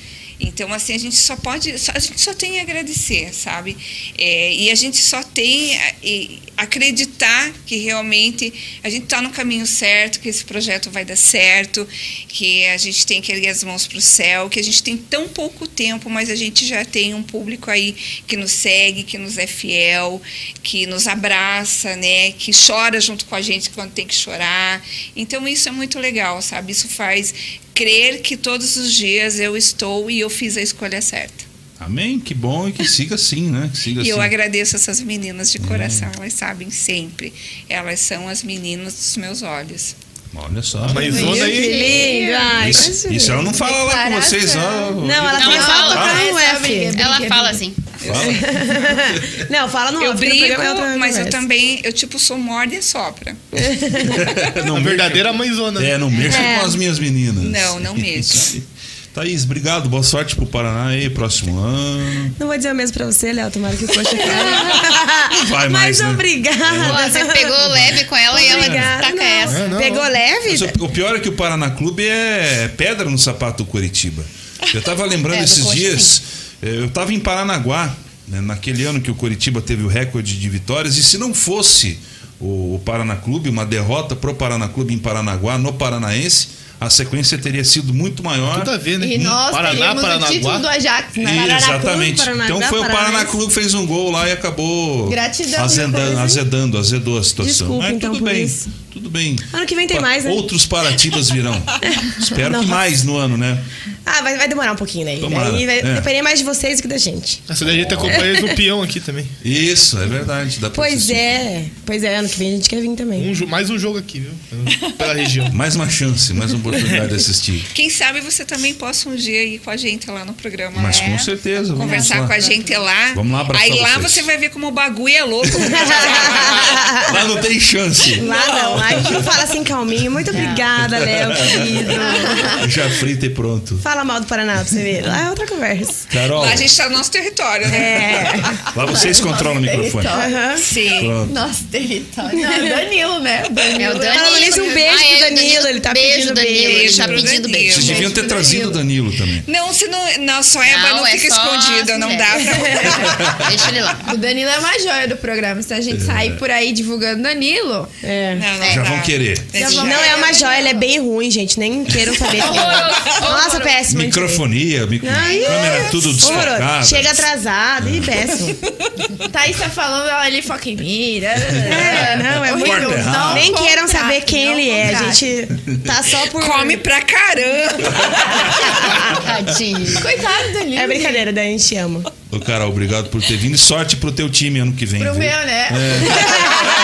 S3: Então, assim, a gente só pode. só- A gente só tem a agradecer, sabe? É, e a gente só tem a- e acreditar que realmente a gente está no caminho certo, que esse projeto vai dar certo, que a gente tem que erguer as mãos para o céu, que a gente tem tão pouco tempo, mas a gente já tem um público aí que nos segue, que nos é fiel, que nos abraça, né, que chora junto com a gente quando tem que chorar. Então isso é muito legal, sabe? Isso faz crer que todos os dias eu estou e eu fiz a escolha certa.
S1: Amém? Que bom e que siga assim, né? Que siga
S3: E eu
S1: assim.
S3: agradeço essas meninas de coração, elas sabem sempre. Elas são as meninas dos meus olhos.
S1: Olha só.
S2: Mas onda
S6: Que
S2: aí.
S6: lindo! Ai,
S1: Isso, isso ela não fala lá com vocês, ó.
S6: Não, ela tá
S5: Não,
S6: tem
S5: ela fala.
S6: fala pra não é, filho.
S5: Ela fala assim.
S1: Fala.
S6: Não, fala não.
S3: eu brigo,
S6: é
S3: mas eu também, eu tipo sou morde e sopra.
S1: Não
S2: A
S1: mexa-
S2: verdadeira mãezona. né?
S1: É, não mexa com as minhas meninas.
S3: Não, não mexa.
S1: Thaís, obrigado. Boa sorte pro Paraná aí, próximo ano.
S6: Não vou dizer o mesmo pra você, Léo. Tomara que coxa cara.
S1: Não vai mais,
S6: Mas
S1: né?
S6: obrigada.
S5: Ó, Você pegou leve com ela e ela
S6: Obrigada,
S5: taca
S6: não.
S5: essa.
S2: É, não.
S6: Pegou leve?
S1: Mas o- o pior é que o Paraná Clube é pedra no sapato do Curitiba. Eu tava lembrando
S5: É, do
S1: esses
S5: coxa,
S1: dias, eh, eu tava em Paranaguá, né, naquele ano que o Curitiba teve o recorde de vitórias, e se não fosse o, o Paraná Clube, uma derrota pro Paraná Clube em Paranaguá, no Paranaense, a sequência teria sido muito maior.
S2: Tudo a ver, né?
S4: E nós
S2: Paraná,
S4: teríamos o título
S2: Paranaguá. Hum.
S4: do Ajax, né?
S1: Isso, Exatamente.
S6: Paraná,
S1: então foi o
S6: Paraná.
S1: Paraná Clube fez um gol lá e acabou
S4: Gratidão,
S1: azedando,
S4: depois, hein?
S1: azedando, azedou a situação.
S6: então, Desculpa,
S1: Mas
S6: então,
S1: tudo
S6: por
S1: bem,
S6: isso.
S1: tudo bem.
S6: Ano que vem tem
S1: Pa-
S6: mais, né?
S1: Outros Paratibas virão. Espero que mais no ano, né?
S6: Ah, vai, vai demorar um pouquinho, né?
S1: Tomara,
S6: Aí vai
S1: é.
S6: depender mais de vocês do que da gente.
S2: Essa daí a gente tá acompanha eles no peão aqui também.
S1: Isso, é verdade. Dá pra
S6: Pois
S1: assistir.
S6: é. Pois é, ano que vem a gente quer vir também.
S1: Hum.
S2: Um jo- mais um jogo aqui, viu? Pela região.
S1: Mais uma chance, mais uma oportunidade de assistir.
S3: Quem sabe você também possa um dia ir com a gente lá no
S6: É.
S3: programa.
S1: Mas
S3: né?
S1: com certeza, vamos
S3: Conversar
S1: lá.
S3: com a gente lá.
S1: Vamos lá abraçar
S3: Aí lá
S1: vocês.
S3: você vai ver como o bagulho é louco.
S1: Lá não tem chance.
S6: Lá não, lá a gente não fala assim calminho. Muito
S1: É.
S6: obrigada, Léo, querido.
S1: Já frita e pronto.
S6: Fala mal do Paraná pra você ver. Lá é outra conversa.
S1: Carol,
S3: lá a gente tá no nosso território, né?
S6: É.
S1: lá vocês controlam o microfone.
S3: Sim.
S1: Pronto.
S4: Nosso território. Não, é o Danilo, né? O Danilo.
S5: É o Danilo.
S6: Falando nisso, um beijo pro
S5: é,
S6: Danilo, ele tá
S5: beijo,
S6: pedindo
S5: Danilo,
S3: beijo.
S5: Ele tá pedindo beijo.
S1: Vocês deviam ter trazido o Danilo também.
S3: Não, se não, não soeba não,
S5: é
S3: fica
S5: só
S3: escondida, não
S5: assim,
S3: dá
S5: é.
S3: pra.
S5: Deixa ele lá.
S4: O Danilo é uma joia do programa. Se a gente
S2: É.
S4: sair por aí divulgando Danilo,
S6: É.
S3: Não, não
S1: Já
S3: dá.
S1: vão querer.
S3: Esse já-
S6: Não é uma
S5: um
S6: joia, ela é bem ruim, gente. Nem queiram saber. quem é. Nossa, péssimo.
S1: Microfonia, micro...
S6: Ai,
S4: é
S1: câmera tudo desfocada.
S6: Chega atrasado e péssimo.
S4: Thaís tá falando, ela ali foca em mira.
S6: É, não, é
S4: Horrível.
S1: muito-
S4: Não
S1: errado.
S6: Nem queiram
S4: contrate,
S6: saber quem
S4: não
S6: ele é. A
S4: contrate.
S6: gente tá só por.
S3: Come pra caramba.
S5: Tadinho.
S4: Coitado do Danilo.
S6: É brincadeira, Dani, a gente te ama.
S1: Ô, Carol, obrigado por ter vindo e sorte pro teu time ano que vem.
S4: Pro
S1: viu? É,
S4: meu, né?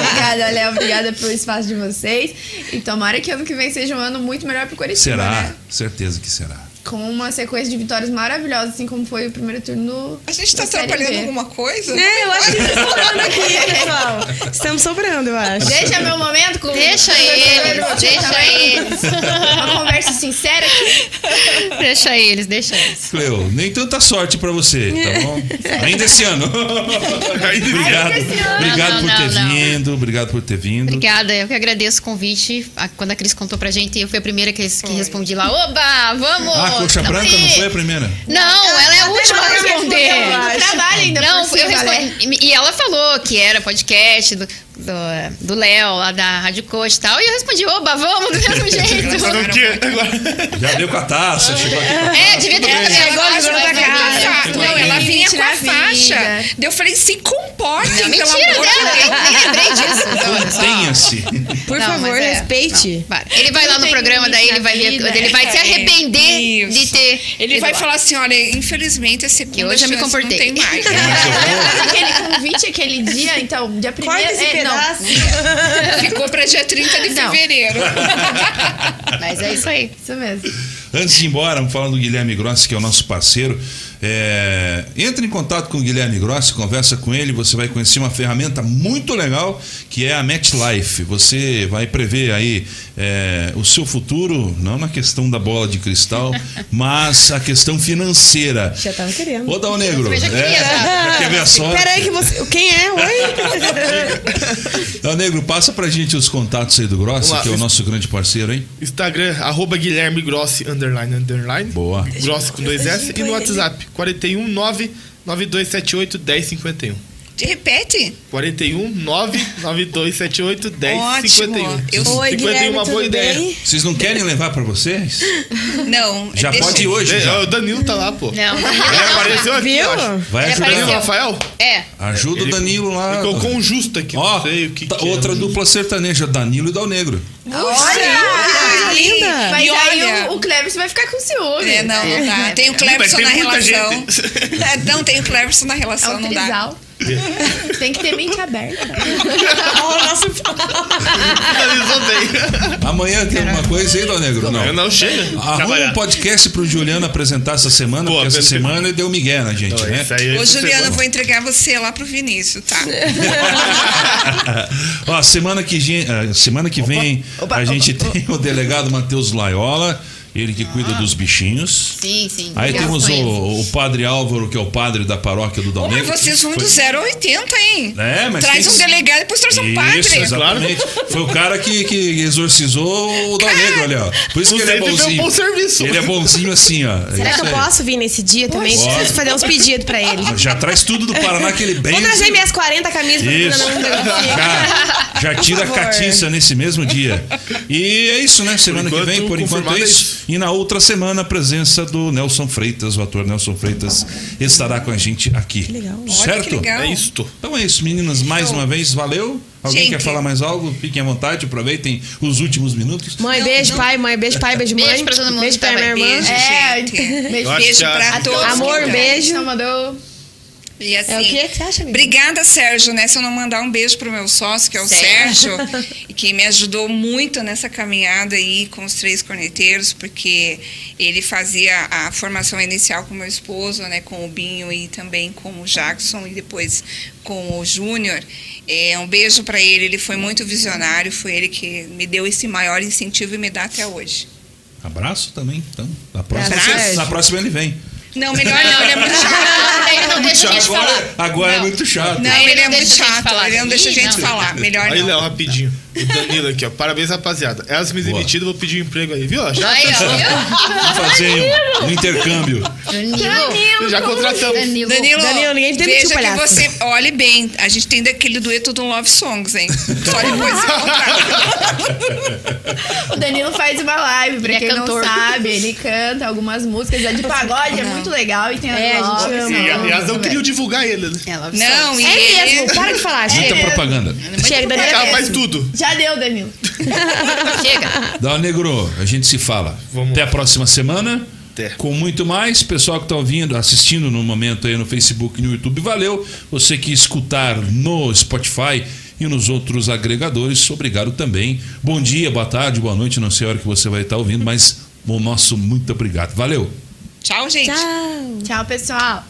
S4: obrigada, Léo. Obrigada pelo espaço de vocês. E tomara que ano que vem seja um ano muito melhor pro Curitiba,
S1: Será,
S4: né?
S1: certeza que será.
S4: Com uma sequência de vitórias maravilhosas, assim como foi o primeiro turno do
S3: A gente tá
S4: da Série
S3: atrapalhando
S4: B.
S3: alguma coisa?
S6: É, eu acho que estamos sobrando aqui, pessoal. Estamos sobrando, eu acho.
S4: Deixa meu momento com
S5: Deixa
S4: com o
S5: eles,
S4: professor,
S5: deixa
S4: também.
S5: eles.
S4: Uma conversa sincera aqui.
S5: Deixa eles, deixa eles.
S1: Cleo, nem tanta sorte pra você,
S4: É.
S1: tá bom? Ainda esse ano. obrigado.
S4: esse ano.
S1: Obrigado
S5: Não,
S1: por
S5: não,
S1: ter
S5: não.
S1: vindo, obrigado por ter vindo.
S5: Obrigada, eu que agradeço o convite. A- Quando a Cris contou pra gente, eu fui a primeira que, que respondi lá. Oba, vamos!
S1: Ah, coxa
S5: Tá
S1: branca não
S5: aí.
S1: foi a primeira?
S4: Ah,
S5: Não, ela é a última a
S4: Eu
S5: responder.
S4: não trabalho ainda
S5: Não,
S4: por
S5: eu
S4: cima, né?
S5: respondi. E ela falou que era podcast do do- do Léo, lá da Rádio Coach e tal. E eu respondi, oba, vamos, do mesmo jeito.
S2: Sabe o quê? Agora.
S1: Já deu com a taça, chegou aqui.
S5: É, devia ter também.
S3: Ela
S5: Agora
S3: acha
S5: jogou
S3: que
S5: pra
S3: vai vir
S5: casa.
S3: a fa- Não, ela vinha com a
S4: Mentira,
S3: faixa.
S4: vida.
S3: Daí eu falei, se comportem, pelo
S5: Mentira
S3: amor de
S5: dela, eu nem lembrei disso. Olha só.
S1: Tenha-se.
S6: Por
S5: Não,
S6: favor,
S5: mas é.
S6: respeite.
S5: Para. Ele vai lá
S4: Tudo
S5: no
S4: tem
S5: programa, daí ele vai,
S4: limite na
S5: ele vai
S4: vida,
S5: se
S4: é.
S5: arrepender de
S3: Isso.
S5: ter.
S3: Ele
S5: ido
S3: vai
S5: lá.
S3: falar assim, olha, infelizmente a segunda
S5: Que hoje eu me
S3: chance
S5: comportei.
S3: não tem
S1: Mas
S3: mais.
S1: eu vou-
S4: Mas aquele convite, aquele dia, então, dia
S6: Corta
S4: primeiro.
S6: esse
S4: é, não.
S6: pedaço.
S3: Ficou pra dia 30 de
S4: Não.
S3: fevereiro.
S5: Mas é isso aí.
S4: Isso mesmo.
S1: Antes de ir embora, vamos falar do Guilherme Grossi, que é o nosso parceiro. É, entre em contato com o Guilherme Grossi, conversa com ele, você vai conhecer uma ferramenta muito legal que é a MetLife. Você vai prever aí é, o seu futuro, não na questão da bola de cristal, mas a questão financeira.
S6: Já tava querendo.
S1: Ô, Dal Negro,
S5: Eu já queria,
S1: é,
S5: já.
S1: quer ver a sorte?
S6: Ah, Peraí que você... Quem é? Oi?
S1: Dal Negro, passa pra gente os contatos aí do Grossi,
S2: Olá,
S1: que é o
S2: isso-
S1: nosso grande parceiro, hein?
S2: Instagram, arroba Guilherme Grossi, underline, underline.
S1: Boa.
S2: Grossi com dois S. E no WhatsApp, 419 9278 1051.
S3: Te repete?
S2: 41 9278
S3: Ótimo.
S2: 1051.
S3: Eu-
S6: Oi, Guilherme, tudo bem?
S1: Vocês não querem levar pra vocês?
S3: Não.
S1: Já
S3: deixa-
S1: pode ir hoje.
S2: É,
S1: já.
S2: o Danilo tá lá, pô.
S5: Não,
S2: É, apareceu aqui,
S6: Viu?
S2: eu acho.
S1: Vai
S5: Ele
S1: ajudando.
S2: Danilo
S5: apareceu.
S2: Rafael?
S5: é.
S1: Ajuda o Danilo lá.
S2: Ele colocou um justo aqui,
S1: Ó,
S2: não sei o que
S1: tá-
S2: que é.
S1: outra dupla sertaneja, Danilo e Dal Negro.
S3: Olha!
S6: coisa linda.
S3: E
S4: Mas aí
S3: olha...
S4: o, o Cleberson vai ficar com ciúme.
S3: É, não, não dá. Tem o Cleverson
S2: é tem
S3: na
S2: muita
S3: relação.
S2: gente.
S3: É, Não, tem o Cleverson na
S4: É
S3: relação,
S4: um
S3: não dá.
S4: trisal. Tem que ter mente aberta. né?
S2: Finalizou bem.
S1: Amanhã tem alguma coisa aí, Dal Negro? Não.
S2: Eu não chega.
S1: Arruma um podcast pro Juliano apresentar essa semana,
S2: Boa,
S1: porque essa
S2: pelo que-
S1: semana ele deu migué na gente,
S2: Então,
S1: né?
S2: isso aí é
S3: Ô,
S2: isso
S3: Juliana, eu
S2: semana.
S3: vou entregar você lá pro Vinícius, tá?
S1: Ó, semana que, gen- ah, semana que vem
S4: opa,
S1: a
S4: opa,
S1: gente tem o delegado Matheus Laiola, ele que cuida dos bichinhos.
S5: Sim, sim.
S1: Aí
S5: Obrigada,
S1: temos
S5: conheço.
S1: o, o padre Álvaro, que é o padre da paróquia do Dal
S3: Pô, mas
S1: Negro.
S3: vocês vão do
S1: Foi-
S3: zero ao 80, hein?
S1: É, mas
S3: Traz
S1: tem-
S3: um delegado e depois traz um
S1: Isso,
S3: padre.
S1: exatamente. Foi o cara que, que exorcizou o Dal Negro, olha. ó. Por isso que ele é
S2: Inclusive, deu um
S1: bonzinho.
S2: bom serviço.
S1: Ele é bonzinho assim, ó. É
S6: Será que
S1: isso
S6: eu
S1: aí.
S6: posso vir nesse dia também?
S1: Pode.
S6: Preciso fazer uns pedidos pra ele.
S1: Já traz tudo do Paraná que ele é bem.
S6: Vou trazer minhas 40 camisas pra
S1: Isso.
S6: Bruna não negociar.
S1: Já, já tira a
S6: favor.
S1: catiça nesse mesmo dia. E é isso, né? Semana
S2: Por
S1: que vem,
S2: enquanto,
S1: por enquanto é
S2: confirmado é
S1: isso. E na outra semana, a presença do Nelson Freitas, o ator Nelson Freitas, estará com a gente aqui.
S6: legal. Olha
S3: Olha
S1: Certo?
S3: que legal.
S2: É isto.
S1: Então é isso, meninas. Mais uma vez, valeu. Alguém
S3: Gente.
S1: quer falar mais algo? Fiquem à vontade, aproveitem os últimos minutos.
S6: Mãe,
S3: Não,
S6: beijo,
S3: não.
S6: pai. Mãe, beijo, pai. Beijo, mãe.
S5: Beijo pra todo mundo
S6: Beijo
S5: que
S6: pra
S5: tá
S6: minha
S5: aí.
S6: irmã.
S3: Beijo,
S4: É,
S3: gente.
S4: beijo.
S2: acho
S3: Beijo
S2: que a-
S3: pra
S4: A
S3: todos. tá.
S4: todos
S6: Amor,
S4: que
S6: beijo.
S4: Não mandou.
S3: E assim,
S6: É o que que você acha, amiga?
S3: Obrigada, Sérgio, né? Se eu não mandar um beijo pro meu sócio, que é o
S5: Sérgio.
S3: Sérgio, e que me ajudou muito nessa caminhada aí com os três corneteiros, porque ele fazia a formação inicial com meu esposo, né? Com o Binho e também com o Jackson e depois com o Júnior. É, um beijo para ele, ele foi muito visionário, foi ele que me deu esse maior incentivo e me dá até hoje.
S1: Abraço também, então. Na próxima,
S6: Abraço.
S1: na próxima ele vem.
S3: Não, melhor não, ele é muito chato.
S5: Ele não deixa a gente falar.
S1: Agora, agora é
S5: Não.
S1: muito chato.
S3: Não,
S5: Ele
S3: ele é
S5: não
S3: muito
S5: deixa a gente
S3: chato,
S5: falar.
S3: ele não deixa a
S5: Ih,
S3: gente
S5: não.
S3: falar, melhor
S2: Aí, Léo,
S3: não.
S2: rapidinho. O Danilo aqui, ó. Parabéns, rapaziada. Elas me
S1: Boa.
S2: demitiram, vou pedir um emprego aí, viu? Já,
S5: Aí,
S1: Vamos fazer um, um intercâmbio.
S5: ó. Danilo.
S2: já contratamos.
S5: Danilo.
S3: Danilo,
S6: Danilo, ninguém te demitiu,
S3: veja que
S6: palhaço.
S3: você olhe bem. A gente tem daquele dueto do Love Songs, hein? Só depois você contrata.
S4: O Danilo faz uma live, pra
S5: Ele é
S4: quem
S5: cantor.
S4: não sabe. Ele canta algumas músicas. É de pagode, é muito legal. E tem
S6: É, a gente
S4: Love
S6: ama.
S4: Songs.
S2: E aliás, não queriam divulgar ele. né?
S5: Ela
S3: Não, e
S6: É
S3: ele-
S6: mesmo. Para de falar,
S1: Muita
S6: chega.
S1: propaganda.
S6: Chega,
S2: O
S6: Daniela.
S2: cara faz tudo.
S4: Já deu, Danilo.
S5: chega.
S1: Dá negro, a gente se fala.
S2: Vamos.
S1: Até a próxima semana.
S2: Até.
S1: Com muito mais, pessoal que está ouvindo, assistindo no momento aí no Facebook e no YouTube, valeu. Você que escutar no Spotify e nos outros agregadores, obrigado também. Bom dia, boa tarde, boa noite, não sei a hora que você vai estar ouvindo, mas o nosso muito obrigado. Valeu.
S3: Tchau, gente.
S6: Tchau.
S4: Tchau, pessoal.